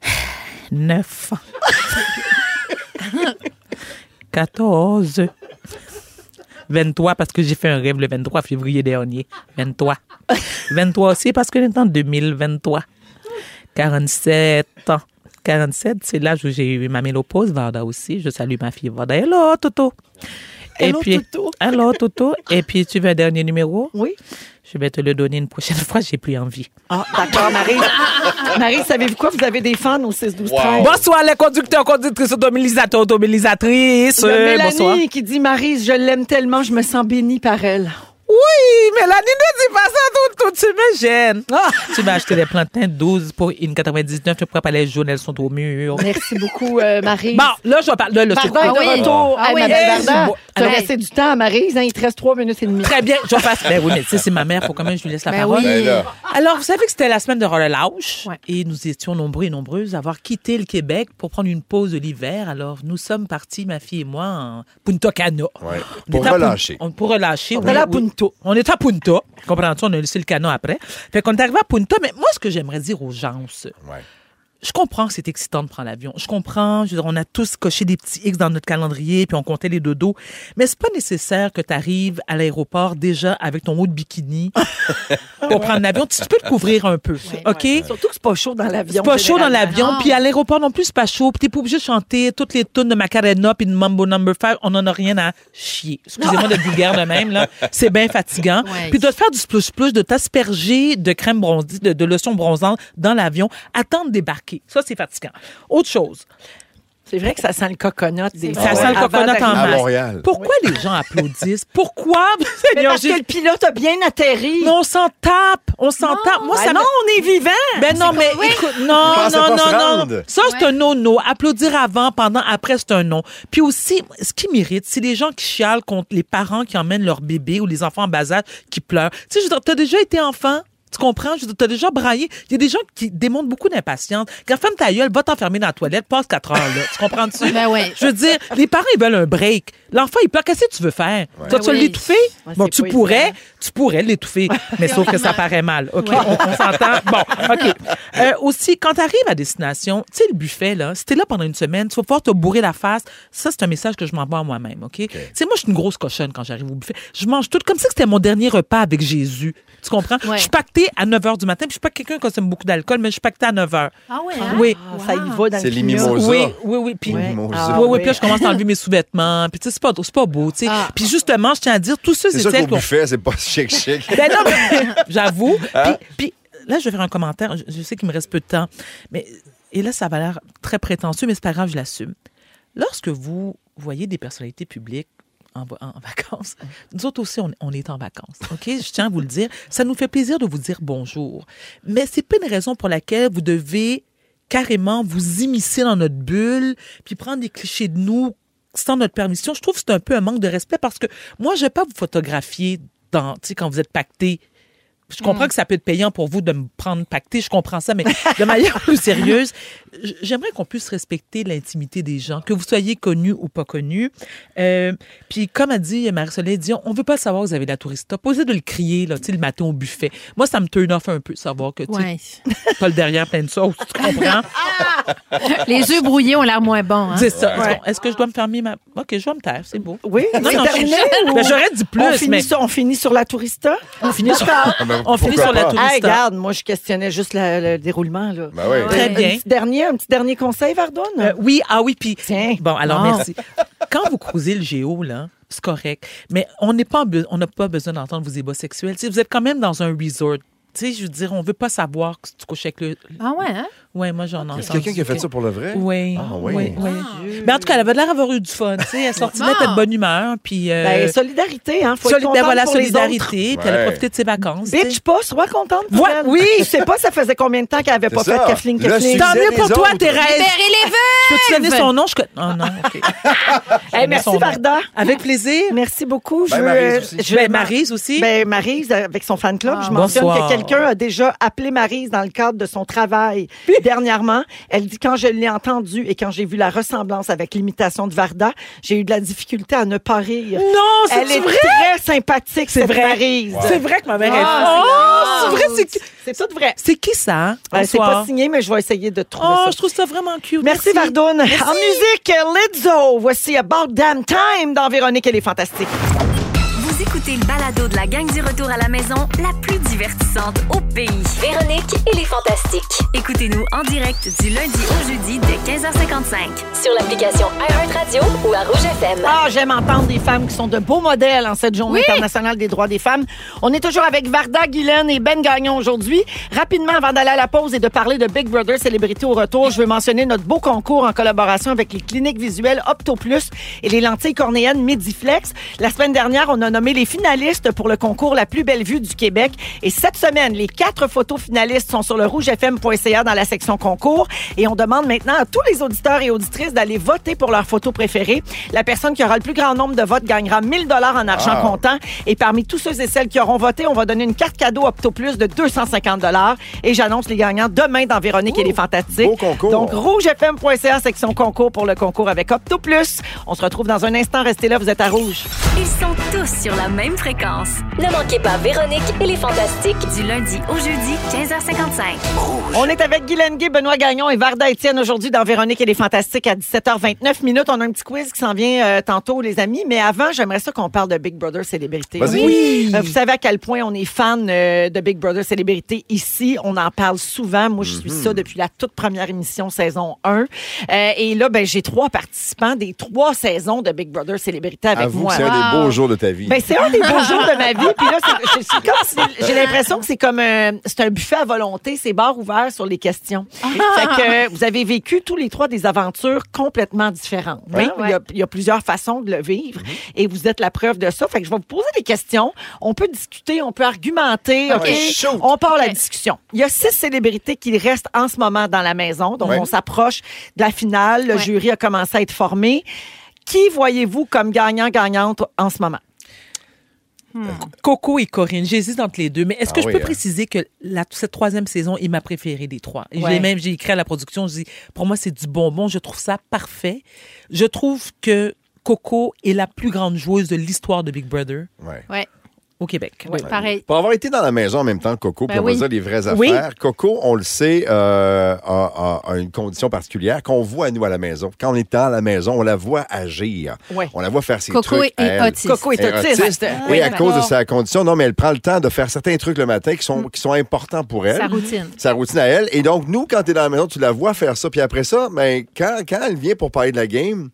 Speaker 3: 9. 14. 23, parce que j'ai fait un rêve le 23 février dernier. 23. 23 aussi, parce que est en 2023. 47 ans. 47, c'est l'âge où j'ai eu ma ménopause, Varda aussi. Je salue ma fille Varda. Hello, Toto.
Speaker 2: Hello,
Speaker 3: Et puis,
Speaker 2: Toto.
Speaker 3: Hello, Toto. Et puis, tu veux un dernier numéro?
Speaker 2: Oui.
Speaker 3: Je vais te le donner une prochaine fois, j'ai plus envie.
Speaker 2: Ah, d'accord, Maryse. Maryse, savez-vous quoi? Vous avez des fans au 6 12 13
Speaker 3: Bonsoir, les conducteurs, conductrices, automobilisateurs, automobilisatrices.
Speaker 2: Il y a
Speaker 3: Euh,
Speaker 2: Mélanie
Speaker 3: Bonsoir.
Speaker 2: qui dit Maryse, je l'aime tellement, je me sens bénie par elle.
Speaker 3: Oui, Mélanie, ne dis pas ça, tout, tout, tu me gênes. Ah, Tu vas acheter des plantains 12 pour 1,99. Tu prends pas les jaunes, elles sont au mur.
Speaker 2: Merci beaucoup, euh, Maryse.
Speaker 3: Bon, là, je parle. Là, là, c'est
Speaker 2: Varda
Speaker 3: quoi?
Speaker 2: est de
Speaker 4: Ah oui.
Speaker 2: retour.
Speaker 4: Ah
Speaker 2: Hey,
Speaker 4: oui.
Speaker 2: Madame
Speaker 3: Hey,
Speaker 2: Varda,
Speaker 3: bon,
Speaker 2: tu as
Speaker 3: alors-
Speaker 2: laissé du temps à Maryse, hein, il te reste trois minutes et demie.
Speaker 3: Très bien, je passe. Ben oui, mais tu sais, c'est ma mère, faut quand même que je lui laisse la
Speaker 4: Ben
Speaker 3: parole.
Speaker 4: oui.
Speaker 1: Ben là.
Speaker 3: Alors, vous savez que c'était la semaine de relâche
Speaker 4: Ouais.
Speaker 3: et nous étions nombreux et nombreuses à avoir quitté le Québec pour prendre une pause de l'hiver. Alors, nous sommes partis, ma fille et moi, en Punta Cana.
Speaker 1: Ouais.
Speaker 3: On
Speaker 1: Pour
Speaker 3: était à Pun-
Speaker 1: relâcher.
Speaker 3: on- pour relâcher.
Speaker 2: On est allé à Punta.
Speaker 3: On est à Punta. Comprends-tu? On a laissé le canot après. Fait qu'on est arrivé à Punta. Mais moi, ce que j'aimerais dire aux gens, c'est-
Speaker 1: Ouais.
Speaker 3: je comprends que c'est excitant de prendre l'avion. Je comprends. Je veux dire, on a tous coché des petits X dans notre calendrier, puis on comptait les dodos. Mais c'est pas nécessaire que tu arrives à l'aéroport déjà avec ton haut de bikini pour prendre l'avion. Tu, tu peux te couvrir un peu, OK?
Speaker 2: Surtout que c'est pas chaud dans l'avion.
Speaker 3: C'est pas chaud dans
Speaker 2: généralement.
Speaker 3: l'avion, puis à l'aéroport non plus, c'est pas chaud. Puis t'es pas obligé de chanter toutes les tunes de Macarena puis de Mambo Number 5. On en a rien à chier. Excusez-moi d'être vulgaire de même, là. C'est bien fatigant.
Speaker 4: Ouais.
Speaker 3: Puis de te faire du splouche-splouche, de t'asperger de crème bronzée, de, de lotion bronzante dans l'avion, attendre de débarquer. Ça, c'est fatigant. Autre chose.
Speaker 2: C'est vrai que ça sent le coconut. Des
Speaker 3: Ça sent le
Speaker 2: Ah Avant
Speaker 3: coconut en
Speaker 2: d'arriver. Ah
Speaker 1: À
Speaker 3: masse.
Speaker 1: Montréal.
Speaker 3: Pourquoi les gens applaudissent? Pourquoi?
Speaker 2: Mais
Speaker 3: Seigneur
Speaker 2: parce que
Speaker 3: Jésus?
Speaker 2: le pilote a bien atterri.
Speaker 3: Mais on s'en tape, on s'en tape. Moi,
Speaker 2: Ben
Speaker 3: ça me-
Speaker 2: non, on est vivant.
Speaker 3: Ben non, mais écoute, non,
Speaker 1: pensez
Speaker 3: non,
Speaker 1: pas se
Speaker 3: non, non.
Speaker 1: rendre.
Speaker 3: Ça, c'est un no-no. Applaudir avant, pendant, après, c'est un non. Puis aussi, ce qui m'irrite, c'est les gens qui chialent contre les parents qui emmènent leurs bébés ou les enfants en bas âge qui pleurent. Tu sais, je veux dire, t'as déjà été enfant? Tu comprends? Je veux dire, T'as déjà braillé. Il y a des gens qui démontrent beaucoup d'impatience. Quand ferme ta gueule, va t'enfermer dans la toilette, passe quatre heures, là. Tu comprends-tu?
Speaker 4: Ben ouais.
Speaker 3: Je veux dire, les parents, ils veulent un break. L'enfant, il pleure. Qu'est-ce que tu veux faire? Tu vas
Speaker 4: Ben
Speaker 3: tu vas
Speaker 4: oui.
Speaker 3: l'étouffer?
Speaker 2: Ouais,
Speaker 3: bon,
Speaker 2: c'est
Speaker 3: tu
Speaker 2: pas
Speaker 3: pourrais,
Speaker 2: évident.
Speaker 3: tu pourrais l'étouffer, mais sauf que ça paraît mal. OK, on, on s'entend. Bon, OK. Euh, aussi, quand tu arrives à destination, tu sais, le buffet, là, si t'es là pendant une semaine, tu vas pouvoir te bourrer la face. Ça, c'est un message que je m'envoie à moi-même, OK? Tu sais, moi, je suis une grosse cochonne quand j'arrive au buffet. Je mange tout comme si c'était mon dernier repas avec Jésus. Tu comprends?
Speaker 4: Ouais.
Speaker 3: Je suis pactée à 9 h du matin, puis je suis pas quelqu'un qui consomme beaucoup d'alcool, mais je suis pactée à 9 h.
Speaker 4: Ah ouais,
Speaker 3: Oui.
Speaker 2: Ah, Ça y va dans
Speaker 1: C'est
Speaker 2: le
Speaker 1: les
Speaker 2: pilote.
Speaker 1: mimosas.
Speaker 3: Oui, oui, oui. Puis,
Speaker 1: Ouais.
Speaker 3: oui,
Speaker 1: Ah
Speaker 3: oui,
Speaker 2: oui.
Speaker 3: Puis là, je commence à enlever mes sous-vêtements. Puis, tu sais, c'est pas, c'est pas beau, tu sais.
Speaker 4: Ah.
Speaker 3: Puis, justement, je tiens à dire, tous ceux
Speaker 1: C'est
Speaker 3: et
Speaker 1: sûr qu'au
Speaker 3: celles qui ont
Speaker 1: buffet, c'est pas chic-chic.
Speaker 3: ben non, mais- j'avoue. Puis, puis là, je vais faire un commentaire. Je, je sais qu'il me reste peu de temps. Mais, et là, ça va l'air très prétentieux, mais c'est pas grave, je l'assume. Lorsque vous voyez des personnalités publiques en, va- en vacances, nous autres aussi, on, on est en vacances. OK? Je tiens à vous le dire. Ça nous fait plaisir de vous dire bonjour. Mais c'est pas une raison pour laquelle vous devez carrément vous immiscer dans notre bulle, puis prendre des clichés de nous sans notre permission. Je trouve que c'est un peu un manque de respect parce que moi, je vais pas vous photographier dans, tu sais, quand vous êtes pacté. Je comprends que ça peut être payant pour vous de me prendre pacté, je comprends ça, mais de manière plus sérieuse, j- j'aimerais qu'on puisse respecter l'intimité des gens, que vous soyez connus ou pas connus. Euh, puis comme a dit Marie-Soleil Dion, on veut pas savoir que vous avez de la tourista. Posez de le crier, là, tu sais, le matin au buffet. Moi, ça me turn off un peu de savoir que tu sais,
Speaker 4: Ouais.
Speaker 3: t'as le derrière plein de sauce, tu comprends?
Speaker 4: Les œufs brouillés ont l'air moins bons. hein.
Speaker 3: C'est ça. Est-ce qu'on- Est-ce que je dois me fermer ma... OK, je vais me taire, c'est beau.
Speaker 2: Oui,
Speaker 3: Non,
Speaker 2: c'est
Speaker 3: non,
Speaker 2: terminé,
Speaker 3: je-
Speaker 2: ou-
Speaker 3: Ben, j'aurais dit plus,
Speaker 2: on, finit
Speaker 3: mais-
Speaker 2: sur, on finit sur la tourista.
Speaker 3: On finit sur,
Speaker 1: Ah, ben,
Speaker 3: on finit
Speaker 1: pourquoi
Speaker 3: sur la
Speaker 1: pas?
Speaker 3: tour-
Speaker 2: Hey,
Speaker 3: Tourista.
Speaker 2: regarde, moi, je questionnais juste la- le déroulement. Là.
Speaker 1: Ben oui.
Speaker 3: Très bien.
Speaker 2: Un petit dernier, un petit dernier conseil, Vardon?
Speaker 3: Euh, oui, ah oui, puis
Speaker 2: Tiens.
Speaker 3: bon, alors
Speaker 2: Bon.
Speaker 3: merci. Quand vous croisez le géo là, c'est correct, mais on n'est pas en be- on n'a pas besoin d'entendre vos ébats sexuels. Tu sais, vous êtes quand même dans un resort. Tu sais, je veux dire, on veut pas savoir que tu couches avec le.
Speaker 4: Ah ouais, hein?
Speaker 3: Ouais, moi j'en entends.
Speaker 1: C'est quelqu'un qui a fait ça pour le vrai?
Speaker 3: Oui.
Speaker 1: Ah, oui.
Speaker 3: oui. oui.
Speaker 2: Ben,
Speaker 3: Mais en tout cas, elle avait l'air d'avoir eu du fun. Tu sais, elle sortait
Speaker 4: Bon.
Speaker 3: de bonne humeur, puis. euh,
Speaker 2: Ah. Ben, solidarité, hein. Faut
Speaker 3: soli-
Speaker 2: être
Speaker 3: ben,
Speaker 2: contente
Speaker 3: voilà,
Speaker 2: pour les autres.
Speaker 3: solidarité, puis elle a
Speaker 1: Ouais.
Speaker 3: profité de ses vacances. tu sais.
Speaker 2: Bitch pas, sois contente. pour
Speaker 3: Ouais,
Speaker 2: elle.
Speaker 3: oui.
Speaker 2: Je sais pas, ça faisait combien de temps qu'elle avait
Speaker 1: C'est
Speaker 2: pas
Speaker 1: ça.
Speaker 2: fait Kathleen
Speaker 1: Le
Speaker 2: Kathleen. Eh,
Speaker 1: sujet.
Speaker 3: Tant mieux
Speaker 1: les
Speaker 3: pour toi,
Speaker 1: autres.
Speaker 3: Thérèse.
Speaker 4: Libérez les vœux!
Speaker 3: Je peux-tu donner son nom? Je... co- Oh non, OK.
Speaker 2: Hey, Eh, merci,
Speaker 3: Son nom.
Speaker 2: Varda.
Speaker 3: Avec plaisir.
Speaker 2: Merci beaucoup. Je
Speaker 1: Ben,
Speaker 2: veux,
Speaker 1: Maryse
Speaker 2: euh,
Speaker 1: aussi.
Speaker 2: je-
Speaker 3: Ben, Maryse aussi. Ah.
Speaker 2: Ben, Maryse, euh, avec son fan club, je mentionne
Speaker 3: Bonsoir.
Speaker 2: que quelqu'un a déjà appelé Maryse dans le cadre de son travail dernièrement. Elle dit quand je l'ai entendue et quand j'ai vu la ressemblance avec l'imitation de Varda, j'ai eu de la difficulté à ne pas rire.
Speaker 3: Non, c'est
Speaker 2: Elle est
Speaker 3: vrai.
Speaker 2: très sympathique,
Speaker 3: C'est
Speaker 2: cette
Speaker 3: vrai.
Speaker 2: Maryse.
Speaker 3: C'est vrai que ma mère est.
Speaker 2: Ah,
Speaker 3: Oh, c'est vrai, c'est qui-
Speaker 2: C'est tout vrai.
Speaker 3: c'est qui ça?
Speaker 2: Euh, C'est pas
Speaker 3: Bonsoir.
Speaker 2: signé, mais je vais essayer de trouver
Speaker 3: Oh,
Speaker 2: ça.
Speaker 3: je trouve ça vraiment cute.
Speaker 2: Merci, Vardoun. En musique, Lizzo. Voici About Damn Time dans Véronique, elle est fantastique.
Speaker 5: Vous écoutez le balado de la gang du retour à la maison, la plus divertissante au pays.
Speaker 6: Véronique et les Fantastiques.
Speaker 5: Écoutez-nous en direct du lundi au jeudi dès 15h55.
Speaker 6: Sur l'application iHeartRadio ou à Rouge FM.
Speaker 2: Ah, j'aime entendre des femmes qui sont de beaux modèles en cette journée internationale des droits des femmes. On est toujours avec Varda Guilaine et Ben Gagnon aujourd'hui. Rapidement, avant d'aller à la pause et de parler de Big Brother Célébrité au retour, je veux mentionner notre beau concours en collaboration avec les cliniques visuelles OptoPlus et les lentilles cornéennes Mediflex. La semaine dernière, on a nommé les finalistes pour le concours La plus belle vue du Québec. Et cette semaine, les quatre photos finalistes sont sur le rougefm.ca dans la section concours. Et on demande maintenant à tous les auditeurs et auditrices d'aller voter pour leur photo préférée. La personne qui aura le plus grand nombre de votes gagnera 1000 dollars en argent
Speaker 1: Ah.
Speaker 2: comptant. Et parmi tous ceux et celles qui auront voté, on va donner une carte cadeau Opto Plus de 250 dollars. Et j'annonce les gagnants demain dans Véronique et les Fantastiques.
Speaker 1: beau concours.
Speaker 2: Donc, rougefm.ca, section concours pour le concours avec Opto Plus. On se retrouve dans un instant. Restez là, vous êtes à rouge.
Speaker 5: Ils sont tous sur la même fréquence.
Speaker 6: Ne manquez pas Véronique et les Fantastiques.
Speaker 5: Du lundi au jeudi, 15h55.
Speaker 2: On est avec Guylaine Gay, Benoît Gagnon et Varda Étienne aujourd'hui dans Véronique et les Fantastiques à 17h29 minutes. On a un petit quiz qui s'en vient euh, tantôt, les amis. Mais avant, j'aimerais ça qu'on parle de Big Brother Célébrité.
Speaker 1: Vas-y.
Speaker 3: Oui.
Speaker 2: Euh, vous savez à quel point on est fan euh, de Big Brother Célébrité ici. On en parle souvent. Moi, je suis
Speaker 1: Mhm.
Speaker 2: ça depuis la toute première émission, saison 1. Euh, et là, ben, j'ai trois participants des trois saisons de Big Brother Célébrité avec
Speaker 1: Avoue
Speaker 2: moi.
Speaker 1: que c'est un des beaux jours de ta vie.
Speaker 2: Ben, c'est un un des beaux jours de ma vie. Puis là, c'est- c'est- c'est comme si- j'ai l'impression que c'est comme un, c'est un buffet à volonté, c'est bar ouvert sur les questions.
Speaker 1: Ah!
Speaker 2: Fait que euh, vous avez vécu tous les trois des aventures complètement différentes. hein. Il, y a, il y a plusieurs façons de le vivre
Speaker 1: Mm-hmm.
Speaker 2: et vous êtes la preuve de ça. Fait que je vais vous poser des questions. On peut discuter, on peut argumenter.
Speaker 1: Ah ouais,
Speaker 2: OK?
Speaker 1: shoot.
Speaker 2: On part la discussion. Il y a six célébrités qui restent en ce moment dans la maison. Donc,
Speaker 1: Ouais.
Speaker 2: on s'approche de la finale. Le
Speaker 4: Ouais.
Speaker 2: jury a commencé à être formé. Qui voyez-vous comme gagnant-gagnante en ce moment?
Speaker 3: Coco et Corinne, j'hésite entre les deux, mais est-ce
Speaker 1: Ah
Speaker 3: que je
Speaker 1: oui,
Speaker 3: peux
Speaker 1: hein.
Speaker 3: préciser que la, cette troisième saison est ma préférée des trois? Et
Speaker 2: Ouais.
Speaker 3: J'ai même j'ai écrit à la production, je dis, pour moi, c'est du bonbon, je trouve ça parfait. Je trouve que Coco est la plus grande joueuse de l'histoire de Big Brother
Speaker 1: Ouais.
Speaker 7: Ouais.
Speaker 3: au Québec.
Speaker 1: Ouais.
Speaker 4: Pareil.
Speaker 1: Pour avoir été dans la maison en même temps que Coco,
Speaker 4: Ben
Speaker 1: puis on
Speaker 4: oui.
Speaker 1: va dire les vraies
Speaker 3: Oui.
Speaker 1: affaires, Coco, on le sait, euh, a, a- a une condition particulière qu'on voit, nous, à la maison. Quand on est dans la maison, on la voit agir.
Speaker 2: Ouais.
Speaker 1: On la voit faire ses
Speaker 4: Coco
Speaker 1: trucs.
Speaker 4: est
Speaker 1: à elle.
Speaker 4: autiste.
Speaker 2: Coco est
Speaker 1: Et
Speaker 2: autiste.
Speaker 1: Et
Speaker 4: Ah, Oui,
Speaker 1: à
Speaker 4: d'accord. Mm.
Speaker 1: cause de sa condition, non, mais elle prend le temps de faire certains trucs le matin qui sont, qui sont importants pour elle.
Speaker 4: Sa routine.
Speaker 1: Sa routine à elle. Et donc, nous, quand t'es dans la maison, tu la vois faire ça. Puis après ça, ben, quand, quand elle vient pour parler de la game,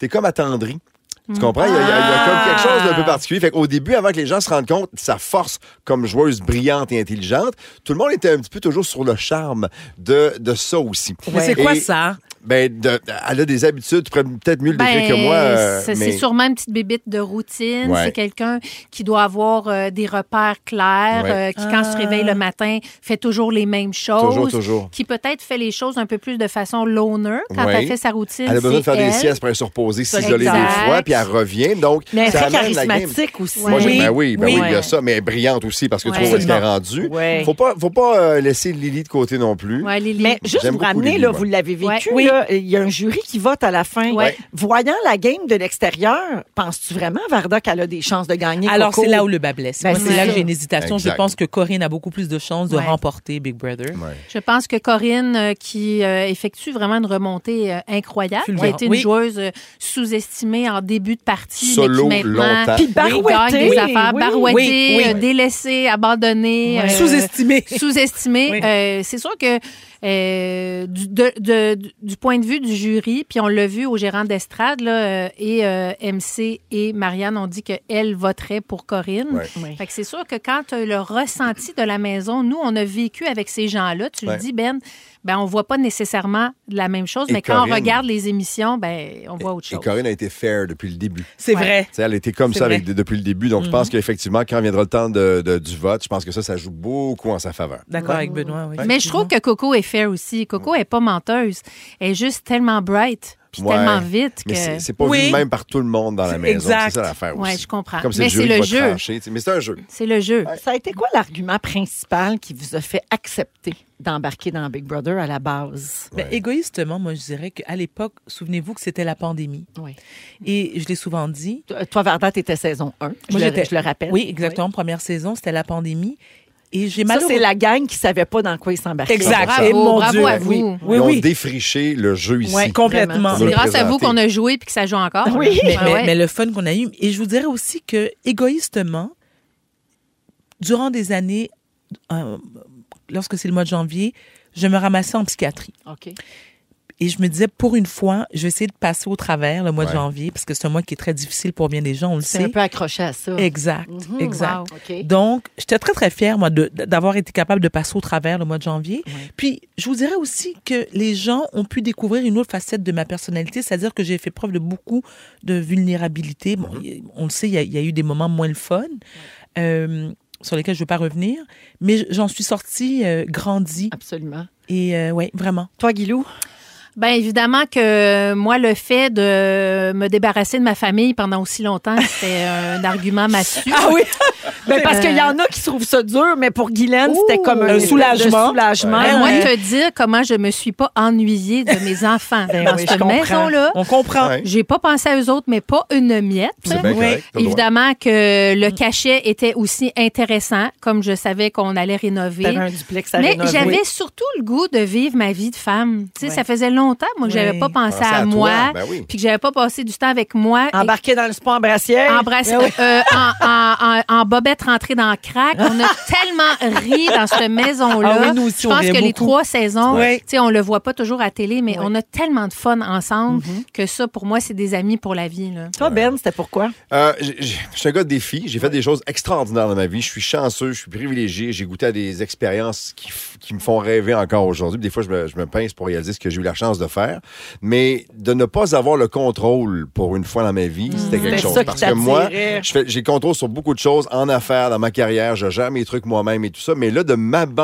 Speaker 1: t'es comme attendri.
Speaker 4: Mm.
Speaker 1: Tu comprends? Il y, a, il y a- il y a
Speaker 4: Ah!
Speaker 1: comme quelque chose d'un peu particulier. Fait qu'au début, avant que les gens se rendent compte de sa force comme joueuse brillante et intelligente, tout le monde était un petit peu toujours sur le charme de, de ça aussi.
Speaker 3: Mais c'est quoi
Speaker 1: Et,
Speaker 3: ça?
Speaker 1: Ben, de- elle a des habitudes, tu pourrais peut-être mieux le décrire
Speaker 4: Ben,
Speaker 1: que moi. euh,
Speaker 4: c'est
Speaker 1: mais-
Speaker 4: c'est sûrement une petite bébite de routine.
Speaker 1: Ouais.
Speaker 4: C'est quelqu'un qui doit avoir euh, des repères clairs,
Speaker 1: Ouais.
Speaker 4: euh, qui, quand se réveille
Speaker 3: Ah.
Speaker 4: le matin, fait toujours les mêmes choses.
Speaker 1: Toujours, toujours.
Speaker 4: Qui peut-être fait les choses un peu plus de façon loner. Quand
Speaker 1: Ouais.
Speaker 4: elle fait sa routine,
Speaker 1: Elle a besoin de
Speaker 4: c'est
Speaker 1: faire des
Speaker 4: elle.
Speaker 1: siestes pour aller se reposer,
Speaker 4: Ça,
Speaker 1: s'isoler des
Speaker 4: exact.
Speaker 1: fois, puis elle revient. Donc,
Speaker 2: Mais elle est
Speaker 1: ça
Speaker 2: très
Speaker 1: amène la game.
Speaker 2: charismatique aussi.
Speaker 1: Moi, j'ai-
Speaker 3: Oui.
Speaker 1: ben oui, ben oui,
Speaker 3: Oui.
Speaker 1: il y a ça, mais elle est brillante aussi parce que tu
Speaker 4: Ouais.
Speaker 1: vois où est-ce qu'elle est
Speaker 3: Absolument.
Speaker 1: rendue.
Speaker 2: Ouais.
Speaker 1: Faut pas, faut pas euh, laisser Lily de côté non plus.
Speaker 4: Ouais, Lily.
Speaker 2: Mais juste
Speaker 1: J'aime
Speaker 2: vous
Speaker 1: beaucoup
Speaker 2: ramener,
Speaker 1: Lily,
Speaker 2: là,
Speaker 1: moi.
Speaker 2: vous l'avez vécu,
Speaker 4: Ouais.
Speaker 3: Oui.
Speaker 2: là, il y a un jury qui vote à la fin.
Speaker 4: Ouais.
Speaker 2: Voyant la game de l'extérieur, penses-tu vraiment, Varda, qu'elle a des chances de gagner?
Speaker 3: Alors,
Speaker 2: Coco?
Speaker 3: c'est là où le bas blesse.
Speaker 2: Ben,
Speaker 3: Moi,
Speaker 2: c'est
Speaker 3: c'est là
Speaker 2: ça.
Speaker 3: que j'ai une hésitation.
Speaker 1: Exact.
Speaker 3: Je pense que Corinne a beaucoup plus de chances de
Speaker 4: Ouais.
Speaker 3: remporter Big Brother.
Speaker 1: Ouais.
Speaker 4: Je pense que Corinne, euh, qui euh, effectue vraiment une remontée euh, incroyable, qui a
Speaker 3: Fulgurante.
Speaker 4: été une
Speaker 3: Oui.
Speaker 4: joueuse euh, sous-estimée en début de partie,
Speaker 1: Solo,
Speaker 4: mais qui maintenant
Speaker 1: longtemps.
Speaker 2: Puis
Speaker 4: gagne
Speaker 2: barouettée.
Speaker 4: des affaires,
Speaker 2: Oui,
Speaker 4: barouettée,
Speaker 3: oui, oui.
Speaker 4: euh, délaissée, abandonnée, euh,
Speaker 3: Sous-estimée.
Speaker 4: sous-estimée.
Speaker 3: Oui.
Speaker 4: Euh, c'est sûr que euh, du, de- de- du- du point de vue du jury, puis on l'a vu au gérant d'estrade, là, euh, et euh, MC et Marianne ont dit qu'elles voteraient pour Corinne.
Speaker 1: Ouais.
Speaker 2: Oui.
Speaker 4: Fait que c'est sûr que quand tu as le ressenti de la maison, nous, on a vécu avec ces gens-là. Tu
Speaker 1: Ouais.
Speaker 4: le dis, Ben, ben on voit pas nécessairement la même chose,
Speaker 1: Et
Speaker 4: mais quand
Speaker 1: Corinne.
Speaker 4: on regarde les émissions, ben on voit autre
Speaker 1: Et
Speaker 4: chose.
Speaker 1: Corinne a été fair depuis le début.
Speaker 3: C'est
Speaker 4: Ouais.
Speaker 3: vrai.
Speaker 1: Tu sais, elle était comme
Speaker 3: C'est
Speaker 1: ça avec-
Speaker 3: vrai.
Speaker 1: depuis le début. Donc, je pense qu'effectivement, quand viendra le temps de- de- du vote, je pense que ça, ça joue beaucoup en sa faveur.
Speaker 3: D'accord avec Benoît. oui.
Speaker 4: Mais je trouve que Coco est fair aussi. Coco est pas menteuse. Elle est juste tellement bright, puis
Speaker 1: Ouais.
Speaker 4: tellement vite que...
Speaker 1: Mais c'est- c'est pas
Speaker 3: Oui.
Speaker 1: vu de même par tout le monde dans la
Speaker 3: C'est
Speaker 1: maison.
Speaker 3: exact.
Speaker 1: Ah C'est ça l'affaire
Speaker 4: Ouais,
Speaker 1: aussi.
Speaker 4: je comprends.
Speaker 1: Comme
Speaker 4: Mais
Speaker 1: c'est
Speaker 4: c'est
Speaker 1: le
Speaker 4: le
Speaker 1: jeu. qui va te
Speaker 4: jeu.
Speaker 1: trancher, tu sais. Mais c'est un jeu.
Speaker 4: C'est le jeu.
Speaker 2: Ça a été quoi l'argument principal qui vous a fait accepter d'embarquer dans Big Brother à la base?
Speaker 3: Ben,
Speaker 1: Ouais.
Speaker 3: égoïstement, moi, je dirais qu'à l'époque, souvenez-vous que c'était la pandémie.
Speaker 2: Oui.
Speaker 3: Et je l'ai souvent dit,
Speaker 2: Toi, toi, Varda, t'étais saison 1.
Speaker 3: Moi,
Speaker 2: je, le,
Speaker 3: j'étais-
Speaker 2: je le rappelle.
Speaker 3: Oui, exactement. Première saison, c'était la pandémie. Et j'ai
Speaker 2: Ça, c'est
Speaker 3: malheureusement.
Speaker 2: la gang qui savait pas dans quoi ils s'embarquaient.
Speaker 3: Exact.
Speaker 4: Bravo,
Speaker 3: Et mon
Speaker 4: bravo
Speaker 3: Dieu.
Speaker 4: à vous.
Speaker 3: Oui, oui,
Speaker 1: Ils ont
Speaker 3: oui.
Speaker 1: défriché le jeu ici.
Speaker 3: Ouais, complètement.
Speaker 1: Vraiment.
Speaker 4: C'est grâce à
Speaker 1: présenter.
Speaker 4: vous qu'on a joué puis que ça joue encore.
Speaker 2: Oui.
Speaker 3: Mais,
Speaker 4: Ah
Speaker 3: mais-
Speaker 4: ouais.
Speaker 3: mais le fun qu'on a eu. Et je vous dirais aussi que, égoïstement, durant des années, euh, lorsque c'est le mois de janvier, je me ramassais en psychiatrie.
Speaker 2: OK.
Speaker 3: Et je me disais, pour une fois, je vais essayer de passer au travers le mois
Speaker 1: Ouais.
Speaker 3: de janvier, parce que c'est un mois qui est très difficile pour bien des gens, on le
Speaker 2: C'est un
Speaker 3: sait.
Speaker 2: peu accroché à ça.
Speaker 3: Exact,
Speaker 2: Mhm,
Speaker 3: exact.
Speaker 2: wow, OK.
Speaker 3: Donc, j'étais très, très fière, moi, de- d'avoir été capable de passer au travers le mois de janvier. Puis, je vous dirais aussi que les gens ont pu découvrir une autre facette de ma personnalité, c'est-à-dire que j'ai fait preuve de beaucoup de vulnérabilité.
Speaker 4: Mm-hmm.
Speaker 3: Bon, y- On le sait, il y, a- il y a eu des moments moins le fun. euh, sur lesquels je ne veux pas revenir, mais j'en suis sortie euh, grandie.
Speaker 4: Ah.
Speaker 2: Absolument.
Speaker 3: Et euh, ouais, vraiment.
Speaker 2: Toi, Guilou?
Speaker 4: Bien Ben, évidemment que euh, moi, le fait de me débarrasser de ma famille pendant aussi longtemps, c'était euh, un argument massue.
Speaker 3: oui!
Speaker 2: Ben, parce
Speaker 4: Euh,
Speaker 2: qu'il y en a qui trouvent ça dur, mais pour Guylaine, c'était comme
Speaker 3: Un
Speaker 2: un, espèce de
Speaker 3: soulagement.
Speaker 2: soulagement.
Speaker 3: Ouais.
Speaker 4: Ben, moi,
Speaker 3: Ouais.
Speaker 4: te dire comment je me suis pas ennuyée de mes enfants
Speaker 2: Ben
Speaker 4: dans
Speaker 2: oui, je
Speaker 4: cette
Speaker 2: comprends.
Speaker 4: maison-là.
Speaker 3: On comprend.
Speaker 1: Ouais.
Speaker 4: J'ai pas pensé à eux autres, mais pas une miette.
Speaker 1: C'est bien
Speaker 3: Oui.
Speaker 1: correct. t'as le droit.
Speaker 4: Évidemment que
Speaker 2: Mm.
Speaker 4: le cachet était aussi intéressant, comme je savais qu'on allait rénover.
Speaker 2: Ben T'avais un duplex à
Speaker 4: Mais
Speaker 2: rénover.
Speaker 4: j'avais surtout le goût de vivre ma vie de femme. Tu sais,
Speaker 2: Ouais.
Speaker 4: ça faisait longtemps, moi, que j'avais
Speaker 3: Oui.
Speaker 4: pas pensé
Speaker 1: Pensez
Speaker 4: à,
Speaker 1: à toi,
Speaker 4: moi,
Speaker 1: ben oui.
Speaker 4: puis que j'avais pas passé du temps avec moi. et
Speaker 2: Embarqué dans le sport en brassière.
Speaker 4: embrasse-
Speaker 2: Ben oui.
Speaker 4: euh, en, en- en- en bobette rentrée dans le crack. On a tellement ri dans cette maison-là.
Speaker 3: Ah oui, nous aussi,
Speaker 4: Oh Je
Speaker 3: on
Speaker 4: pense que
Speaker 3: riait
Speaker 4: les
Speaker 3: beaucoup.
Speaker 4: trois saisons,
Speaker 3: Ouais.
Speaker 4: tu sais, on le voit pas toujours à télé, mais on a tellement de fun ensemble
Speaker 3: Mm-hmm.
Speaker 4: que ça, pour moi, c'est des amis pour la vie. Là.
Speaker 2: Toi, Ben, c'était pourquoi?
Speaker 1: Euh, j'ai- j'ai- je suis un gars de défi. J'ai fait des choses extraordinaires dans ma vie. Je suis chanceux, je suis privilégié. J'ai goûté à des expériences qui, f- qui me font rêver encore aujourd'hui. Des fois, je me, je me pince pour réaliser ce que j'ai eu la chance de faire. Mais de ne pas avoir le contrôle pour une fois dans ma vie, c'était quelque
Speaker 2: C'était
Speaker 1: chose.
Speaker 2: Hmm. ça qui
Speaker 1: Parce que moi,
Speaker 2: t'attirait.
Speaker 1: je fais- j'ai contrôle sur beaucoup de choses en affaires, dans ma carrière. Je gère mes trucs moi-même et tout ça. Mais là, de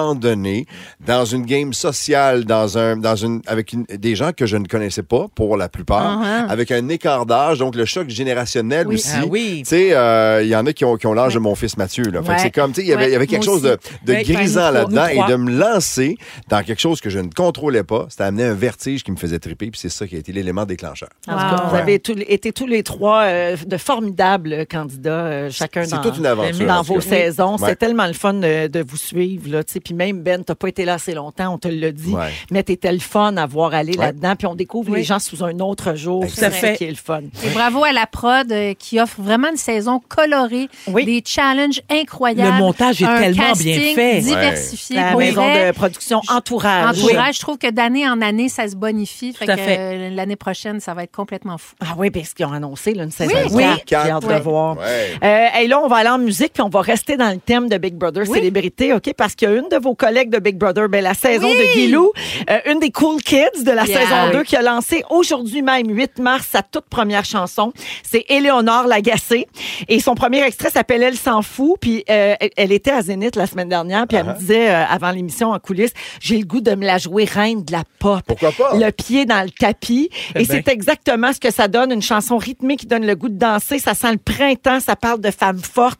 Speaker 1: m'abandonner dans une game sociale, dans un, dans une, avec une- des gens que je ne connaissais pas pour la plupart,
Speaker 2: Uh-huh.
Speaker 1: avec un écart d'âge, donc le choc générationnel
Speaker 4: Oui.
Speaker 1: aussi.
Speaker 3: Ah oui.
Speaker 1: Tu sais, euh, il y en a qui ont, qui ont l'âge de mon fils Mathieu. Là. Fait que
Speaker 4: Ouais.
Speaker 1: c'est comme, tu sais, il y avait- il y avait
Speaker 4: Ouais,
Speaker 1: quelque
Speaker 4: moi
Speaker 1: chose de, de
Speaker 3: Ouais,
Speaker 1: grisant
Speaker 3: ben, nous
Speaker 1: là-dedans
Speaker 3: trois, nous
Speaker 1: et de
Speaker 3: trois.
Speaker 1: me lancer dans quelque chose que je ne contrôlais pas. Ça amenait un vertige qui me faisait triper, puis c'est ça qui a été l'élément déclencheur.
Speaker 2: En tout cas,
Speaker 4: Wow.
Speaker 2: vous avez tous les- été tous les trois euh, de formidables candidats, euh, chacun
Speaker 1: C'est
Speaker 2: dans,
Speaker 1: toute une aventure.
Speaker 2: dans
Speaker 1: en tout
Speaker 2: vos
Speaker 1: cas.
Speaker 2: saisons.
Speaker 1: Ouais.
Speaker 2: C'est tellement le fun euh, de vous suivre. Là, tu sais. puis même, Ben, t'as pas été là assez longtemps, on te l'a dit,
Speaker 1: Ouais.
Speaker 2: mais t'étais le fun à voir aller
Speaker 1: Ouais.
Speaker 2: là-dedans. Puis on découvre les gens sous un autre jour.
Speaker 1: Tout
Speaker 2: C'est
Speaker 3: à
Speaker 2: ça
Speaker 3: fait.
Speaker 2: qui est le fun.
Speaker 4: Et bravo à la prod euh, qui offre vraiment une saison colorée,
Speaker 2: Oui.
Speaker 4: des challenges incroyables.
Speaker 3: Le montage est
Speaker 4: un
Speaker 3: tellement bien
Speaker 4: casting
Speaker 3: fait.
Speaker 4: diversifié.
Speaker 2: La
Speaker 4: pour
Speaker 2: maison
Speaker 4: vrai.
Speaker 2: de production Entourage.
Speaker 4: Entourage, je trouve que d'année en année, ça se bonifie. Fait
Speaker 3: Tout à
Speaker 4: que,
Speaker 3: fait.
Speaker 4: euh, l'année prochaine, ça va être complètement fou.
Speaker 2: Ah oui, parce qu'ils ont annoncé là, une saison
Speaker 4: Oui.
Speaker 2: 4.
Speaker 4: Oui.
Speaker 2: J'ai hâte de
Speaker 4: Ouais.
Speaker 2: voir.
Speaker 1: Ouais.
Speaker 2: Euh, hey, là, on va aller en musique, puis on va rester dans le thème de Big Brother Célébrité, OK? Parce qu'il y a une de vos collègues de Big Brother, ben, la saison de Guilou, euh, une des cool kids de la
Speaker 4: Yeah.
Speaker 2: saison 2 qui a lancé aujourd'hui même, 8 mars, sa toute première chanson. C'est Éléonore Lagacé. Et son premier extrait s'appelle Elle s'en fout. Puis euh, elle- elle était à Zénith la semaine dernière, puis
Speaker 4: Uh-huh.
Speaker 2: elle me disait euh, avant l'émission en coulisses, j'ai le goût de me la jouer reine de la pop.
Speaker 1: Pourquoi pas?
Speaker 2: Le pied dans le tapis.
Speaker 3: Eh
Speaker 2: Et c'est
Speaker 3: ben.
Speaker 2: exactement ce que ça donne, une chanson rythmée qui donne le goût de danser. Ça sent le printemps, ça parle de femmes fortes,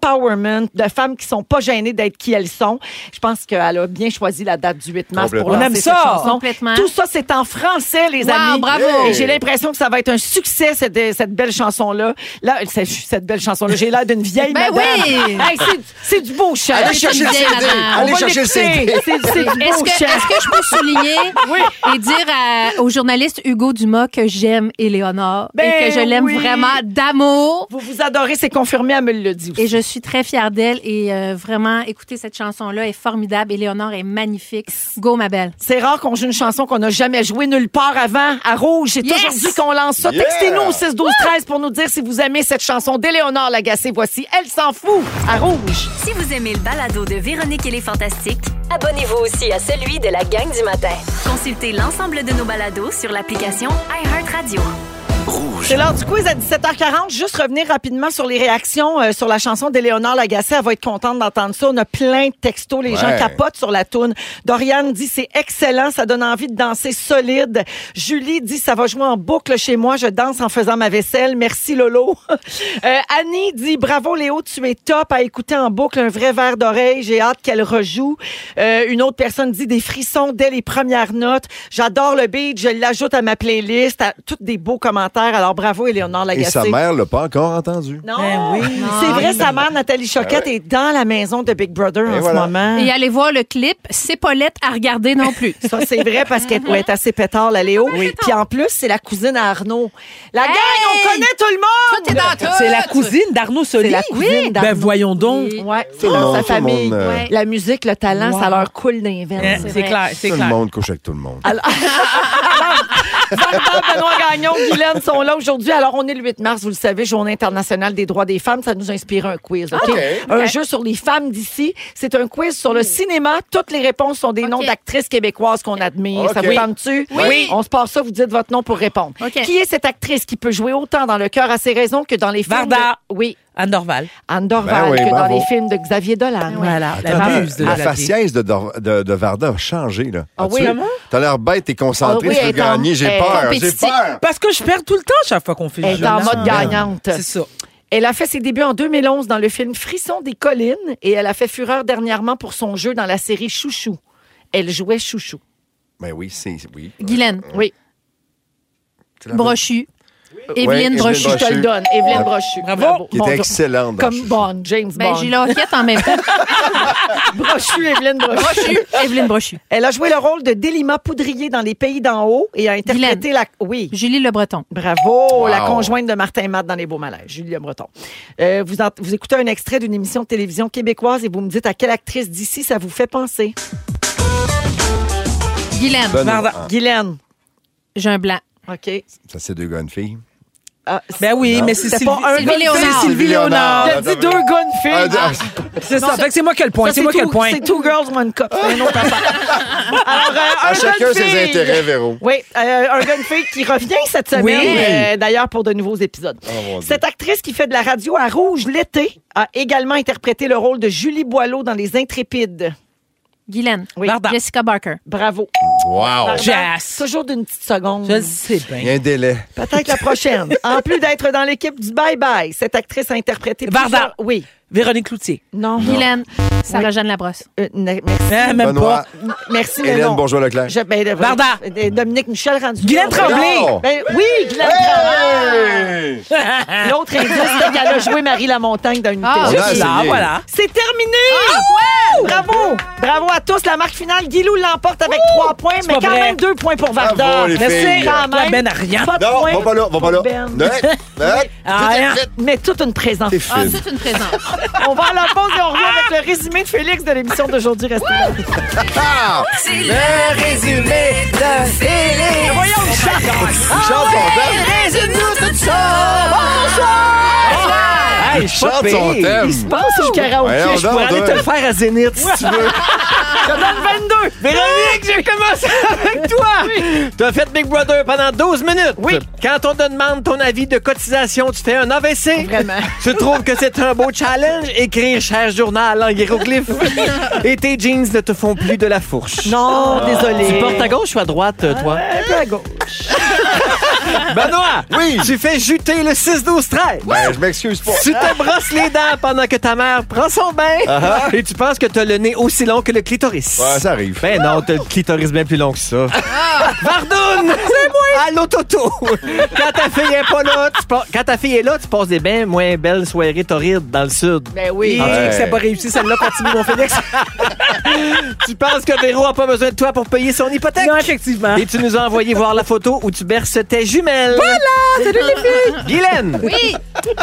Speaker 2: d'empowerment, de femmes qui sont pas gênées d'être qui elles sont. Je pense qu'elle a bien choisi la date du 8 mars pour
Speaker 1: Complètement.
Speaker 3: On
Speaker 2: lancer
Speaker 3: aime
Speaker 2: cette
Speaker 3: ça.
Speaker 2: chanson.
Speaker 4: Complètement.
Speaker 2: Tout ça, c'est en français, les
Speaker 4: Wow,
Speaker 2: amis.
Speaker 4: bravo.
Speaker 2: Et j'ai l'impression que ça va être un succès, cette, cette belle chanson-là. Là, c'est- cette belle chanson-là, j'ai l'air d'une vieille
Speaker 4: Ben
Speaker 2: madame.
Speaker 4: oui.
Speaker 2: Hey, c'est- c'est du beau chant.
Speaker 1: Allez
Speaker 4: Elle est
Speaker 1: chercher le
Speaker 4: une vieille
Speaker 1: CD!
Speaker 4: madame.
Speaker 1: Allez
Speaker 2: On va
Speaker 1: chercher le
Speaker 2: l'écouter.
Speaker 1: CD!
Speaker 2: C'est c'est du
Speaker 4: Est-ce
Speaker 2: beau
Speaker 4: que,
Speaker 2: chant.
Speaker 4: est-ce que je peux souligner et dire à- au journaliste Hugo Dumas que j'aime Éléonore
Speaker 2: Ben
Speaker 4: et que je l'aime
Speaker 2: oui.
Speaker 4: vraiment d'amour?
Speaker 2: Vous vous adorez, c'est confirmé, elle me le dit aussi.
Speaker 4: Et je suis très fière d'elle et euh, vraiment, écouter cette chanson-là est formidable. Éléonore est magnifique. Go, ma belle.
Speaker 2: C'est rare qu'on joue une chanson qu'on n'a jamais jouée nulle part avant à Rouge. C'est
Speaker 4: Yes!
Speaker 2: aujourd'hui qu'on lance ça.
Speaker 1: Yeah!
Speaker 2: Textez-nous au 6 12 13 pour nous dire si vous aimez cette chanson d'Éléonore Lagacé. Voici Elle s'en fout à Rouge.
Speaker 5: Si vous aimez le balado de Véronique et les Fantastiques,
Speaker 6: Abonnez-vous aussi à celui de la gang du matin.
Speaker 5: consultez l'ensemble de nos balados sur l'application iHeartRadio.
Speaker 2: C'est l'heure du quiz à 17h40. Juste revenir rapidement sur les réactions euh, sur la chanson d'Éléonore Lagacé. Elle va être contente d'entendre ça. On a plein de textos. Les gens
Speaker 1: Ouais.
Speaker 2: capotent sur la toune. Doriane dit c'est excellent. Ça donne envie de danser solide. Julie dit ça va jouer en boucle chez moi. Je danse en faisant ma vaisselle. Merci Lolo. Euh, Annie dit bravo Léo, tu es top à écouter en boucle. Un vrai verre d'oreille. J'ai hâte qu'elle rejoue. Euh, une autre personne dit des frissons dès les premières notes. J'adore le beat. Je l'ajoute à ma playlist. À- Toutes des beaux commentaires. Alors bravo Éléonore
Speaker 1: Et
Speaker 2: Lagacé.
Speaker 1: sa mère l'a pas encore entendu.
Speaker 2: Non.
Speaker 3: Ben oui.
Speaker 2: C'est vrai, sa mère, Nathalie Choquette, est dans la maison de Big Brother en
Speaker 1: Ben voilà.
Speaker 2: ce moment.
Speaker 4: Et allez voir le clip. C'est pas lettre à regarder non plus.
Speaker 2: Ça, c'est vrai parce qu'elle doit être assez pétard, la Léo. Puis en plus, c'est la cousine à Arnaud. La gang, on connaît tout le monde!
Speaker 4: Tout est dans tout.
Speaker 3: C'est la cousine d'Arnaud Soli.
Speaker 2: C'est la cousine d'Arnaud
Speaker 3: Ben voyons donc.
Speaker 4: Oui.
Speaker 2: Ouais, c'est
Speaker 1: le
Speaker 2: dans
Speaker 1: monde,
Speaker 2: sa
Speaker 1: tout le monde,
Speaker 2: famille.
Speaker 1: euh,
Speaker 4: Ouais. Eh,
Speaker 2: La musique, le talent,
Speaker 3: Wow.
Speaker 2: ça leur coule dans les
Speaker 3: Hein,
Speaker 2: veines.
Speaker 4: C'est
Speaker 3: C'est
Speaker 4: vrai.
Speaker 3: clair, c'est
Speaker 1: Tout le
Speaker 3: clair.
Speaker 1: monde couche avec tout le monde.
Speaker 2: Alors, Varda, Benoît Gagnon, Guylaine sont là aujourd'hui. Alors, on est le 8 mars, vous le savez, Journée internationale des droits des femmes. Ça nous a inspiré un quiz, OK? Un jeu sur les femmes d'ici. C'est un quiz sur le cinéma. Toutes les réponses sont des noms
Speaker 4: Hmm. OK.
Speaker 2: d'actrices québécoises qu'on admire. Ça
Speaker 1: OK.
Speaker 2: vous tente-tu?
Speaker 4: Oui.
Speaker 2: On se passe ça, vous dites votre nom pour répondre.
Speaker 4: OK.
Speaker 2: Qui est cette actrice qui peut jouer autant dans Le cœur à ses raisons que dans les films?
Speaker 3: Varda.
Speaker 2: de- Oui.
Speaker 3: Anne Dorval.
Speaker 2: Anne Dorval,
Speaker 1: Ben oui,
Speaker 2: que dans
Speaker 1: bravo.
Speaker 2: les films de Xavier Dolan.
Speaker 4: Ben
Speaker 3: Voilà. La
Speaker 1: Attends,
Speaker 3: muse de
Speaker 1: la
Speaker 3: Xavier.
Speaker 1: faciès de, Dor- de, de Varda a changé. Là.
Speaker 2: Ah
Speaker 1: As-tu
Speaker 2: oui?
Speaker 1: vu?
Speaker 2: Comment?
Speaker 1: T'as l'air bête et
Speaker 2: Ah
Speaker 1: concentrée,
Speaker 2: oui,
Speaker 1: tu veux
Speaker 2: elle est en-
Speaker 1: gagner, j'ai
Speaker 2: elle est
Speaker 1: peur, j'ai
Speaker 4: compétitive.
Speaker 1: peur.
Speaker 3: Parce que je perds tout le temps chaque fois qu'on fait
Speaker 2: Elle
Speaker 3: le
Speaker 2: est en
Speaker 3: jeu.
Speaker 2: mode gagnante.
Speaker 3: C'est ça.
Speaker 2: Elle a fait ses débuts en 2011 dans le film Frisson des collines et elle a fait fureur dernièrement pour son jeu dans la série Chouchou. Elle jouait Chouchou.
Speaker 1: Ben oui, c'est... Oui.
Speaker 4: Guylaine.
Speaker 2: Oui.
Speaker 1: C'est la même-
Speaker 4: Brochu. Évelyne
Speaker 1: Évelyne
Speaker 4: Brochu.
Speaker 2: Je te le donne. Evelyne Brochu.
Speaker 3: Bravo.
Speaker 1: Qui était excellente dans
Speaker 2: Comme
Speaker 1: Chuchu.
Speaker 2: Bond, James
Speaker 4: Ben,
Speaker 2: Bond.
Speaker 4: j'ai la hoquette en même temps.
Speaker 2: Brochu, Evelyne Brochu.
Speaker 4: Evelyne Brochu.
Speaker 2: Elle a joué le rôle de Délima Poudrier dans Les Pays d'en haut et a interprété
Speaker 4: Guylaine.
Speaker 2: la. Oui.
Speaker 4: Julie Le Breton.
Speaker 2: Bravo,
Speaker 1: Wow.
Speaker 2: la conjointe de Martin Matt dans Les Beaux Malaises, Julia Breton. Euh, vous, en- vous écoutez un extrait d'une émission de télévision québécoise et vous me dites à quelle actrice d'ici ça vous fait penser.
Speaker 4: Guylaine.
Speaker 1: Donne-moi
Speaker 3: Varda.
Speaker 1: un.
Speaker 2: Guylaine.
Speaker 4: J'ai un blanc.
Speaker 2: OK.
Speaker 1: Ça, c'est deux gars, une fille.
Speaker 2: Ah,
Speaker 3: Ben oui,
Speaker 1: Non.
Speaker 3: mais c'est
Speaker 2: C'était
Speaker 3: Sylvie,
Speaker 2: pas un
Speaker 3: Sylvie
Speaker 2: gars,
Speaker 3: Léonard.
Speaker 4: c'est
Speaker 3: Sylvie
Speaker 1: Sylvie
Speaker 3: Léonard.
Speaker 1: Léonard.
Speaker 2: Elle a dit deux gars, une fille.
Speaker 1: Ah, ah,
Speaker 3: C'est ça. Fait que c'est moi qui ai le point.
Speaker 2: Ça,
Speaker 3: C'est moi qui ai le
Speaker 2: two-
Speaker 3: point.
Speaker 2: C'est Two Girls, One Cup. C'est un autre affaire. Alors, euh, un
Speaker 1: à
Speaker 2: gars,
Speaker 1: ah, chacun
Speaker 2: une
Speaker 1: ses
Speaker 2: fille.
Speaker 1: intérêts, Véro.
Speaker 2: Oui, euh, un gars, une fille qui revient cette semaine,
Speaker 3: Oui.
Speaker 2: euh, d'ailleurs, pour de nouveaux épisodes.
Speaker 1: Oh, mon Dieu.
Speaker 2: Cette actrice qui fait de la radio à Rouge l'été a également interprété le rôle de Julie Boileau dans Les Intrépides.
Speaker 4: Guylaine.
Speaker 2: Oui.
Speaker 3: Varda.
Speaker 4: Jessica Barker.
Speaker 2: Bravo. Ah,
Speaker 1: Wow!
Speaker 3: Jess.
Speaker 2: Toujours d'une petite seconde.
Speaker 3: Je le sais
Speaker 1: Il y a
Speaker 3: bien.
Speaker 1: un délai.
Speaker 2: Peut-être la prochaine. En plus d'être dans l'équipe du Bye Bye, cette actrice a interprété.
Speaker 3: Varda.
Speaker 2: plusieurs- Oui.
Speaker 3: Véronique Cloutier.
Speaker 2: Non.
Speaker 4: Guylaine. Sarah-Jeanne Labrosse.
Speaker 2: Euh, ne- merci.
Speaker 3: Hein, même
Speaker 1: Benoît,
Speaker 3: pas.
Speaker 2: Merci, mais non.
Speaker 1: Hélène Bourgeois-Leclerc.
Speaker 2: Je- ben, euh,
Speaker 3: Varda.
Speaker 2: euh, Dominique Michel rendu.
Speaker 3: Guylaine Tremblay.
Speaker 1: Non.
Speaker 2: Ben oui, Guylaine
Speaker 1: Hey!
Speaker 2: Tremblay. L'autre indice, c'est qu'elle a joué Marie Lamontagne dans une
Speaker 4: Ah,
Speaker 1: On a
Speaker 3: C'est ça,
Speaker 1: essayé.
Speaker 3: voilà.
Speaker 2: C'est terminé! Bravo! Bravo à tous. La marque finale, Guilou l'emporte avec trois points, mais
Speaker 3: pas
Speaker 2: quand
Speaker 3: vrai.
Speaker 2: même deux points pour Varda.
Speaker 1: Bravo, les
Speaker 3: Merci.
Speaker 1: filles.
Speaker 2: Quand même.
Speaker 3: La Ben à rien.
Speaker 2: Pas de
Speaker 1: Non,
Speaker 2: points
Speaker 1: va pas là, va
Speaker 2: pour
Speaker 1: pas là.
Speaker 2: Ben.
Speaker 1: Non, non,
Speaker 3: Ah, rien.
Speaker 2: Mais toute une présence.
Speaker 1: T'es
Speaker 4: Ah,
Speaker 1: fine.
Speaker 4: c'est une présence.
Speaker 2: On va à la pause et on revient avec le résumé de Félix de l'émission d'aujourd'hui. Restez là.
Speaker 1: Ah!
Speaker 8: Le résumé de Félix.
Speaker 2: Voyons, chante.
Speaker 1: Chante son
Speaker 8: Résume-nous tout ça.
Speaker 2: Hey, je suis pas
Speaker 1: Chante son
Speaker 2: pire.
Speaker 1: thème.
Speaker 2: Il se passe au karaoké.
Speaker 1: Voyons
Speaker 2: Je pourrais
Speaker 1: donc,
Speaker 2: aller te
Speaker 1: toi.
Speaker 2: le faire à Zénith si tu veux.
Speaker 9: Je te donne 22. Véronique, j'ai commencé avec toi. Tu as fait Big Brother pendant 12 minutes.
Speaker 2: Oui.
Speaker 9: Quand on te demande ton avis de cotisation, tu fais un AVC.
Speaker 2: Vraiment.
Speaker 9: Tu trouves que c'est un beau challenge, écrire cher journal en hiéroglyphe. Et tes jeans ne te font plus de la fourche.
Speaker 2: Non, Oh, désolé.
Speaker 9: Tu portes à gauche ou à droite, toi?
Speaker 2: Un peu à gauche.
Speaker 9: Benoît!
Speaker 1: Oui.
Speaker 9: Tu fais juter le 6-12-13.
Speaker 1: Ben, je m'excuse pas.
Speaker 9: Tu
Speaker 2: Ah.
Speaker 9: te brosses les dents pendant que ta mère prend son bain. Et tu penses que t'as le nez aussi long que le clitoris.
Speaker 1: Ah Ouais, ça arrive.
Speaker 9: Ben non, t'as le clitoris bien plus long que ça.
Speaker 3: Ah!
Speaker 9: Vardoune! C'est moi! À l'autoto! Quand ta fille est pas là, tu pa- quand ta fille est là, tu passes des bien moins belles soirées torrides dans le sud.
Speaker 2: Ben oui.
Speaker 3: Ah,
Speaker 1: Ouais.
Speaker 3: que ça n'a pas réussi, celle-là continue mon Félix.
Speaker 9: Tu penses que Véro a pas besoin de toi pour payer son hypothèque?
Speaker 3: Non, effectivement.
Speaker 9: Et tu nous as envoyé voir la photo où tu berces tes jumelles. Voilà! Salut les filles! Guylaine!
Speaker 4: Oui.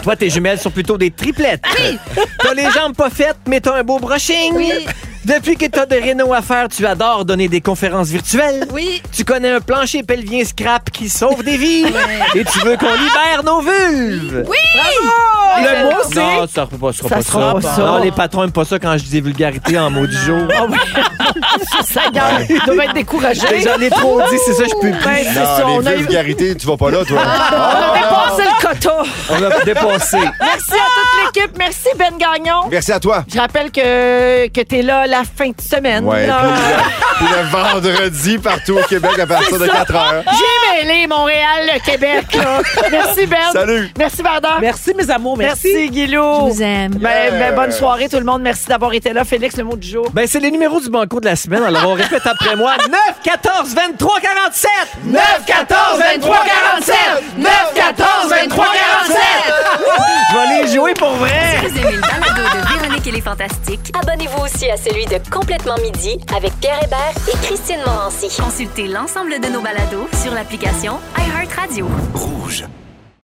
Speaker 9: Toi, tes jumelles sont plutôt des triplettes. Oui! T'as les jambes pas faites, mais t'as un beau brushing.
Speaker 4: Oui.
Speaker 9: Depuis que t'as des rénaux à faire, tu adores donner des conférences virtuelles.
Speaker 4: Oui.
Speaker 9: Tu connais un plancher pelvien scrap qui sauve des vies. Et tu veux qu'on libère nos vulves.
Speaker 4: Oui.
Speaker 3: Le mot,
Speaker 9: Non,
Speaker 3: c'est.
Speaker 9: ça ne pas, ça sera
Speaker 2: Ça
Speaker 9: pas
Speaker 2: sera
Speaker 9: ça.
Speaker 2: pas ça.
Speaker 9: Non, les patrons n'aiment pas ça quand je dis vulgarité en mots du jour.
Speaker 2: Ça gagne. Il doit être découragé.
Speaker 9: J'en ai trop dit, Ben, c'est ça, je peux plus.
Speaker 2: C'est ça,
Speaker 1: Non,
Speaker 2: on a
Speaker 1: les
Speaker 2: eu- Ah,
Speaker 1: vulgarités, tu vas pas là, toi. Ah.
Speaker 2: On a dépassé le quota.
Speaker 9: On a dépassé.
Speaker 2: Merci à toute l'équipe. Merci, Ben Gagnon.
Speaker 1: Merci à toi.
Speaker 2: Je rappelle que, que tu es là la fin de semaine.
Speaker 1: Ouais, puis
Speaker 2: Ah.
Speaker 1: le, puis le vendredi partout au Québec à partir de 4 heures.
Speaker 2: J'ai mêlé Montréal, le Québec. là. Merci, Ben.
Speaker 1: Salut.
Speaker 2: Merci, Varda.
Speaker 3: Merci, mes amours, merci.
Speaker 2: Guilou.
Speaker 4: Je vous aime.
Speaker 2: Ben, ben,
Speaker 1: Yeah.
Speaker 2: bonne soirée, tout le monde. Merci d'avoir été là. Félix, le mot du jour.
Speaker 9: Ben, c'est les numéros du banco de la semaine. Alors, on répète après moi. 9, 14, 23, 47! 9, 14, 23, 47! 9, 14, 23, 47! Je vais aller jouer pour vrai.
Speaker 5: Vous aimez le balado de Véronique et les Fantastiques?
Speaker 6: Abonnez-vous aussi à celui de Complètement Midi avec Pierre Hébert et Christine Morancy.
Speaker 5: Consultez l'ensemble de nos balados sur l'application iHeartRadio.
Speaker 10: Rouge.